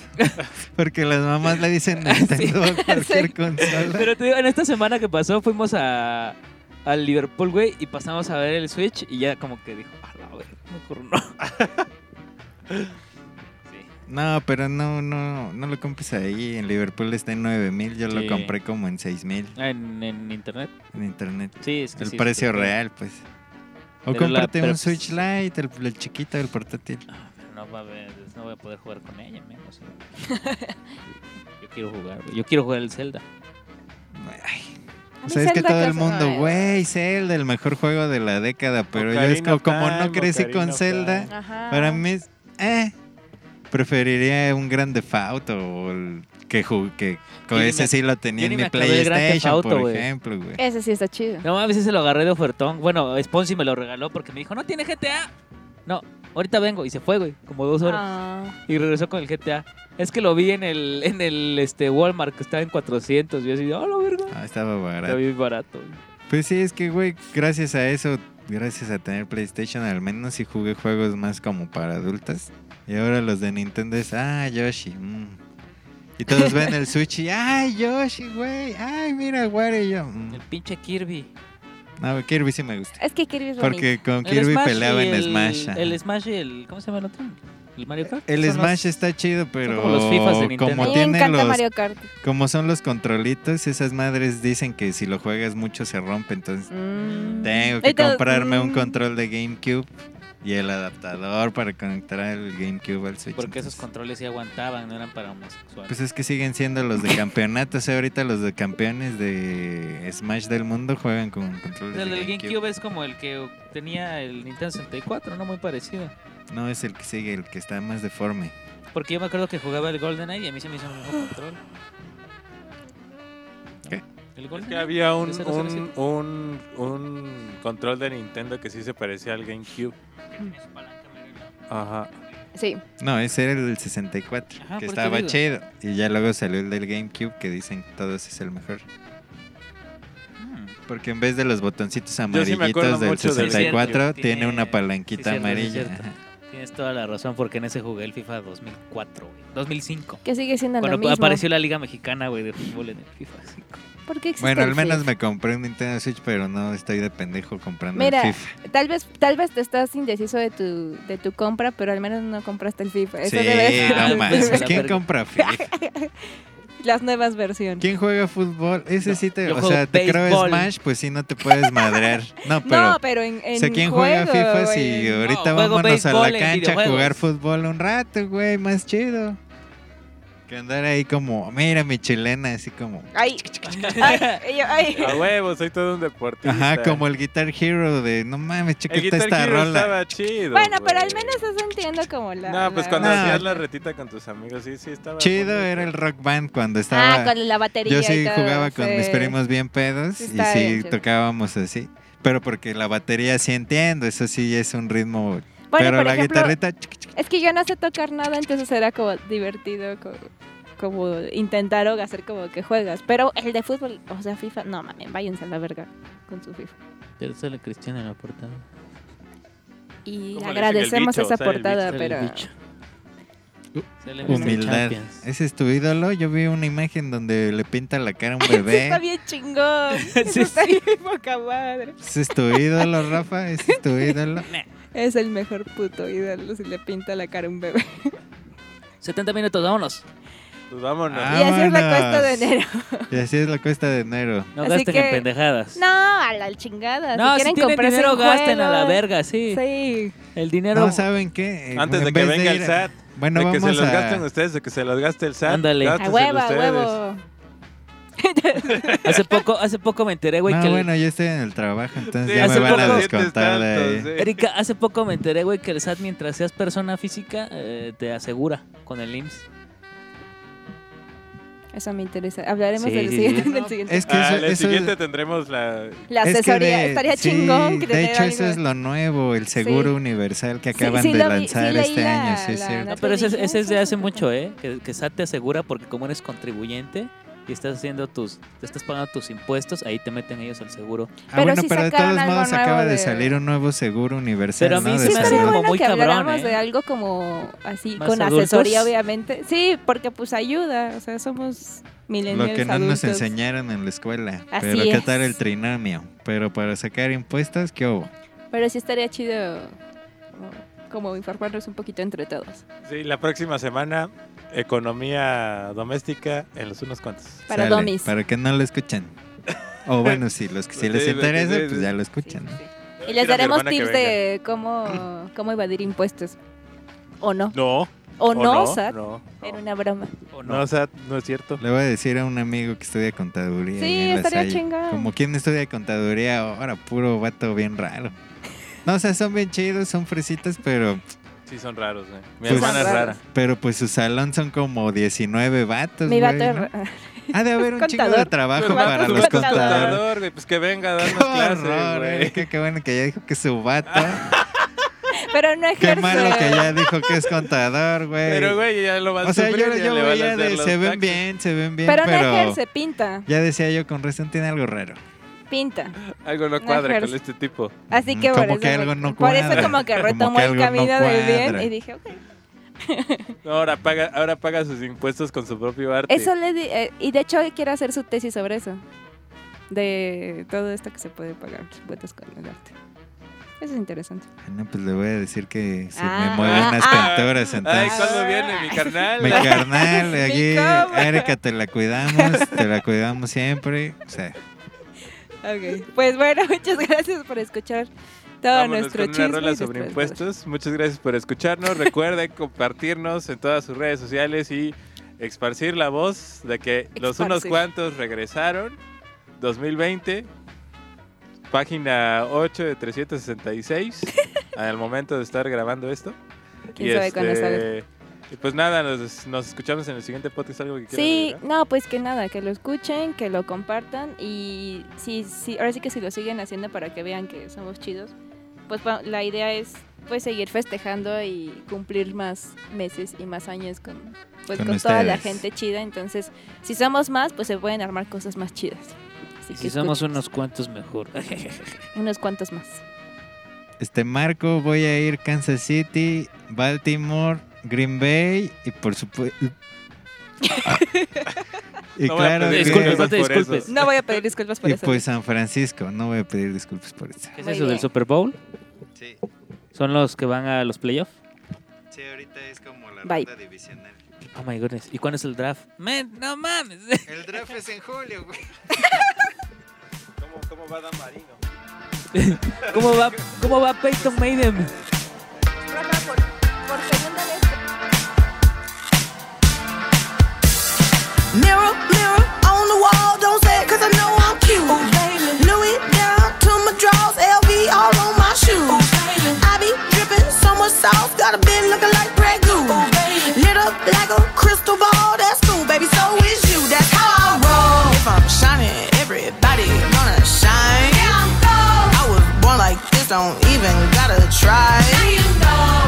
Speaker 1: Porque las mamás le dicen Nintendo [laughs] a cualquier
Speaker 3: sí.
Speaker 1: consola.
Speaker 2: Pero te digo, en esta semana que pasó, fuimos a, al Liverpool, güey, y pasamos a ver el Switch y ya como que dijo, a la ver, me coronó. sí.
Speaker 1: No, pero no, no, no lo compres ahí. En Liverpool está en 9000, yo
Speaker 2: Sí.
Speaker 1: lo compré como en 6000
Speaker 2: Ah, ¿En, en internet.
Speaker 1: en internet.
Speaker 2: Sí, es que
Speaker 1: el
Speaker 2: sí,
Speaker 1: precio
Speaker 2: este,
Speaker 1: real, pues. O
Speaker 2: Pero la-
Speaker 1: cómprate
Speaker 2: pero
Speaker 1: un
Speaker 2: pues-
Speaker 1: Switch Lite, el, el chiquito, el portátil.
Speaker 2: pero No, va a haber- pues, no voy a poder jugar con ella, men, [laughs] o sea. Yo quiero jugar, güey. Yo quiero jugar el Zelda.
Speaker 1: Ay, o
Speaker 3: A mí
Speaker 1: sea, es que
Speaker 3: Zelda
Speaker 1: todo el
Speaker 3: casi no
Speaker 1: mundo,
Speaker 3: me-
Speaker 1: güey, Zelda, el mejor juego de la década. Pero yo es
Speaker 4: Ocarina
Speaker 1: como,
Speaker 4: of
Speaker 1: como no
Speaker 4: Time,
Speaker 1: crecí
Speaker 4: Ocarina
Speaker 1: con
Speaker 4: of
Speaker 1: Zelda,
Speaker 4: Time.
Speaker 3: Ajá.
Speaker 1: Para mí es, eh, preferiría un Grand Theft Auto o el que ju- que con
Speaker 2: Yo ni
Speaker 1: ese
Speaker 2: me-
Speaker 1: sí lo tenía
Speaker 2: yo
Speaker 1: en
Speaker 2: ni
Speaker 1: mi
Speaker 2: me acabé de Grand Theft
Speaker 1: PlayStation,
Speaker 2: Auto,
Speaker 1: por
Speaker 2: güey.
Speaker 1: ejemplo, güey.
Speaker 3: Ese sí está chido.
Speaker 2: No mames, ese lo agarré de ofertón. Bueno, Sponsy me lo regaló porque me dijo, no tiene GTA. No, ahorita vengo. Y se fue, güey, como dos horas.
Speaker 3: Ah,
Speaker 2: Y regresó con el GTA. Es que lo vi en el, en el este, Walmart que estaba en 400. Y yo así, de, "Ah, la verga!
Speaker 1: Ah, estaba
Speaker 2: Está
Speaker 1: barato.
Speaker 2: bien barato.
Speaker 1: Pues sí, es que, güey, gracias a eso, gracias a tener PlayStation, al menos sí jugué juegos más como para adultas. Y ahora los de Nintendo es, ah, Yoshi. mm". Y todos ven el Switch y, ay, Yoshi, güey, ay, mira, Wario. y yo, mm".
Speaker 2: El pinche Kirby.
Speaker 1: No, Kirby sí me gusta.
Speaker 3: es que Kirby es bonito.
Speaker 1: Porque con
Speaker 2: el
Speaker 1: Kirby peleaba
Speaker 2: y
Speaker 1: en Smash. ajá.
Speaker 2: El Smash y el. ¿Cómo se llama el otro? El Mario Kart.
Speaker 1: El
Speaker 2: Son
Speaker 1: Smash
Speaker 2: los-
Speaker 1: está chido, pero
Speaker 2: como los Fifas de Nintendo.
Speaker 3: A
Speaker 1: como
Speaker 3: mí me
Speaker 1: tiene
Speaker 3: encanta
Speaker 1: los,
Speaker 3: Mario Kart.
Speaker 1: como son los controlitos, esas madres dicen que si lo juegas mucho se rompe, entonces
Speaker 3: Mm.
Speaker 1: tengo que
Speaker 3: Ahorita-
Speaker 1: comprarme un
Speaker 3: mm.
Speaker 1: control de GameCube y el adaptador para conectar el GameCube al Switch.
Speaker 2: Porque esos
Speaker 1: entonces-
Speaker 2: controles sí aguantaban, no eran para homosexuales.
Speaker 1: pues es que siguen siendo los de campeonato, o sea, ahorita los de campeones de Smash del mundo juegan con controles
Speaker 2: el
Speaker 1: de
Speaker 2: del
Speaker 1: GameCube.
Speaker 2: GameCube es como el que tenía el Nintendo 64, ¿no? Muy parecido.
Speaker 1: No es el que sigue, el que está más deforme.
Speaker 2: Porque yo me acuerdo que jugaba el GoldenEye y a mí se me hizo el mismo control.
Speaker 1: ¿Qué?
Speaker 2: El
Speaker 4: Es que
Speaker 2: GoldenEye.
Speaker 4: había un,
Speaker 2: ¿De 007?
Speaker 4: un, un, un control de Nintendo que sí se parecía al GameCube. Ajá.
Speaker 3: Sí.
Speaker 1: No, ese era el del 64,
Speaker 2: Ajá, por
Speaker 1: que
Speaker 2: eso
Speaker 1: estaba
Speaker 2: digo.
Speaker 1: chido. Y ya luego salió el del GameCube, que dicen que todos es el mejor.
Speaker 2: Mm.
Speaker 1: Porque en vez de los botoncitos
Speaker 4: me acuerdo
Speaker 1: amarillitos del
Speaker 4: mucho del
Speaker 1: 64,
Speaker 2: GameCube.
Speaker 1: tiene
Speaker 2: Tiene-
Speaker 1: una palanquita
Speaker 2: sí, cierto, sí,
Speaker 1: amarilla.
Speaker 2: cierto.
Speaker 1: Ajá.
Speaker 2: Tienes toda la razón, porque en ese jugué el FIFA 2004, güey. 2005.
Speaker 3: Que sigue siendo lo
Speaker 2: Cuando
Speaker 3: mismo.
Speaker 2: apareció la Liga Mexicana, güey, de fútbol en el FIFA.
Speaker 3: ¿Por [laughs] qué existe
Speaker 1: Bueno,
Speaker 3: el
Speaker 1: al menos
Speaker 3: Switch?
Speaker 1: me compré un Nintendo Switch, pero no estoy de pendejo comprando
Speaker 3: Mira,
Speaker 1: el FIFA.
Speaker 3: Tal vez, tal vez te estás indeciso de tu, de tu compra, pero al menos no compraste el FIFA. Eso
Speaker 1: Sí,
Speaker 3: debe ser
Speaker 2: Ah,
Speaker 3: [laughs]
Speaker 1: no más.
Speaker 2: pues, la
Speaker 1: ¿Quién
Speaker 2: verga.
Speaker 1: compra FIFA?
Speaker 3: las nuevas versiones.
Speaker 1: ¿Quién juega fútbol? Ese
Speaker 2: No,
Speaker 1: sí te.
Speaker 2: yo
Speaker 1: o sea,
Speaker 2: juego
Speaker 1: te creo
Speaker 2: béisbol.
Speaker 1: Smash, pues sí, no te puedes
Speaker 3: [laughs]
Speaker 1: madrear. No, pero.
Speaker 3: no, pero en, en
Speaker 1: o sea, ¿quién juega
Speaker 3: juego,
Speaker 1: FIFA
Speaker 3: güey.
Speaker 1: si ahorita
Speaker 2: juego
Speaker 1: vámonos a
Speaker 2: béisbol
Speaker 1: la
Speaker 2: en
Speaker 1: cancha a jugar
Speaker 2: videojuegos.
Speaker 1: fútbol un rato, güey? Más chido. Que andar ahí como, mira mi chilena, así como.
Speaker 3: Ay, ay, ay,
Speaker 4: [laughs]
Speaker 3: ay.
Speaker 4: A huevo, soy todo un deportista.
Speaker 1: Ajá, como el Guitar Hero de, no mames, checa
Speaker 4: el
Speaker 1: esta,
Speaker 4: Guitar
Speaker 1: esta
Speaker 4: Hero
Speaker 1: rola.
Speaker 4: estaba chido.
Speaker 3: Bueno, pero
Speaker 4: güey.
Speaker 3: al menos estás entiendo como la.
Speaker 4: No, pues
Speaker 3: la-
Speaker 4: cuando
Speaker 1: No.
Speaker 4: hacías la retita con tus amigos, sí, sí, estaba.
Speaker 1: Chido era el rock band cuando
Speaker 3: Ah,
Speaker 1: estaba.
Speaker 3: con la batería.
Speaker 1: yo sí
Speaker 3: y todo,
Speaker 1: jugaba con
Speaker 3: sí.
Speaker 1: mis primos bien pedos y
Speaker 3: Sí, está bien
Speaker 1: sí
Speaker 3: chido.
Speaker 1: tocábamos así. Pero porque la batería sí entiendo, eso sí es un ritmo.
Speaker 3: Bueno,
Speaker 1: pero
Speaker 3: por
Speaker 1: la
Speaker 3: ejemplo,
Speaker 1: guitarrita. chic, chic,
Speaker 3: Es que yo no sé tocar nada, entonces era como divertido, co- como, intentar o hacer como que juegas. Pero el de fútbol, o sea, FIFA, no mames, váyanse a la verga con su FIFA.
Speaker 2: Pero sale Cristian en la portada.
Speaker 3: Y
Speaker 4: Como le dicen, el
Speaker 3: agradecemos
Speaker 4: bicho,
Speaker 3: esa
Speaker 4: sale el bicho,
Speaker 3: portada,
Speaker 2: Sale el
Speaker 3: pero.
Speaker 2: bicho. Sale Mr.
Speaker 1: Humildad.
Speaker 2: Champions.
Speaker 1: ¿Ese es tu ídolo? Yo vi una imagen donde le pinta la cara a un
Speaker 3: [laughs] Sí, está
Speaker 1: bebé.
Speaker 3: bien chingón. Eso
Speaker 2: [laughs] Sí,
Speaker 3: está bien poca madre.
Speaker 1: ¿Ese es tu ídolo, Rafa? ¿Ese es tu ídolo?
Speaker 3: Es el mejor puto ídolo si le pinta la cara a un bebé.
Speaker 2: 70 Eh. minutos, vámonos.
Speaker 4: Pues vámonos.
Speaker 1: Ah.
Speaker 3: Y así es la cuesta de
Speaker 1: Vámonos.
Speaker 3: enero.
Speaker 1: Y
Speaker 3: [laughs]
Speaker 1: así es la cuesta de enero.
Speaker 2: No
Speaker 3: Así
Speaker 2: gasten
Speaker 3: que-
Speaker 2: en pendejadas.
Speaker 3: No, a la chingada.
Speaker 2: No, si,
Speaker 3: quieren
Speaker 2: tienen
Speaker 3: comprarse
Speaker 2: dinero,
Speaker 3: un
Speaker 2: gasten a la
Speaker 3: juego,
Speaker 2: verga, sí.
Speaker 3: Sí.
Speaker 2: El dinero.
Speaker 1: No, ¿saben qué? Eh,
Speaker 4: Antes de
Speaker 1: en
Speaker 4: que
Speaker 1: vez
Speaker 4: venga
Speaker 1: ir
Speaker 4: el
Speaker 1: a-
Speaker 4: SAT,
Speaker 1: Bueno,
Speaker 4: de que
Speaker 1: vamos
Speaker 4: se los
Speaker 1: a...
Speaker 4: gasten ustedes, de que se los gaste el SAT.
Speaker 2: Ándale. A
Speaker 3: A
Speaker 4: gástenselo
Speaker 3: huevo, a
Speaker 4: ustedes.
Speaker 3: huevo.
Speaker 2: Hace poco, hace poco me enteré, güey,
Speaker 1: No,
Speaker 2: que el-
Speaker 1: bueno, yo estoy en el trabajo, entonces
Speaker 4: Sí,
Speaker 1: ya me
Speaker 2: hace
Speaker 1: van a
Speaker 2: poco-
Speaker 1: descontar de ahí.
Speaker 4: Tantos, sí.
Speaker 2: Erika, hace poco me enteré, güey, que el SAT mientras seas persona física eh, te asegura con el IMSS.
Speaker 3: Eso me interesa. Hablaremos
Speaker 2: Sí,
Speaker 3: del
Speaker 2: sí,
Speaker 3: siguiente.
Speaker 2: sí.
Speaker 3: del siguiente.
Speaker 1: Es que
Speaker 4: Ah,
Speaker 1: eso,
Speaker 4: el
Speaker 1: eso-
Speaker 4: siguiente tendremos la.
Speaker 3: la
Speaker 1: es que
Speaker 3: asesoría.
Speaker 1: de-
Speaker 3: Estaría
Speaker 1: sí,
Speaker 3: chingón que
Speaker 1: De
Speaker 3: tener
Speaker 1: hecho,
Speaker 3: algo.
Speaker 1: eso es lo nuevo, el seguro
Speaker 3: Sí.
Speaker 1: universal que
Speaker 3: Sí,
Speaker 1: acaban
Speaker 3: sí
Speaker 1: de
Speaker 3: lo vi- sí
Speaker 1: lanzar
Speaker 3: leí
Speaker 1: este
Speaker 3: la-
Speaker 1: año, sí, es
Speaker 3: la-
Speaker 1: cierto.
Speaker 2: No, pero ese, es- ese
Speaker 3: Televisión,
Speaker 2: es de
Speaker 3: sí,
Speaker 2: hace
Speaker 3: sí,
Speaker 2: mucho, ¿eh? Que, que SAT te asegura porque como eres contribuyente y estás haciendo tus, te estás pagando tus impuestos, ahí te meten ellos al seguro.
Speaker 1: Ah,
Speaker 3: Pero
Speaker 1: bueno,
Speaker 3: sí
Speaker 1: pero de
Speaker 3: sacaron
Speaker 1: todos
Speaker 3: algo
Speaker 1: modos
Speaker 3: nuevo
Speaker 1: acaba de
Speaker 3: de-
Speaker 1: salir un nuevo seguro universal,
Speaker 2: Pero a mí
Speaker 1: ¿no?
Speaker 2: se
Speaker 1: De
Speaker 2: me hace
Speaker 3: Sí,
Speaker 1: salud.
Speaker 3: estaría
Speaker 2: como
Speaker 3: bueno
Speaker 2: muy
Speaker 3: que
Speaker 2: cabrón,
Speaker 3: habláramos
Speaker 2: ¿eh?
Speaker 3: de algo como así,
Speaker 2: Más
Speaker 3: con
Speaker 2: adultos.
Speaker 3: asesoría, obviamente. Sí, porque pues ayuda. O sea, somos
Speaker 1: Lo
Speaker 3: millennials
Speaker 1: que no nos
Speaker 3: adultos.
Speaker 1: enseñaron en la escuela.
Speaker 3: Así
Speaker 1: pero qué
Speaker 3: es.
Speaker 1: tal el trinomio. Pero para sacar impuestos, ¿qué hubo?
Speaker 3: Pero sí estaría chido como, como informarnos un poquito entre todos.
Speaker 4: Sí, la próxima semana, economía doméstica en los unos cuantos.
Speaker 3: Para
Speaker 1: Sale,
Speaker 3: dummies.
Speaker 1: Para que no lo escuchen. O bueno, sí, los que sí
Speaker 4: Sí,
Speaker 1: les
Speaker 4: sí,
Speaker 1: interesa,
Speaker 4: sí, sí.
Speaker 1: pues ya lo
Speaker 3: Sí,
Speaker 1: escuchan. ¿no?
Speaker 3: sí. Y
Speaker 4: Quiero a
Speaker 3: les
Speaker 4: mi
Speaker 3: daremos
Speaker 4: hermana que
Speaker 3: tips
Speaker 4: venga.
Speaker 3: de
Speaker 1: [clears throat]
Speaker 3: cómo, cómo evadir impuestos. O no.
Speaker 4: No.
Speaker 3: O no, Sat.
Speaker 4: No,
Speaker 3: Era
Speaker 4: no.
Speaker 3: una broma.
Speaker 2: ¿O no?
Speaker 4: No, Sat, no es cierto.
Speaker 1: Le voy a decir a un amigo que estudia contaduría.
Speaker 3: Sí,
Speaker 1: ahí en la
Speaker 3: estaría
Speaker 1: Salle.
Speaker 3: chingón.
Speaker 1: Como quien estudia contaduría ahora, puro vato bien raro. No, o sea, son bien chidos, son fresitas, pero,
Speaker 4: Sí, son raros, güey. Mi
Speaker 1: Pues-
Speaker 4: hermana es
Speaker 3: Son
Speaker 4: rara.
Speaker 3: raros.
Speaker 1: pero pues su salón son como 19 vatos.
Speaker 3: Mi
Speaker 1: güey,
Speaker 3: vato es
Speaker 1: ¿no?
Speaker 3: ra-
Speaker 1: Ha de haber un chingo de
Speaker 3: contador.
Speaker 1: trabajo
Speaker 4: Tu hermana
Speaker 1: para
Speaker 4: es
Speaker 1: los
Speaker 4: un
Speaker 1: contadores.
Speaker 4: contador, güey. Pues que venga a
Speaker 1: Qué
Speaker 4: darnos clases,
Speaker 1: horror,
Speaker 4: güey.
Speaker 1: Erika, qué bueno que ya dijo que su vato.
Speaker 3: [laughs]
Speaker 4: [laughs]
Speaker 3: Pero no
Speaker 1: Qué
Speaker 3: ejerce.
Speaker 1: malo que ya dijo que es contador, güey.
Speaker 4: Pero, güey, ya lo va a
Speaker 1: o sea, yo,
Speaker 4: sufrir, ya
Speaker 1: yo
Speaker 4: le van a
Speaker 1: veía
Speaker 4: hacer
Speaker 1: de
Speaker 4: los
Speaker 1: se ven
Speaker 4: taxes.
Speaker 1: bien, se ven bien,
Speaker 3: Pero
Speaker 1: pero,
Speaker 3: no ejerce, pinta,
Speaker 1: ya decía yo con razón tiene algo raro.
Speaker 3: pinta.
Speaker 4: Algo no
Speaker 3: No
Speaker 4: cuadra
Speaker 3: ejerce.
Speaker 4: con este tipo.
Speaker 3: Así que
Speaker 1: Como
Speaker 3: por eso,
Speaker 1: que algo no
Speaker 3: por eso
Speaker 1: cuadra,
Speaker 3: como que
Speaker 1: como que
Speaker 3: retomó el
Speaker 1: algo no
Speaker 3: camino del bien
Speaker 1: cuadra.
Speaker 3: y dije, ok.
Speaker 4: No, ahora paga, ahora paga sus impuestos con su propio arte.
Speaker 3: Eso le di- eh, y de hecho quiero hacer su tesis sobre eso. De todo esto que se puede pagar vueltas con el arte. Eso es interesante.
Speaker 1: Ah, No, pues le voy a decir que se
Speaker 3: Ah,
Speaker 1: me mueven las
Speaker 3: ah,
Speaker 1: pinturas,
Speaker 4: Ay,
Speaker 1: entonces.
Speaker 3: [laughs]
Speaker 4: ¿cuándo viene mi carnal?
Speaker 1: Mi carnal, aquí,
Speaker 3: cama.
Speaker 1: Erika, te la cuidamos, te la cuidamos siempre. O sea,
Speaker 3: Ok. Pues bueno, [laughs] muchas gracias por escuchar todo
Speaker 4: Vámonos
Speaker 3: nuestro
Speaker 4: con una
Speaker 3: chisme. y
Speaker 4: rola sobre
Speaker 3: nuestras
Speaker 4: impuestos. Muchas gracias por escucharnos. Recuerden
Speaker 3: [laughs]
Speaker 4: compartirnos en todas sus redes sociales y esparcir la voz de que los
Speaker 3: Esparcir.
Speaker 4: unos cuantos regresaron 2020. Página 8
Speaker 3: [laughs]
Speaker 4: de 366 al momento de estar grabando esto.
Speaker 3: cosas. ¿Quién sabe cuándo sale?
Speaker 4: y pues nada, nos, nos escuchamos en el siguiente podcast. ¿Algo que quieras
Speaker 3: Sí,
Speaker 4: agregar?
Speaker 3: no, pues que nada, que lo escuchen, que lo compartan y sí, sí, ahora sí que si lo siguen haciendo para que vean que somos chidos, pues va- la idea es pues seguir festejando y cumplir más meses y más años con, pues,
Speaker 1: Con
Speaker 3: con, toda la
Speaker 1: ustedes.
Speaker 3: gente chida, entonces si somos más, pues se pueden armar cosas más chidas. Así
Speaker 2: Si
Speaker 3: que
Speaker 2: somos
Speaker 3: escuchen,
Speaker 2: unos cuantos mejor. [laughs]
Speaker 3: unos cuantos más.
Speaker 1: este Marco, voy a ir Kansas City, Baltimore, Green Bay y por supuesto. y
Speaker 4: [laughs] No voy a
Speaker 1: claro,
Speaker 4: pedir
Speaker 1: que-
Speaker 2: Disculpe, no
Speaker 4: disculpas
Speaker 2: te
Speaker 4: por eso.
Speaker 2: disculpes.
Speaker 3: [laughs] No voy a pedir disculpas por
Speaker 1: y
Speaker 3: eso.
Speaker 1: pues San Francisco, no voy a pedir disculpas por eso.
Speaker 2: ¿Qué es
Speaker 3: Muy
Speaker 2: eso del
Speaker 3: bien.
Speaker 2: Super Bowl?
Speaker 1: Sí,
Speaker 2: ¿Son los que van a los playoffs?
Speaker 1: sí, ahorita es como la
Speaker 3: Bye.
Speaker 1: ronda divisional.
Speaker 2: Oh my goodness. ¿Y cuándo es el draft? Men, no mames.
Speaker 1: El draft es en julio, güey.
Speaker 4: ¿Cómo, cómo va Dan Marino?
Speaker 2: [laughs] ¿Cómo va, cómo va Peyton Maiden?
Speaker 3: por segunda vez.
Speaker 8: Mirror, mirror on the wall, don't say it 'cause I know I'm cute. Louis down to my drawers, LV all on my shoes. I be dripping so much sauce, got a bit looking like Pregu. Lit up like a crystal ball, that's cool, baby. So is you, that's how I roll. If I'm shining, everybody wanna shine. I was born like this, don't even gotta try.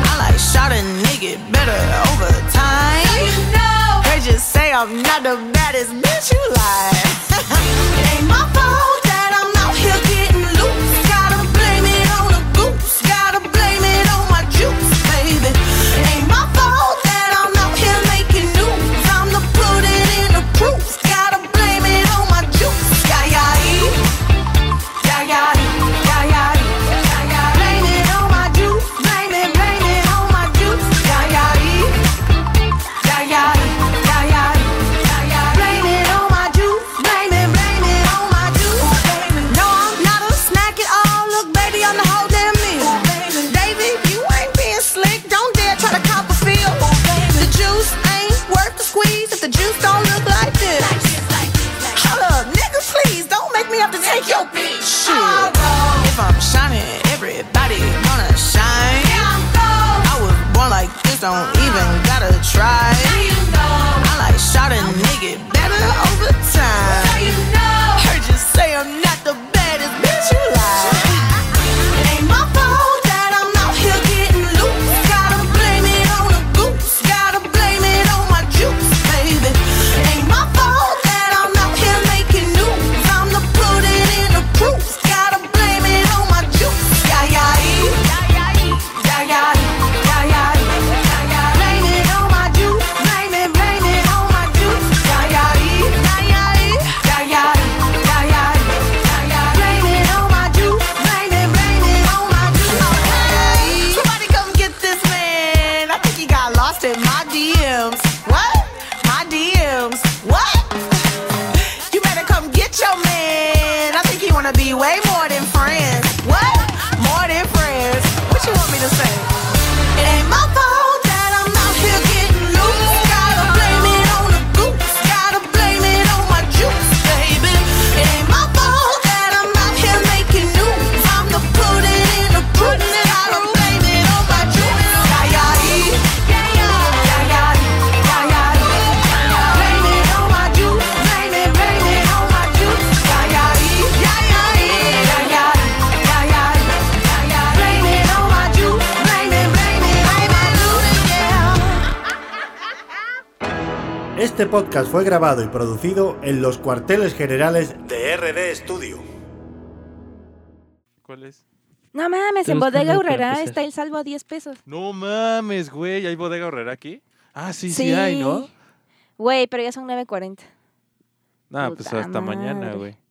Speaker 8: I like shot a nigga better over time. They just say I'm not the baddest bitch you [laughs] like. it ain't my fault that I'm out here getting loose. Gotta blame it on the goose. Gotta blame it on my juice, baby. It ain't my fault that I'm out here making news. I'm the pudding in the proof. Gotta blame it on my juice. e. Yeah, yeah, yeah. Yeah, yeah, yeah, yeah, yeah, yeah. e. Blame it on my juice. Blame it, blame it on my juice. e. Yeah, yeah, yeah. Yeah, yeah, yeah, yeah, yeah, yeah. Blame it on my juice. Blame it, blame it on my juice. No, I'm not a snack at all. Look, baby, I'm the whole damn meal. David, you ain't being slick. Don't dare try to cop a feel. The juice ain't worth the squeeze if the juice don't look like this. Hold up, nigga, please don't make me have to take your bitch. Shit. If I'm shining, everybody wanna shine. I was born like this, don't even gotta try. I like shot a nigga better over time. Heard you say I'm not the baddest bitch you like. It ain't my fault that I'm out here getting loose. Gotta blame it on the goose. Gotta blame it on my juice, baby. It ain't my fault that I'm out here making news. I'm the pudding in the proof. Gotta blame it on my juice. Yeah, yeah, yeah. Yeah, yeah, yeah, yeah. Blame it on my juice. Blame it, blame it on my juice. Yeah, yeah, yeah, yeah, yeah, yeah, yeah, yeah. Blame it on my juice. Blame it, blame it on my juice. Okay. Somebody come get this man. I think he got lost in my DMs. What? My DMs. What? You better come get your man. I think you wanna be way more than friends. What? More than friends. What you want me to say? It ain't my fault that I'm out here getting loose. Gotta blame it on the goose. Gotta blame it on my juice, baby. It ain't my fault that I'm out here making news. I'm the pudding in the pudding. Gotta blame it on my juice. Yeah, yeah, yeah, yeah, yeah, yeah, yeah. Blame it on my juice. Blame it, blame it on my juice. Yeah, yeah, yeah, yeah, yeah, yeah, yeah, yeah, yeah. Blame it on my juice. Blame it, blame it on my juice. Yeah.
Speaker 6: Este podcast fue grabado y producido en los cuarteles generales
Speaker 5: de RD Studio.
Speaker 4: ¿Cuál es?
Speaker 3: No mames,
Speaker 2: Estoy
Speaker 3: en
Speaker 2: buscando
Speaker 3: bodega
Speaker 2: el que
Speaker 3: Urrera
Speaker 2: empecé.
Speaker 3: está el salvo a 10 pesos.
Speaker 4: No mames, güey. ¿Hay bodega horrera aquí? Ah, sí, sí,
Speaker 3: Sí.
Speaker 4: hay, ¿no?
Speaker 3: Güey, pero ya son 9.40.
Speaker 4: Ah,
Speaker 3: Puta
Speaker 4: pues hasta mañana,
Speaker 3: madre.
Speaker 4: güey.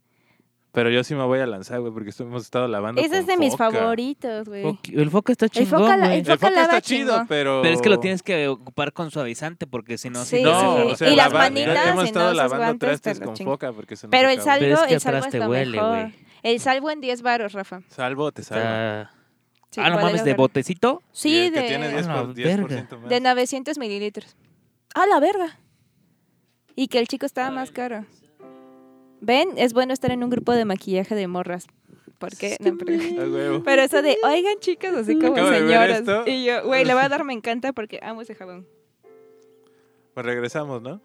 Speaker 4: Pero yo sí me voy a lanzar, güey, porque esto- hemos estado lavando.
Speaker 3: Ese
Speaker 4: con
Speaker 3: es de mis
Speaker 4: foca.
Speaker 3: favoritos, güey.
Speaker 2: Foca- El foco está
Speaker 3: El foca
Speaker 2: chingón,
Speaker 3: la-
Speaker 2: güey.
Speaker 3: el
Speaker 4: El foca
Speaker 3: lava
Speaker 4: está
Speaker 3: chingón.
Speaker 4: chido, pero.
Speaker 2: Pero es que lo tienes que ocupar con suavisante porque si no,
Speaker 3: Sí,
Speaker 2: te
Speaker 4: No,
Speaker 2: hace-
Speaker 3: sí.
Speaker 4: o sea,
Speaker 3: Y las
Speaker 4: lavar-
Speaker 3: manitas y no
Speaker 4: Hemos estado
Speaker 3: esos
Speaker 4: lavando
Speaker 3: guantes,
Speaker 4: trastes
Speaker 3: pero
Speaker 4: con
Speaker 3: chinga.
Speaker 4: foca porque se nos
Speaker 3: Pero el
Speaker 4: acabó.
Speaker 2: Pero es
Speaker 3: salvo,
Speaker 2: que
Speaker 3: el salvo
Speaker 2: atrás
Speaker 3: es
Speaker 2: te
Speaker 3: lo
Speaker 2: huele,
Speaker 3: mejor.
Speaker 2: güey.
Speaker 3: El salvo en 10 baros, Rafa.
Speaker 4: Salvo, te salvo.
Speaker 2: Está-
Speaker 3: Sí,
Speaker 2: ah, no
Speaker 3: bodega
Speaker 2: mames, de
Speaker 3: Urrera.
Speaker 2: botecito.
Speaker 4: Y
Speaker 3: Sí,
Speaker 4: el Que tiene
Speaker 2: Ah,
Speaker 4: 10
Speaker 3: de,
Speaker 2: la
Speaker 4: por- 10% más.
Speaker 3: de 900 mililitros. ¡A la verga! Y que el chico estaba más caro. ¿Ven? Es bueno estar en un grupo de maquillaje de morras. Porque no, pero,
Speaker 4: A huevo.
Speaker 3: [laughs] pero eso de, oigan chicas, así como
Speaker 4: Acabo de ver
Speaker 3: señoras.
Speaker 4: esto.
Speaker 3: Y yo, güey,
Speaker 4: [laughs]
Speaker 3: le voy a dar, me encanta porque amo ese jabón.
Speaker 4: Pues regresamos, ¿no?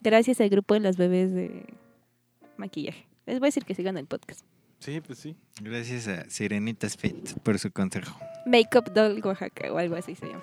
Speaker 3: Gracias al grupo de las bebés de maquillaje. Les voy a decir que sigan el podcast.
Speaker 4: Sí, pues sí.
Speaker 1: Gracias a Sirenitas Fit por su consejo.
Speaker 3: Makeup Doll Oaxaca o algo así se llama.